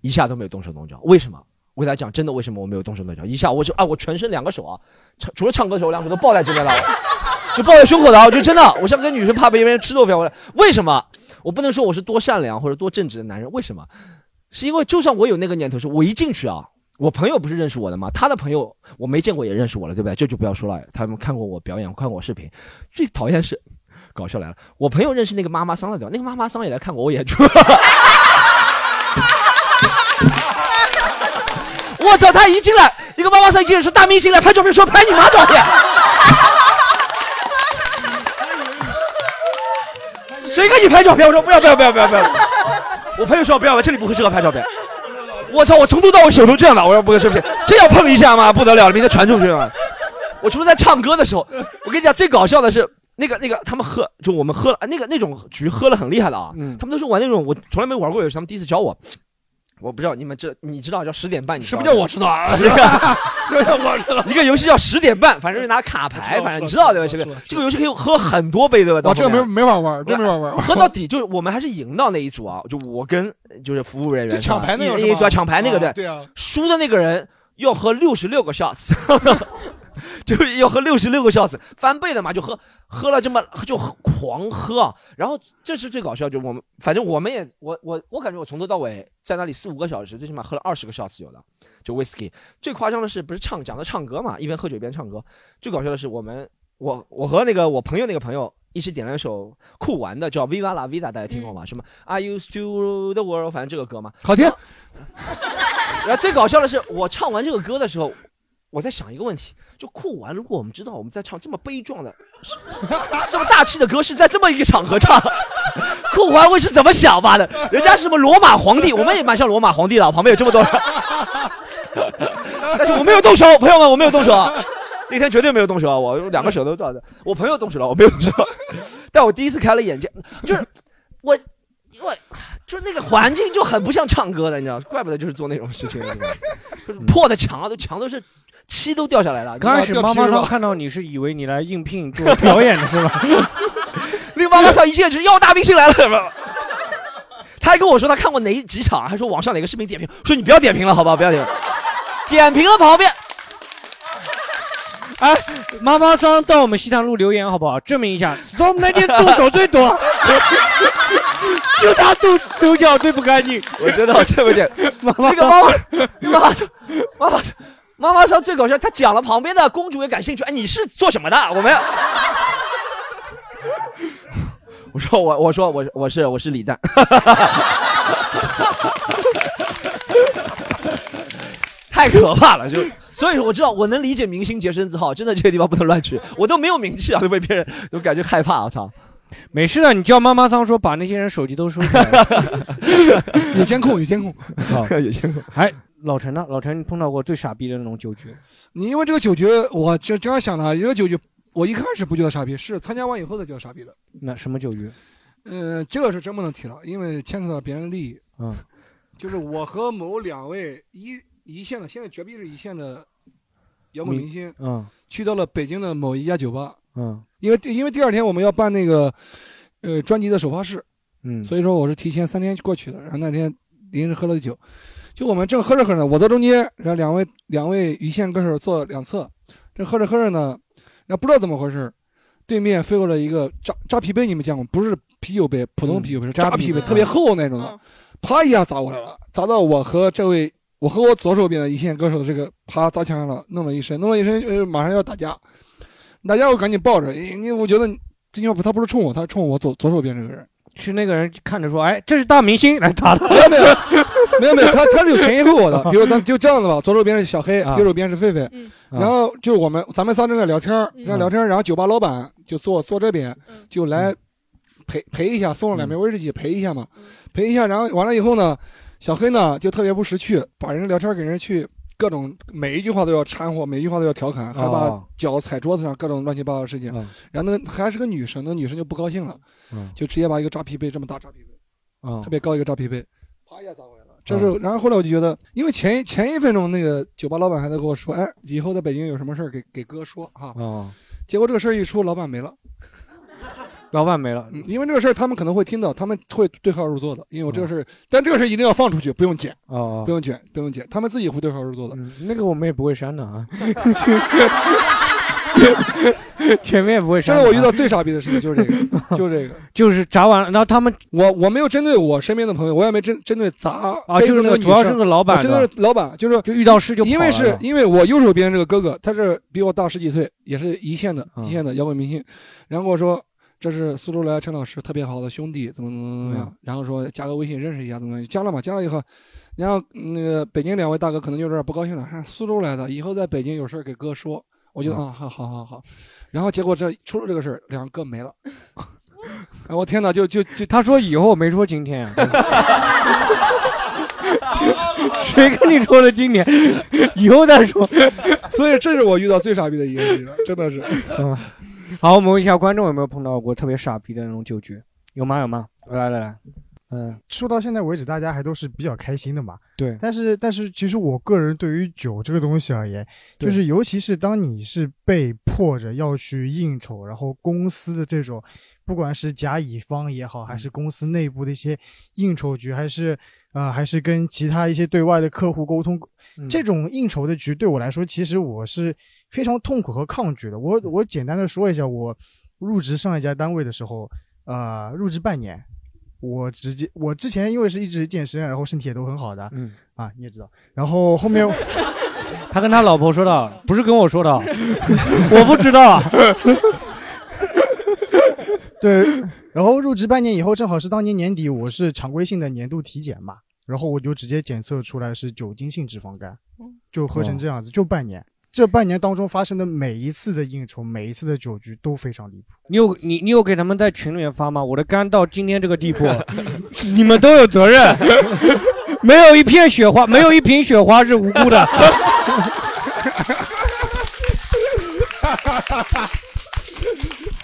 B: 一下都没有动手动脚，为什么？我给大家讲，真的，为什么我没有动手动脚？一下我就啊，我全身两个手啊，唱除了唱歌的时候，我两个手都抱在这边了。就抱在胸口的啊，我就真的，我像跟女生怕被别人吃豆腐一样。我为什么？我不能说我是多善良或者多正直的男人，为什么？是因为就算我有那个念头，是我一进去啊，我朋友不是认识我的吗？他的朋友我没见过也认识我了，对不对？这就不要说了，他们看过我表演，看过我视频。最讨厌是，搞笑来了，我朋友认识那个妈妈桑了，对吧？那个妈妈桑也来看过我演出。 我操！他一进来，那个妈妈桑一进来说：“大明星来拍照片，说拍你妈照片。”谁给你拍照片？我说不要不要不要不要不要！我朋友说不要，这里不会适合拍照片。我操！我从头到尾手都这样的，我说不是不是，这要碰一下吗？不得了了，明天传出去了。我除了在唱歌的时候，我跟你讲最搞笑的是那个那个他们喝，就我们喝了那个那种局喝了很厉害的啊，他们都是玩那种我从来没玩过游戏，他们第一次教我。我不知道你们这你知道叫十点半，你什么
D: 叫我知道啊
B: 十个一个游戏叫十点半，反正是拿卡牌，反正你知道对吧？这个这个游戏可以喝很多杯对吧？到
D: 我这个
B: 后面
D: 没没法玩，真没法玩。
B: 喝到底就是我们还是赢到那一组啊，就我跟就是服务人员
D: 就抢牌那个
B: 是吧
D: 是
B: 一
D: 吧
B: 一组啊抢牌那个
D: 啊
B: 对，
D: 对啊
B: 输的那个人要喝六十六个 shots，就是要喝六十六个 shots，翻倍的嘛，就喝喝了这么就狂喝啊，然后这是最搞笑，就我们反正我们也我我我感觉我从头到尾在那里四五个小时，最起码喝了二十个 shots 有的，就 whisky。最夸张的是不是唱讲到唱歌嘛，一边喝酒一边唱歌，最搞笑的是我们我我和那个我朋友那个朋友一起点了一首酷玩的叫 Viva La Vida，大家听过吗？什么 Are You Still the World？反正这个歌嘛，
D: 好听。
B: 然后最搞笑的是，我唱完这个歌的时候，我在想一个问题：就酷玩，如果我们知道我们在唱这么悲壮的、是这么大气的歌，是在这么一个场合唱，酷玩会是怎么想吧的？人家是什么罗马皇帝，我们也蛮像罗马皇帝的啊，旁边有这么多人。但是我没有动手，朋友们，我没有动手啊。那天绝对没有动手啊，我两个手都照着。我朋友动手了，我没有动手。但我第一次开了眼界，就是我我就是那个环境就很不像唱歌的，你知道，怪不得就是做那种事情，你知道就是破的墙啊，都墙都是漆都掉下来了。
C: 刚开始妈妈桑看到你是以为你来应聘做表演的 是吧？
B: 那个妈妈桑一见是要大明星来了， 是吧他还跟我说他看过哪几场，还说网上哪个视频点评，说你不要点评了，好吧，不要点评，点评了旁边。
C: 哎，妈妈桑到我们西塘路留言好不好？证明一下，Storm 那天动手最 多，就他动手脚最不干净。
B: 我真的，我这不点。
C: 妈
B: 那个妈妈，妈妈，妈妈，妈妈说最搞笑，她讲了旁边的公主也感兴趣。哎，你是做什么的？我们要。 我说我我说我我是我是李诞。太可怕了，就所以说我知道我能理解明星洁身自好，真的这些地方不能乱去，我都没有名气啊，都被别人都感觉害怕，我操！
C: 没事的，你叫妈妈桑说把那些人手机都收起来。
D: 有监控，有监控。
B: 有监控。
C: 哎，老陈呢？老陈，你碰到过最傻逼的那种酒局？
D: 你因为这个酒局，我这这样想的，因为酒局我一开始不觉得傻逼，是参加完以后才觉得傻逼的。
C: 那什么酒局？
D: 呃，这个是真不能提了，因为牵扯到别人的利益。
C: 嗯，
D: 就是我和某两位一一线的，现在绝壁是一线的摇滚明星，
C: 嗯
D: 去到了北京的某一家酒吧，
C: 嗯
D: 因为因为第二天我们要办那个呃专辑的首发式，
C: 嗯，
D: 所以说我是提前三天过去的，然后那天临时喝了酒，就我们正喝着喝着呢，我坐中间，然后两位两位一线歌手坐两侧，这喝着喝着呢，然后不知道怎么回事，对面飞过来一个扎扎啤杯，你们见过吗？不是啤酒杯，普通啤酒杯，是扎啤杯，特别厚那种的，啪一下砸过来了，砸到我和这位。我和我左手边的一线歌手，这个啪砸墙上了，弄了一身，弄了一身，呃，马上要打架，大家我赶紧抱着，因为我觉得这句话不，他不是冲我，他是冲我左左手边这个人。
C: 是那个人看着说：“哎，这是大明星来打的。”
D: 没有没有 没有没有，他他是有前因后 果的。比如咱们就这样子吧，左手边是小黑，
C: 啊
D: 右手边是狒狒，然后就是我们咱们仨正在聊天儿，正在聊天儿，然后酒吧老板就坐坐这边，就
C: 嗯
D: 来陪陪一下，送了两瓶威士忌陪一下嘛，陪一下，然后完了以后呢，小黑呢就特别不识趣，把人聊天给人去。各种每一句话都要掺和，每一句话都要调侃，还把
C: 哦
D: 脚踩桌子上，各种乱七八糟的事情。然后那个还是个女生，那女生就不高兴了，
C: 嗯
D: 就直接把一个扎啤杯这么大扎啤杯，
B: 嗯
C: 啊
D: 特别高一个扎啤杯，这
C: 嗯
D: 是，然后后来我就觉得，因为前一前一分钟那个酒吧老板还在跟我说，哎，以后在北京有什么事儿给给哥说哈。
C: 啊，
D: 结果这个事儿一出，老板没了。
C: 老板没了，
D: 嗯因为这个事儿他们可能会听到，他们会对号入座的。因为我这个事儿，但这个事儿一定要放出去，不用剪，
C: 嗯哦，嗯
D: 不用剪，不用剪，他们自己会对号入座的。
C: 那个我们也不会删的 啊， 前面也不会
D: 这
C: 删
D: 是
C: 的啊。
D: 我遇到最傻逼的事情，就是这 个，就是这个，
C: 就是砸完了，然后他们，
D: 我我没有针对我身边的朋友，我也没针针对砸
C: 啊
D: 杯
C: 就
D: 子
C: 是
D: 那
C: 那个
D: 女
C: 主要
D: 生
C: 是个老板
D: 我针对
C: 的
D: 是老板，就是
C: 就遇到事就
D: 因
C: 跑
D: 为
C: 了
D: 是因为我右手边这个哥哥，他是比我大十几岁，也是一线的
C: 嗯
D: 一线的摇滚明星，然后跟我说。这是苏州来陈老师特别好的兄弟，怎么怎么怎么
C: 嗯
D: 样？然后说加个微信认识一下，怎么样？加了嘛，加了以后，然后那个北京两位大哥可能就有点不高兴了，哈，苏州来的，以后在北京有事儿给哥说。我
C: 嗯
D: 觉得啊，好好好好。然后结果这出了这个事儿，两哥 没了。哎，我天哪，就就就
C: 他说以后没说今天啊， 谁跟你说的今天？ 以后再说。
D: 所以这是我遇到最傻逼的一个事情了，真的是。
C: 嗯，好，我们问一下观众有没有碰到过特别傻逼的那种酒局？有吗？有吗？来来来，嗯，
K: 说到现在为止，大家还都是比较开心的嘛。
C: 对
K: 但是但是，其实我个人对于酒这个东西而言，
C: 对
K: 就是尤其是当你是被迫着要去应酬，然后公司的这种，不管是甲乙方也好，还
C: 嗯
K: 是公司内部的一些应酬局，还是呃，还是跟其他一些对外的客户沟通，
C: 嗯
K: 这种应酬的局对我来说，其实我是非常痛苦和抗拒的。
C: 嗯
K: 我我简单的说一下，我入职上一家单位的时候，呃，入职半年。我直接，我之前因为是一直健身，然后身体也都很好的，
C: 嗯
K: 啊，你也知道。然后后面
C: 他跟他老婆说的，不是跟我说 的，我不知道。
K: 对，然后入职半年以后，正好是当年年底，我是常规性的年度体检嘛，然后我就直接检测出来是酒精性脂肪肝，就喝成这样子，就半年。这半年当中发生的每一次的应酬，每一次的酒局都非常离谱。
C: 你有你你有给他们在群里面发吗？我的肝到今天这个地步， 啊你们都有 责任。没有一片雪花，没有一瓶雪花是无 辜的。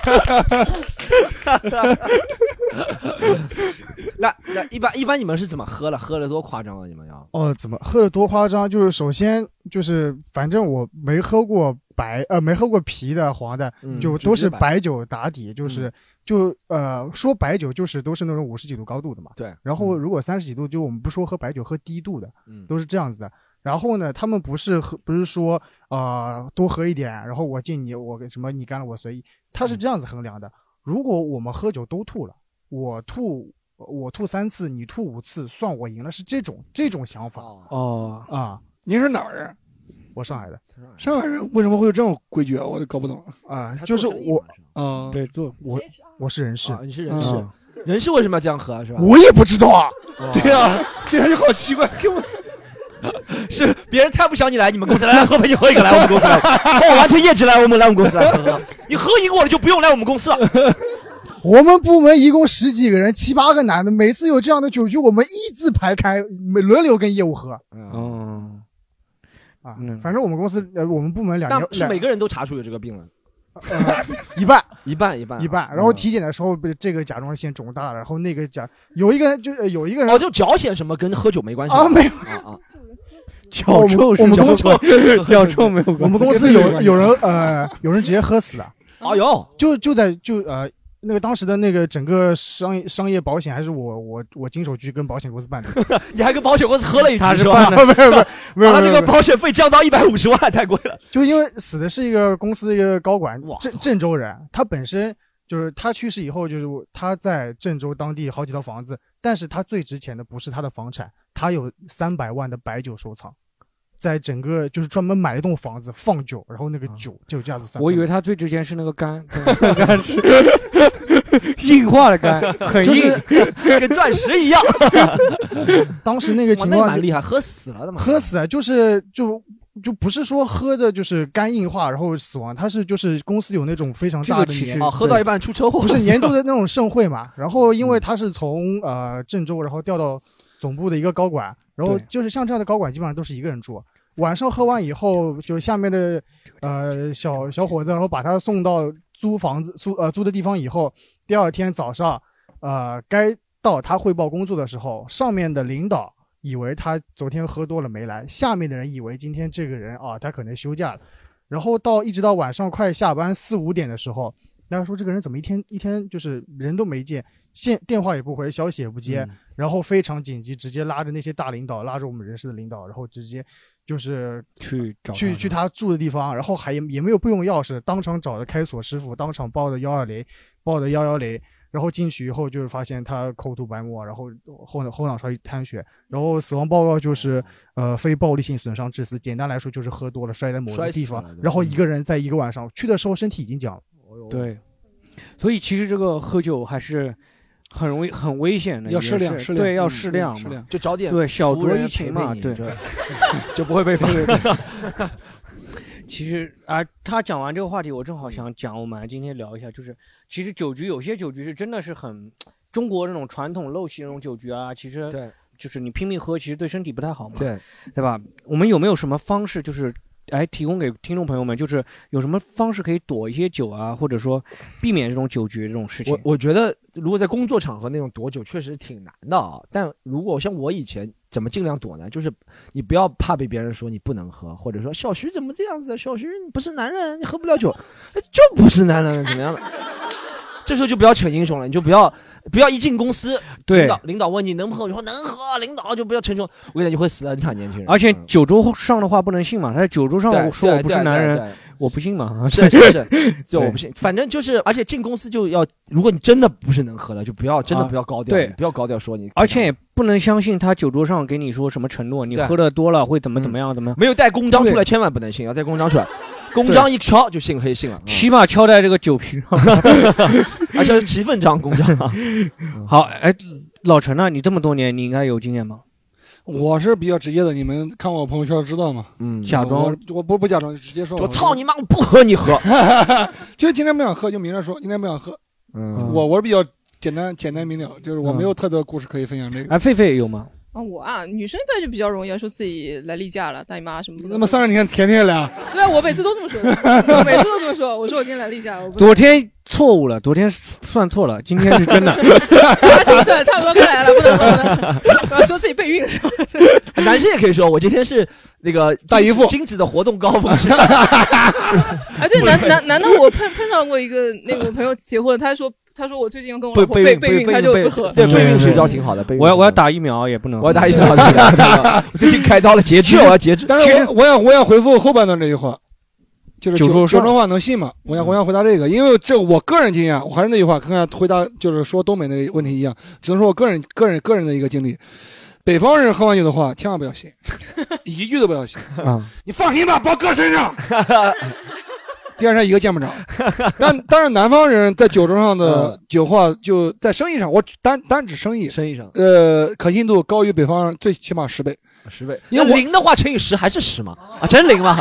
B: 那那一般一般你们是怎么喝了？喝的多夸张啊！你们要
K: 哦，怎么喝的多夸张？就是首先就是，反正我没喝过白呃，没喝过啤的、黄的，
C: 嗯
K: 就
C: 就
K: 都
C: 直
K: 是
C: 白
K: 白酒打底，就是、
C: 嗯
K: 就呃说白酒就是都是那种五十几度高度的嘛。
B: 对
K: 然
C: 嗯
K: 后如果三十几度，就我们不说喝白酒，喝低度的，
B: 嗯
K: 都是这样子的。然后呢，他们不是喝，不是说呃多喝一点，然后我敬你，我给什么你干了我随意，他
C: 嗯
K: 是这样子衡量的。如果我们喝酒都吐了，我吐我吐三次，你吐五次，算我赢了，是这种这种想法。
C: 哦
K: 啊，
D: 您是哪儿人？
K: 我上海的。
D: 上海人为什么会有这种规矩啊？我就搞不懂
K: 啊。就是我嗯
D: 啊，
K: 对，做我我是人事，
B: 哦你是人事
K: 嗯，
B: 人事为什么要这样喝啊？是吧？
K: 我也不知道啊
B: 哦
K: 对啊，
D: 这人就好奇 怪，根本
B: 是别人太不想你来你们公司来，来喝杯你喝一个来我们公 司来，哦，完全业绩来我们来我们公司来喝喝，你喝赢我了就不用来我们公司了。
K: 我们部门一共十几个人，七八个男的，每次有这样的酒局，我们一字排开，每轮流跟业务喝。
B: 嗯
C: 哦，
K: 啊，反正我们公司呃，我们部门两
B: 但
K: 年
B: 嗯是每
K: 两
B: 个人都查出有这个病了，
K: 一半
B: 一半一半嗯
K: 一半，然后体检的时候，不是这个甲状腺肿大了，然后那个甲有一个人就是有一个人
B: 哦，就脚癣什么跟喝酒没关系
K: 啊没有
B: 啊啊，
K: 我们 我们公司我们公司有有人
B: 啊
K: 呃，有人直接喝死的。
B: 哎呦，
K: 就就在就呃。那个当时的那个整个商业商业保险还是我我我经手局跟保险公司办的，
B: 你还跟保险公司喝了一
K: 他
B: 局
K: 是
B: 吧？
K: 办的没有没有没有
B: 把他
K: 没
B: 这
K: 有
B: 个
K: 没有
B: 保险费降到一百五十万，太贵了。
K: 就因为死的是一个公司的一个高管，郑郑州人，他本身就是他去世以后，就是我他在郑州当地好几套房子，但是他最值钱的不是他的房产，他有三百万的白酒收藏，在整个就是专门买了一栋房子放酒，然后那个
B: 啊
K: 酒酒价值三。
C: 我以为它最值钱是那个肝，肝是 硬化的 肝，很
K: 就
C: 硬
K: 是，
B: 跟钻石一样
K: 当时那个情
B: 哇
K: 况
B: 那
K: 就
B: 蛮厉害，喝死 了的嘛。
K: 喝死啊，就是就就不是说喝的就是肝硬化然后死亡，他是就是公司有那种非常
B: 这
K: 大
B: 个
K: 的
B: 其
K: 年
B: 实哦喝到
K: 对
B: 一半出车祸
K: 不是
B: 死嗯
K: 年
B: 了
K: 度的那种盛 会嘛。然后因为他是从呃郑州然后调到总部的一个高管，然后
B: 对
K: 就是像这样的高管基本上都是一个人住。晚上喝完以后，就下面的呃小小伙子，然后把他送到租房子租呃租的地方以后，第二天早上，呃该到他汇报工作的时候，上面的领导以为他昨天喝多了没来，下面的人以为今天这个人啊他可能休假了，然后到一直到晚上快下班四五点的时候，大家说这个人怎么一天一天就是人都没见，现电话也不回，消息也不接，
B: 嗯
K: 然后非常紧急，直接拉着那些大领导，拉着我们人事的领导，然后直接就是
C: 去找
K: 去去他住的地方，然后还也也没有备用钥匙，当场找的开锁师傅，当场报的幺二零，报的幺幺零，然后进去以后就是发现他口吐白沫，然后后脑后脑勺一滩血，
C: 嗯
K: 然后死亡报告就是
C: 哦
K: 呃非暴力性损伤致死，简单来说就是喝多了摔在某一
C: 摔
K: 个地
C: 死
K: 方
C: 了，嗯
K: 然后一个人在一个晚上去的时候身体已经僵了。
C: 对，所以其实这个喝酒还是很容易很危险的，
K: 要
C: 也
K: 适量
C: 是
K: 适量
C: 对，要
K: 嗯
C: 适
K: 嗯
C: 量
K: 适
C: 嘛
K: 量，就找点
C: 对小
K: 服务
C: 酌
K: 人
C: 怡
K: 员
C: 情
K: 陪
C: 嘛，
K: 陪你
C: 对
K: 这，
B: 就不 会被发
C: 对。对其实啊，他讲完这个话题，我正好想讲，我们今天聊一下，就是其实酒局有些酒局是真的是很中国那种传统陋习那种酒局啊，其实
B: 对，
C: 就是你拼命喝，其实对身体不太好嘛，
B: 对，
C: 对吧？我们有没有什么方式，就是哎，提供给听众朋友们，就是有什么方式可以躲一些酒啊，或者说避免这种酒局这种事情？
B: 我我觉得，如果在工作场合那种躲酒，确实挺难的啊。但如果像我以前怎么尽量躲呢？就是你不要怕被别人说你不能喝，或者说小徐怎么这样子，小徐你不是男人，你喝不了酒， 哎就不是男人怎么样的。 这时候就不要逞英雄了，你就不要不要一进公司，
C: 对
B: 领导领导问你能不能喝，你说能喝，领导就不要逞雄，我跟你讲，你会死得很惨，年轻人。
C: 而且酒桌上的话不能信嘛，他在酒桌上
B: 对
C: 说
B: 对
C: 我不是
B: 对
C: 男
B: 对
C: 人
B: 对，
C: 我不信 嘛。，
B: 是是是这我不信。反正就是，而且进公司就要，如果你真的不是能喝的，就不要真的
C: 啊
B: 不要高调，
C: 对
B: 你不要高调说你
C: 而且也不能相信他酒桌上给你说什么承诺，你
B: 对嗯
C: 喝的多了会怎么怎么样怎么样。
B: 没有带公章出来，
C: 对
B: 千万不能信，要带公章 出来，公章一敲就信可以信了。
C: 起码敲在这个酒瓶上，
B: 而且是齐份章公章啊。
C: 好，哎，老陈呢？你这么多年，你应该有经验吧？
D: 我是比较直接的，你们看我朋友圈知道吗？
B: 嗯
C: 假装
D: 我我不不假装，直接说。
B: 我操你妈！我不 喝你喝。
D: 就是今天不想喝，就明着说，今天不想喝。
B: 嗯
D: 我我是比较简单简单明了，就是我
C: 嗯
D: 没有太多故事可以分享这个。
C: 哎，狒狒有吗？
E: 啊，我啊，女生一般就比较容易要说自己来例假了，大姨妈什么的。
D: 那么三十年甜甜俩，
E: 对啊，我每次都这 么说的，我每次都这么说。我说我今天来例假，我不
C: 昨天错误了，昨天算错了，今天是真的。
E: 啊行算了，差不多该来了，不能不能不 能，我要说自己备孕了。
B: 男生也可以说，我今天是 那个大姨夫精子的活动高峰期。
E: 啊，对，难难难道我碰碰上过一个那个我朋友结婚，他说他说我最近要跟我老
B: 备
E: 婆备
B: 备
E: 孕，他就不喝。
B: 对备孕是比较挺好的。备孕
C: 我要我要打疫苗也不能喝，
B: 我打疫苗对打疫苗 我最近开刀了截肢了我要截肢
D: 但是
B: 其实
D: 我我想我想回复后半段这句话，就是
C: 酒
D: 酒
C: 桌
D: 桌
C: 上
D: 话能信吗？我想我想回答这个，因为这我个人经验，啊我还是那句话，看看回答就是说东北那个问题一样，只能说我个人个人个人的一个经历。北方人喝完酒的话，千万不要 信， 一句都不要信。
B: 啊，
D: 你放心吧，包哥身 上。第二天一个见不着，但当然南方人在酒桌上的酒话就在生意上，我只单单指生意，
B: 嗯生意上，
D: 呃，可信度高于北方人最起码十倍，
B: 十倍。
D: 因为
B: 那
D: 我
B: 零的话乘以十还是十吗？啊，真零吗？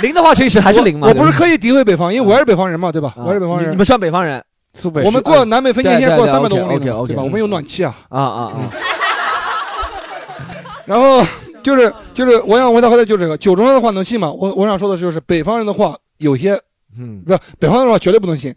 B: 零的话乘以十还是零吗？
D: 我我不是刻意诋毁北方，因为我也是北方人嘛，对吧？我也是北方
B: 啊你
D: 人，
B: 你们算北方人，苏北啊
D: 我们过南北分界线过三百多公里
B: OK
D: 呢，
B: OK，
D: 对吧？我们有暖气啊。
B: 啊啊啊！
D: 然后就是就是，我想回答回答就这个酒桌上的话能信吗？我我想说的就是北方人的话有些，
B: 嗯，
D: 不是北方人的话绝对不能 信，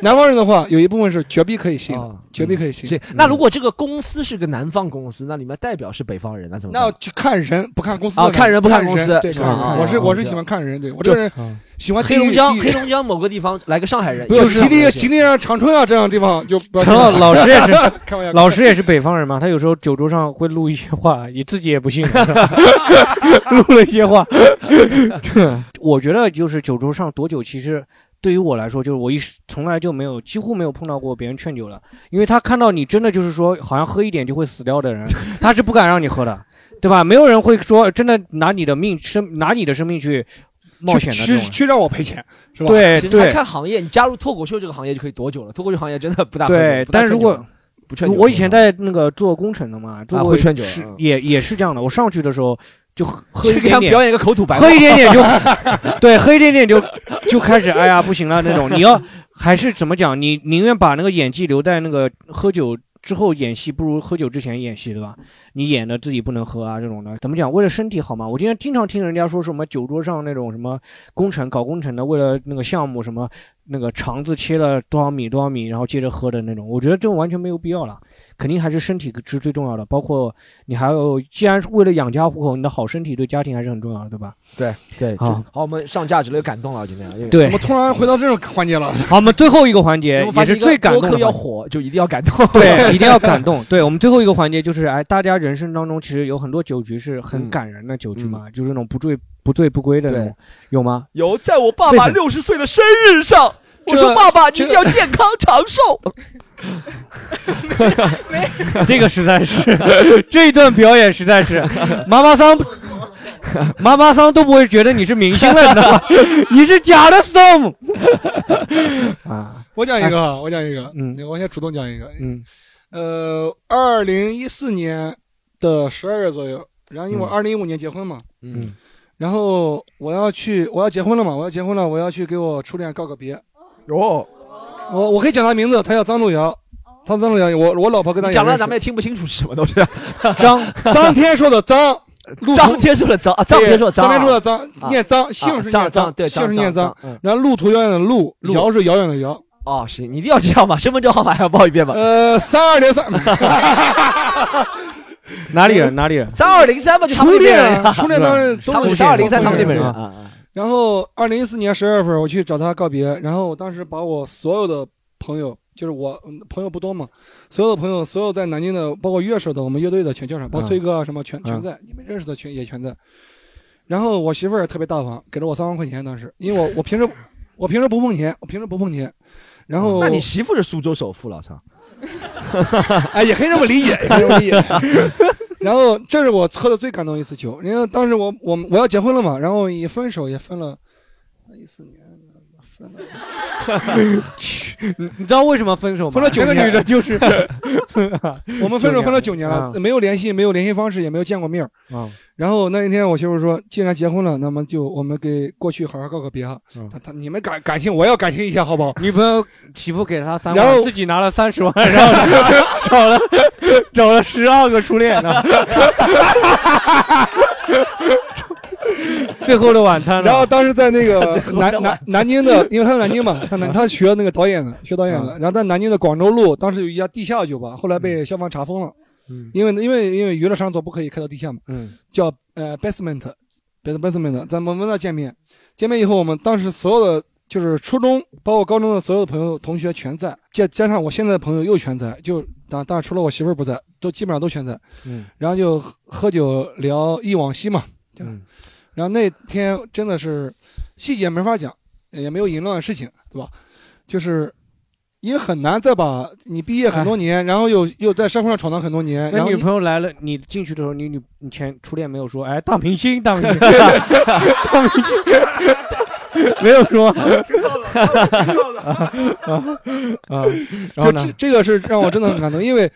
D: 南方人的话有一部分是绝逼可以信
B: 哦
D: 的，绝
B: 嗯
D: 逼可以信。
B: 是，那
C: 嗯
B: 如果这个公司是个南方公司，那里面代表是北方人，那怎么办？
D: 那就看人不看公司
B: 啊
D: 的感觉
B: 看人不看公
D: 人
B: 司
D: 对，
B: 是
D: 看人
B: 吧啊
D: 我是
B: 啊
D: 我
B: 啊
D: 是
B: 啊
D: 喜欢看人，对我
B: 就
D: 这
B: 嗯
D: 个人喜欢
B: 黑龙江，黑龙江某个地方来个上海人，
D: 不
B: 就是是
D: 吉林吉林啊、长春啊这样的地方就不要
C: 陈老
D: 去，
C: 老师也是
D: 开玩笑，
C: 老师也是北方人嘛，他有时候酒桌上会录一些话，你自己也 不信，录了一些话。我觉得就是酒桌上躲酒，其实对于我来说，就是我一时从来就没有，几乎没有碰到过别人劝酒的，因为他看到你真的就是说好像喝一点就会死掉的人，他是不敢让你喝的，对吧？没有人会说真的拿你的命生拿你的生命去冒险的这
D: 去
C: 种
D: 去去让我赔钱是吧？
C: 对
B: 其实还
C: 对
B: 看行业，你加入脱口秀这个行业就可以躲久了。脱口秀行业真的不大
C: 对，但是如果
B: 不劝酒
C: 我以前在那个做工程的嘛，做
B: 啊
C: 过
B: 会劝酒
C: 是
B: 嗯
C: 也也是这样的。我上去的时候就喝喝
B: 就
C: 一
B: 给
C: 点
B: 他
C: 点，
B: 表演一个口吐白沫
C: 喝一点 点就对，喝一点点就 就开始哎呀不行了那种。你要还是怎么讲？你宁愿把那个演技留在那个喝酒。之后演戏不如喝酒之前演戏，对吧？你演的自己不能喝啊，这种的怎么讲？为了身体好嘛。我今天经常听人家说什么酒桌上那种什么工程搞工程的，为了那个项目什么那个肠子切了多少米多少米，然后接着喝的那种，我觉得这种完全没有必要了。肯定还是身体是最重要的，包括你还有，既然是为了养家糊口，你的好身体对家庭还是很重要的，对吧？啊
B: 对对
C: 好
B: 好，我们上价值了，有感动了，今天啊有
C: 对
B: 有
C: 怎么
D: 突然回到这种环节了。
C: 好，我们最后一个环节
B: 有没有发
C: 也
B: 现
C: 是
B: 一个
C: 最感动
B: 播
C: 的
B: 客要
C: 环节
B: 火就一定要感 动，
C: 对，一定要感动。对我们最后一个环节就是，哎，大家人生当中其实有很多酒局是
D: 嗯
C: 很感人的酒局嘛，就是那种不醉不醉不归的那种，有吗？
B: 有在我爸爸
C: 这
B: 六十岁的生日上，我说
C: 这
B: 爸爸你一
C: 这
B: 定要健康长寿。
C: 这个实在是，这一段表演实在是，妈妈桑，妈妈桑都不会觉得你是明星了，你知道吗？ 你是假的 storm 啊！
D: 我讲一个啊，我讲一个，
C: 嗯，
D: 我先主动讲一个，
C: 嗯，
D: 呃，二零一四年的十二月左右，然后因为我
C: 嗯
D: 二零一五年结婚嘛，
B: 嗯，
D: 然后我要去，我要结婚了嘛，我要结婚了，我要去给我初恋告个别。哦，我我可以讲他名字，他叫张路遥，他张路遥，我我老婆跟他
B: 你讲了咱们也听不清楚是什么啊都是。
C: 张
D: 张天硕的张，路途
B: 张天硕的张啊张天硕的张啊
D: 张天硕的张，
B: 啊
D: 念
B: 啊
D: 张，姓是
B: 张
D: 念
B: 张对
D: 姓是
B: 张
D: 念
B: 张
D: 张
B: 张嗯，
D: 然后路途遥远的路，
B: 路
D: 遥是遥远的遥。
B: 哦，行，你一定要这样吧，身份证号码还要报一遍吧。
D: 呃，三二零三，
C: 哪里人？哪里人？
B: 三二零三吧，就他们
D: 初
B: 那边
D: 恋
B: 人
D: 啊，初恋当然都
B: 他们
D: 是
B: 三二零三，他们那边人
D: 啊。然后二零一四年十二月份，我去找他告别，然后我当时把我所有的朋友，就是我嗯朋友不多嘛，所有的朋友，所有在南京的，包括乐手的，我们乐队的全叫上，包括
B: 嗯
D: 崔哥啊什么全全
B: 嗯
D: 在，你们认识的全也全在。然后我媳妇儿特别大方，给了我三万块钱，当时因为我我平时我平时不碰钱，我平时不碰钱。然后
B: 那你媳妇是苏州首富了，操！
D: 哎，也可以这么理解，也可以这么理 解。然后这是我喝的最感动一次酒，因为当时我我我要结婚了嘛，然后也分手也分了一四年，
K: 哦
D: 分了
C: 你 你知道为什么分手吗？
D: 分了九
C: 那
D: 年，，
C: 个女的就是
D: 我们分手分了九年了，没有联系，没有联系方式，也没有见过面儿。
C: 啊，
D: 然后那一天，我媳妇说：“既然结婚了，那么就我们给过去好好告个别哈。
C: 嗯
D: 他他你们感感情，我也要感情一下，好不好？
C: 女朋友媳妇给了他三
D: 然
C: 万，
D: 后
C: 自己拿了 三十万，然后找了找了十二个初 恋呢。最后的晚餐了
D: 然后当时在那
C: 最
D: 个
C: 后的
D: 南南
C: 晚餐
D: 南京的，因为他在南京嘛，他南他学那个导演的，学导演
C: 啊
D: 的。然后在南京的广州路，当时有一家地下酒吧，后来
C: 嗯
D: 被消防查封了，因为因为因为娱乐场所不可以开到地下嘛，
C: 嗯，
D: 叫呃 basement，别的 basement，咱们我们那见面，见面以后，我们当时所有的就是初中包括高中的所有的朋友同学全在，加加上我现在的朋友又全在，就当当然除了我媳妇儿不在，都基本上都全在。
C: 嗯
D: 然后就喝喝酒聊忆往昔嘛，
K: 啊
D: 对吧
C: 嗯
D: 然后那天真的是细节没法讲，也没有淫乱的事情，对吧？就是也很难再把你毕业很多年，然后又又在社会上闯荡很多年，然
C: 哎那
D: 后
C: 女
D: 你
C: 朋友来了，你进去的时候，你女你前初恋没有说，哎，大明星，大 明星，大明星， 没有 说， 啊啊，然后
D: 嗯就
C: 呢
D: 这？这个是让我真的很感动，因为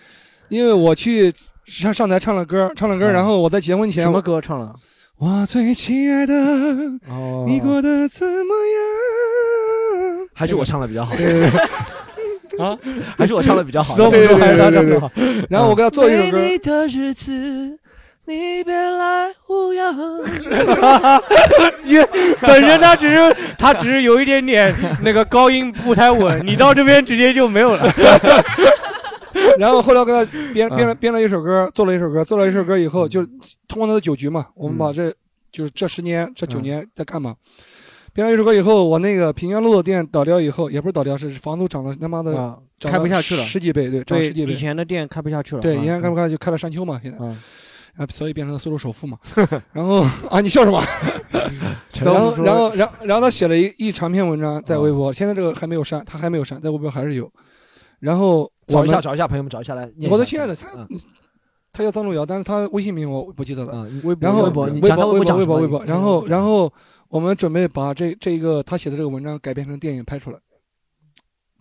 D: 因为我去上上台唱了歌，唱了歌，然后我在结婚前
C: 嗯什么歌唱了？
D: 我最亲爱的， 你过得怎么样？
B: 还是我唱的比较好。
D: 对
B: 啊，还是我唱的比较好。
D: 对对对对对对
B: 好。
D: 然后我给他做一首歌
V: 没你的日子，你别来无恙。
C: 你本身他只是他只是有一点点那个高音不太稳，你到这边直接就没有 了。
D: 然后后来我给他编
C: 啊
D: 编了编了一首歌，做了一首歌，做了一首歌以
C: 嗯
D: 后，就通过他的酒局嘛，我们把这就是这十年这
C: 嗯
D: 九年在干嘛。编了一首歌以后，我那个平原路的店倒掉以后，也不是倒掉，是房租涨了他妈的
C: 啊，
D: 涨
C: 开不下去了，
D: 十几倍，对，涨
C: 对
D: 十几倍。
C: 以前的店开不下去了，
D: 对，
C: 啊嗯
D: 以前开不开就开了山丘嘛，现在，啊，所以变成了苏州首富 嘛。然后啊，你笑什么？
C: 陈
D: 然
C: 老
D: 后，
C: 师说啊
D: 然后，然后，然后他写了一一长篇文章在微博，现在这个还没有删，他还没有删，在微博还是有。然后我
B: 找一
D: 们
B: 下，找一下，朋友们找一下来。念一
D: 我
B: 下嗯
D: 的亲爱的，他他叫张路遥，但是他微信名我不记得了。
B: 微博
D: 然后
B: 微博啊你
D: 微
B: 讲他
D: 博
B: 微
D: 微博
B: 博讲
D: 微博
B: 什么
D: 微博，
B: 你
D: 然后然后我们准备把这这一个他写的这个文章改编成电影拍出来，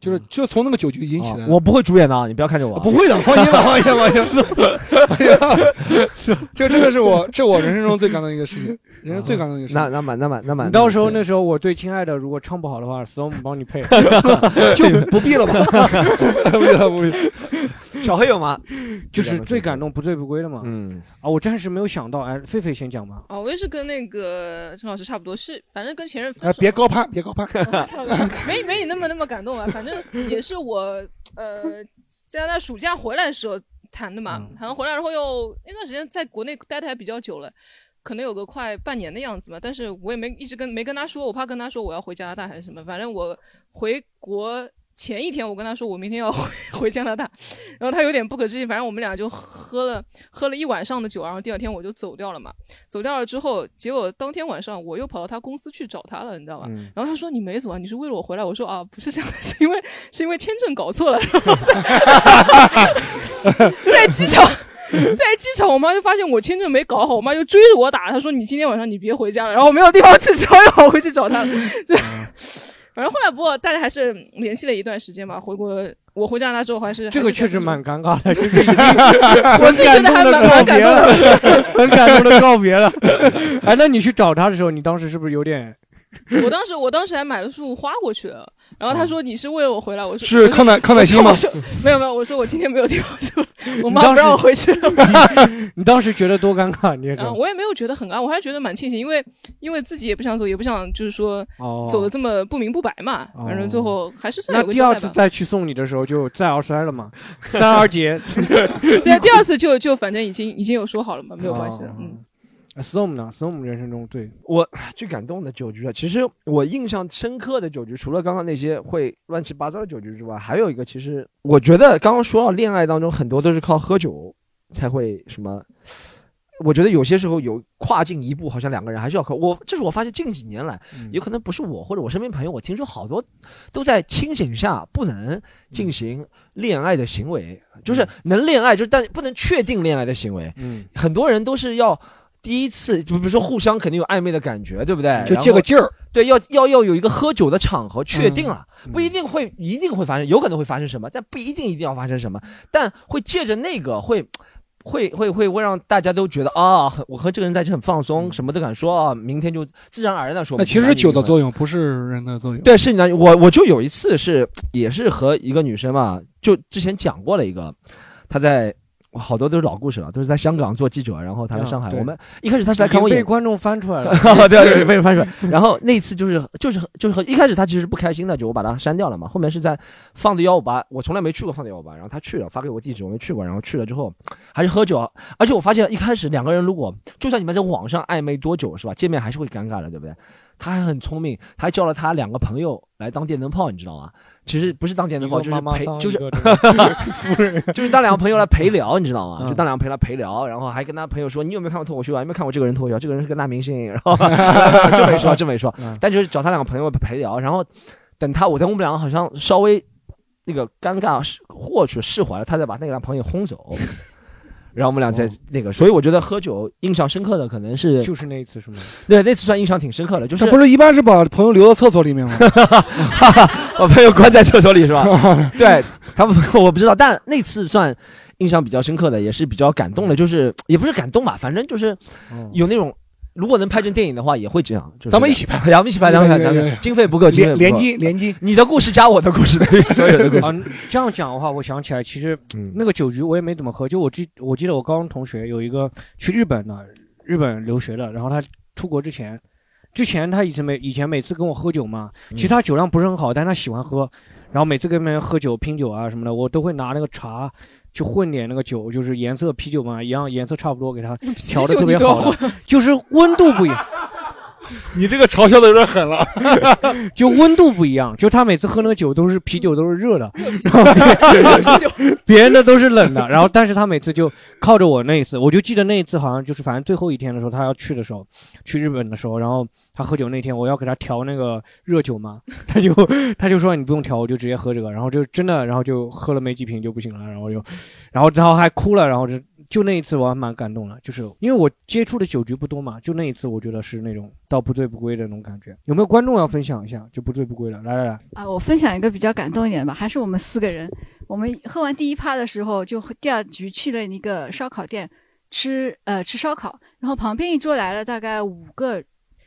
D: 就是就从那个酒局引起的。
B: 嗯我不会主演的啊，你不要看着我啊。
D: 不会的，放心吧，放心吧，放心吧。哎呀 这这个是我这我人生中最感动的一个事情，人生最感动的一个事情。
B: 那那蛮那蛮那蛮。
C: 你到时候那时候我对亲爱的如果唱不好的话，storm 帮你 配，
B: 就不必了吧
D: 不必了不必了
C: 小黑有吗？就
B: 这
C: 是
B: 两个
C: 最感动不醉不归的嘛。
B: 嗯
C: 啊，我暂时没有想到，哎，狒狒先讲吧。
E: 哦，我也是跟那个陈老师差不多，是反正跟前任分
D: 哎，别高攀，别高 攀。
E: 差不多， 没没你那么那么感动吧，反正也是我呃加拿大暑假回来的时候谈的嘛，谈回来然后又那段时间在国内待的还比较久了。可能有个快半年的样子嘛，但是我也没一直跟没跟他说，我怕跟他说我要回加拿大还是什么，反正我回国前一天我跟他说我明天要 回回加拿大，然后他有点不可置信，反正我们俩就喝了喝了一晚上的酒，然后第二天我就走掉了嘛，走掉了之后，结果当天晚上我又跑到他公司去找他了，你知道吧？
C: 嗯
E: 然后他说你没走啊，你是为了我回来？我说啊，不是这样的， 是因为是因为签证搞错了，然后 在 在机场。在机场，我妈就发现我签证没搞好，我妈就追着我打，她说：“你今天晚上你别回家了。”然后我没有地方去， 只好要回去找她了。就反正后来不过大家还是联系了一段时间吧。回国，我回加拿大之后还是
C: 这个确实蛮尴 尬的，就是
E: 我自己觉得还蛮蛮感动的
C: 很感动的告别了。哎，那你 去找 他的时候，你当时是不是有点？
E: 我当时我当时还买了束花过去的，然后他说你是为了我回来，我说
C: 是康乃康乃馨吗
E: 我说没有没有，我说我今天没有地方 住，
C: 你
E: 我妈
C: 当
E: 不
C: 时
E: 让我回去了。
C: 你你当时觉得多尴尬？你也知
E: 然后
C: 道。
E: 我也没有觉得很尴尬，我还觉得蛮庆幸，因为因为自己也不想走，也不想就是说
C: 哦
E: 走的这么不明不白嘛，
C: 哦
E: 反正最后还是算
C: 那
E: 有个
C: 第
E: 交
C: 二
E: 代
C: 次
E: 吧。
C: 再去送你的时候，就再而衰了嘛，三而竭。
E: 对啊，第二次就就反正已经已经有说好了嘛，没有关系的
C: 哦，
E: 嗯。
B: 啊
C: Storm 呢？Storm 人生中最
B: 我最感动的酒局啊，其实我印象深刻的酒局，除了刚刚那些会乱七八糟的酒局之外，还有一个，其实我觉得刚刚说到恋爱当中，很多都是靠喝酒才会什么。我觉得有些时候有跨进一步，好像两个人还是要靠我。这是我发现近几年来，
D: 嗯
B: 有可能不是我或者我身边朋友，我听说好多都在清醒下不能进
D: 嗯
B: 行恋爱的行为，就是能恋爱，就是但不能确定恋爱的行为。
C: 嗯，
B: 很多人都是要第一次，就比如说互相肯定有暧昧的感觉，对不对？
D: 就
B: 然后
D: 借个劲儿。
B: 对，要要要有一个喝酒的场合，确定了，
C: 嗯
B: 不一定会一定会发生，有可能会发生什么，但不一定一定要发生什么，但会借着那个会。会会会会让大家都觉得啊，很我和这个人在一起很放
C: 嗯
B: 松，什么都敢说啊，明天就自然而然的说。
D: 那其实是酒的作用，不是人的作用。
B: 对，是你的。我我就有一次是也是和一个女生嘛，就之前讲过了一个，她在哇好多都是老故事了，都是在香港做记者，然后她来上海。
C: 对
B: 我们一开始她是来看我
C: 已经被
B: 演，。
C: 观众翻出来了
B: 对对，被人
C: 嗯
B: 翻出来。然后那一次就是就是就是和一开始她其实不开心的，就我把她删掉了嘛。后面是在放的幺五八，我从来没去过放的幺五八，然后她去了，发给我地址，我没去过。然后去了之后还是喝酒啊，而且我发现一开始两个人如果就算你们在网上暧昧多久是吧，见面还是会尴尬的，对不对？他还很聪明，他还叫了他两个朋友来当电灯泡，你知道吗？其实不是当电灯泡，
C: 一
B: 就
C: 个
B: 是
C: 妈妈
B: 陪，
C: 桑
B: 就是
C: 一个
B: 就是当两个朋友来陪 聊，你知道吗？
C: 嗯
B: 就当两个朋友来陪聊，然后还跟他朋友说，你有没有看过脱口秀啊？有没有看过这个人脱口秀啊？这个人是个大明 星，然后 这么一说，这么一说
C: 嗯，
B: 但就是找他两个朋友陪聊，然后等他，我跟我们两个好像稍微那个尴尬释过去释怀了，他再把那个朋友轰走。 然后我们俩在那个，所以我觉得喝酒印象深刻的可能是
C: 哦就是那一次是吗？
B: 对那次算印象挺深刻的，就是
D: 他不是一般是把朋友留到厕所里 面吗？
B: 我朋友关在厕所里是吧？ 对他们我不知道，但那次算印象比较深刻的，也是比较感动的，就是也不是感动吧，反正就是有那种。如果能拍成电影的话，也会这样。就是、
D: 咱们一起拍
B: 咱们一起拍，咱们一起拍，咱
D: 有有
B: 们
D: 有
B: 经费不够，经费不够
D: 联联机联机，
B: 你的故事加我的故事等于所有的故
C: 啊
B: 事。，嗯
C: 这样讲的话，我想起来，其实那个酒局我也没怎么喝，就我记我记得我高中同学有一个去日本的，日本留学的，然后他出国之前，之前他以前每以前每次跟我喝酒嘛，
B: 嗯
C: 其实他酒量不是很好，但他喜欢喝，然后每次跟别人喝酒拼酒啊什么的，我都会拿那个茶。去混点那个酒，就是颜色啤酒嘛，一样颜色差不多，给他调的 特别好的，就是温度不一样。
N: 你这个嘲笑的有点狠 了，
C: 就温度不一样，就他每次喝那个酒都是啤酒都是热 的，
H: 热啤酒
C: 然后 别人的都是冷的，然后但是他每次就靠着我那一次，我就记得那一次好像就是反正最后一天的时候，他要去的时候，去日本的时候，然后他喝酒那天我要给他调那个热酒嘛， 他就他就说你不用调，我就直接喝这个，然后就真的然后就喝了没几瓶就不行了，然后就然后然后还哭了，然后就就那一次我还蛮感动的，就是因为我接触的酒局不多嘛，就那一次我觉得是那种到不醉不归的那种感觉。有没有观众要分享一下就不醉不归的？来来来，
F: 啊，我分享一个比较感动一点吧，还是我们四个人，我们喝完第一趴的时候，就第二局去了一个烧烤店吃呃吃烧烤，然后旁边一桌来了大概五个，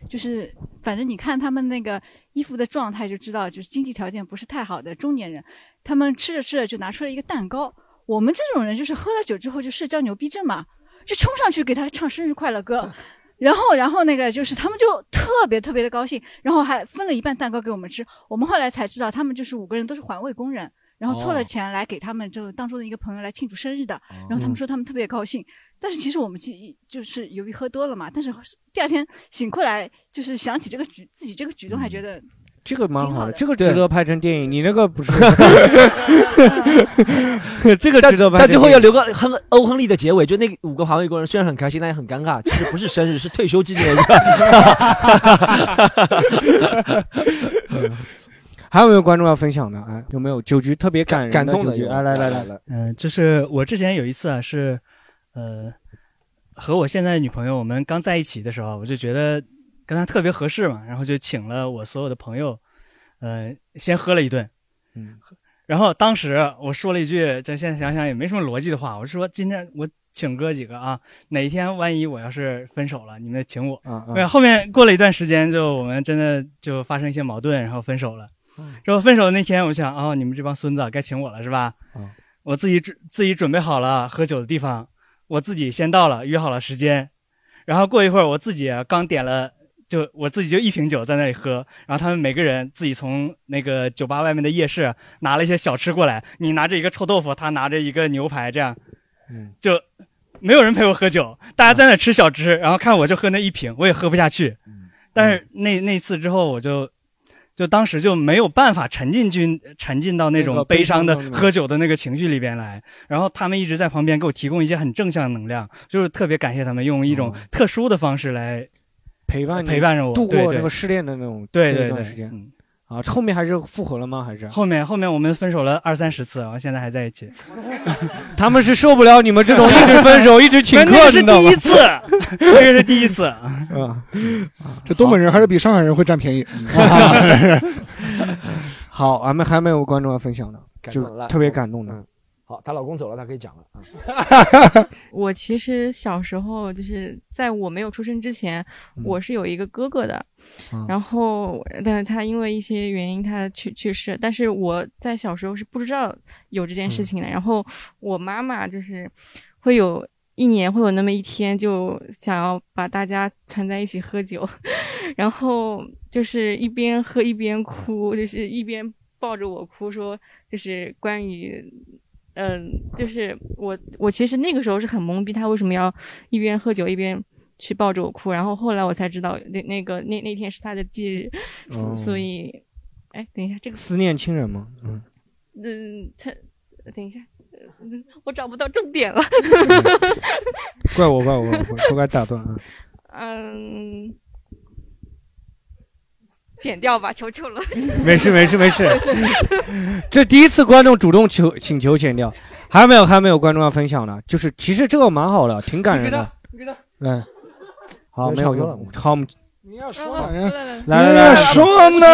F: 就是反正你看他们那个衣服的状态就知道，就是经济条件不是太好的中年人，他们吃着吃着就拿出了一个蛋糕。我们这种人就是喝了酒之后就社交牛逼症嘛，就冲上去给他唱生日快乐歌。然后，然后那个就是他们就特别特别的高兴，然后还分了一半蛋糕给我们吃。我们后来才知道，他们就是五个人都是环卫工人，然后凑了
J: 哦
F: 钱来给他们就当中的一个朋友来庆祝生日的。然后他
J: 嗯
F: 们说他们特别高兴，但是其实我们其就是由于喝多了嘛，但是第二天醒过来就是想起这个举自己这个举动，还觉得
C: 这个蛮好的，这个值得拍成电影。你那个不是， 这个值得拍成电影。
B: 但最后要留个亨欧亨利的结尾，就那五个环卫工人虽然很开心，但也很尴尬。其实不是生日，是退休 纪念日。
C: 还有没有观众要分享的？哎，有没有酒局特别感人
B: 感动
C: 酒
B: 的
C: 局？
B: 有
C: 来来来来，
G: 嗯、就是我之前有一次啊，是呃和我现在的女朋友我们刚在一起的时候，我就觉得跟她特别合适嘛，然后就请了我所有的朋友，呃，先喝了一顿。
C: 嗯，
G: 然后当时我说了一句，这现在想想也没什么逻辑的话，我说今天我请哥几个啊，哪一天万一我要是分手了，你们请我。
C: 啊
G: 对，后面过了一段时间，就我们真的就发生一些矛盾，然后分手了
C: 嗯。
G: 之后分手的那天，我想，哦，你们这帮孙子该请我了是吧？
C: 嗯
G: 我自己准自己准备好了喝酒的地方，我自己先到了，约好了时间，然后过一会儿我自己啊刚点了。就我自己就一瓶酒在那里喝，然后他们每个人自己从那个酒吧外面的夜市啊拿了一些小吃过来，你拿着一个臭豆腐，他拿着一个牛排，这样，
C: 嗯
G: 就没有人陪我喝酒，大家在那吃小吃，然后看我就喝那一瓶，我也喝不下去。
C: 嗯
G: 但是那那次之后，我就就当时就没有办法沉浸进沉浸到那
C: 那个
G: 种
C: 悲
G: 悲伤的
C: 伤的那种
G: 喝酒的那个情绪里边来。然后他们一直在旁边给我提供一些很正向能量，就是特别感谢他们用一种特殊的方式来
C: 哦陪伴你
G: 陪伴着我
C: 度
G: 对
C: 过
G: 对
C: 那个失恋的那种
G: 对
C: 那
G: 对
C: 段
G: 对嗯
C: 时间。啊，后面还是复合了吗？还是
G: 后面后面我们分手了二三十次，然后现在还在一 起。
C: 他们是受不了你们这种一直分手、一直请
G: 不是那
C: 客，
G: 个
C: 你
G: 是
C: 知道
G: 第
C: 吗
G: 一次， 这个是第一次。
C: 啊，
D: 这东北人还是比上海人会占便宜。
C: 好，俺们还没有观众要分享的，
B: 感
C: 就
B: 动了
C: 特别感动的。 嗯
B: 好，她老公走了，她可以讲了。啊
J: 我其实小时候就是在我没有出生之前，我是有一个哥哥的，
C: 嗯
J: 然后但是他因为一些原因他去去世，但是我在小时候是不知道有这件事情的。然后我妈妈就是会有一年会有那么一天，就想要把大家攒在一起喝酒， 然后就是一边喝一边哭，就是一边抱着我哭，说就是关于嗯，就是我我其实那个时候是很懵逼，他为什么要一边喝酒一边去抱着我哭？然后后来我才知道，那那个那那天是他的忌日，所
C: 哦
J: 所以，哎，等一下，这个
C: 思念亲人吗？嗯，
J: 嗯，他等一下，嗯我找不到重 点了。
C: 怪我，怪我，怪我，不该打断啊。
J: 嗯，剪掉吧，求求了。
C: 没事没事没事
J: 没事。
C: 这第一次观众主动求请求剪掉，还有没有还有没有观众要分享的？就是其实这个蛮好的，挺感人的。
R: 你给他，
C: 嗯，好，
R: 我
C: 没
R: 也差
C: 有
R: 不多
C: 用。好，我们
R: 你要说嘛，人家
C: 来来
R: 你
C: 来
R: 要
C: 来
R: 说呢？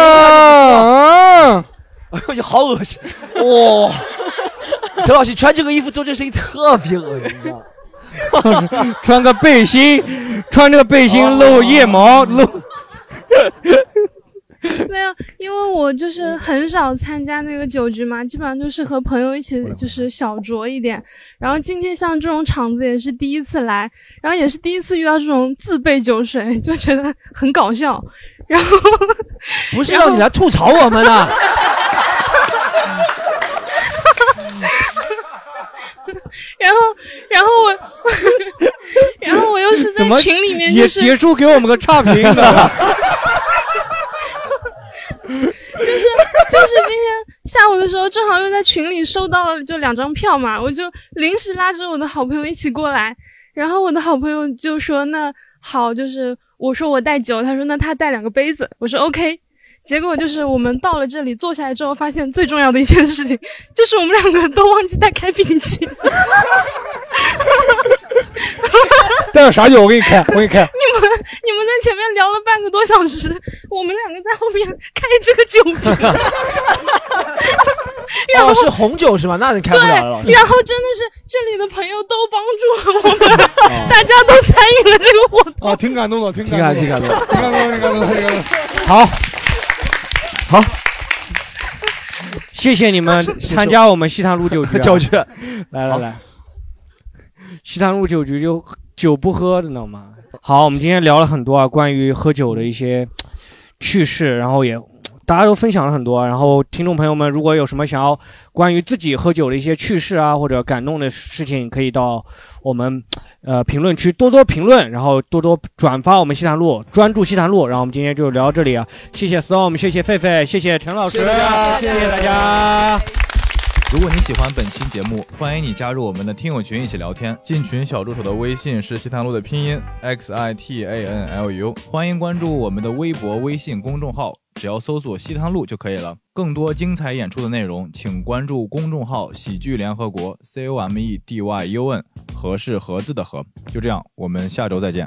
B: 哎呦，好恶心！哇、陈老师穿这个衣服做这个声音特别恶心，你知道吗？
C: 穿个背心，穿这个背心露腋毛，
I: 嗯
C: 露。
I: 没有，因为我
C: 嗯
I: 就是很少参加那个酒局嘛，基本上就是和朋友一起就是小酌一点。然后今天像这种场子也是第一次来，然后也是第一次遇到这种自备酒水， 就觉得很搞笑。然后
B: 不是让你来吐槽我们的，
I: 然后，然后我， 然后我又是在
C: 怎么
I: 群里面
C: 也
I: 就是
C: 结束给我们个差评 的？
I: 就是就是今天下午的时候，正好又在群里收到了就两张票嘛，我就临时拉着我的好朋友一起过来，然后我的好朋友就说那好，就是我说我带酒，他说那他带两个杯子，我说 OK。结果就是我们到了这里坐下来之后，发现最重要的一件事情就是我们两个都忘记带开瓶器。
C: 带啥酒？我给你开，我给你 开。
I: 你们你们在前面聊了半个多小时，我们两个在后面开这个酒瓶， 然后
B: 哦，是红酒是吧？那你开不了了，老师
I: 对，。然后真的是这里的朋友都帮助了我们，
B: 哦
I: 大家都参与了这个活动。
D: 哦，挺感动的，挺
C: 挺感
D: 感动的，
C: 挺感动的
D: 挺感动的，挺感动的，挺感动的。
C: 好，好，谢谢你们参加我们西塘路酒 局、啊。
B: 酒 局
C: 来来来，西塘路酒局就酒不喝，知道吗？好，我们今天聊了很多啊，关于喝酒的一些趣事，然后也大家都分享了很多。啊然后听众朋友们，如果有什么想要关于自己喝酒的一些趣事啊，或者感动的事情，可以到我们呃评论区多多评论，然后多多转发我们西坛路，专注西坛路。然后我们今天就聊到这里啊，谢谢 Storm，谢谢狒狒，谢谢陈老师，谢谢大家。
A: 如果你喜欢本期节目，欢迎你加入我们的听友群一起聊天。进群小助手的微信是西塘路的拼音 x i t a n l u，欢迎关注我们的微博、微信公众号，只要搜索“西塘路”就可以了。更多精彩演出的内容，请关注公众号“喜剧联合 E 国 ”（C O M E D Y U N），和是“和”字的“和”。就这样，我们下周再见。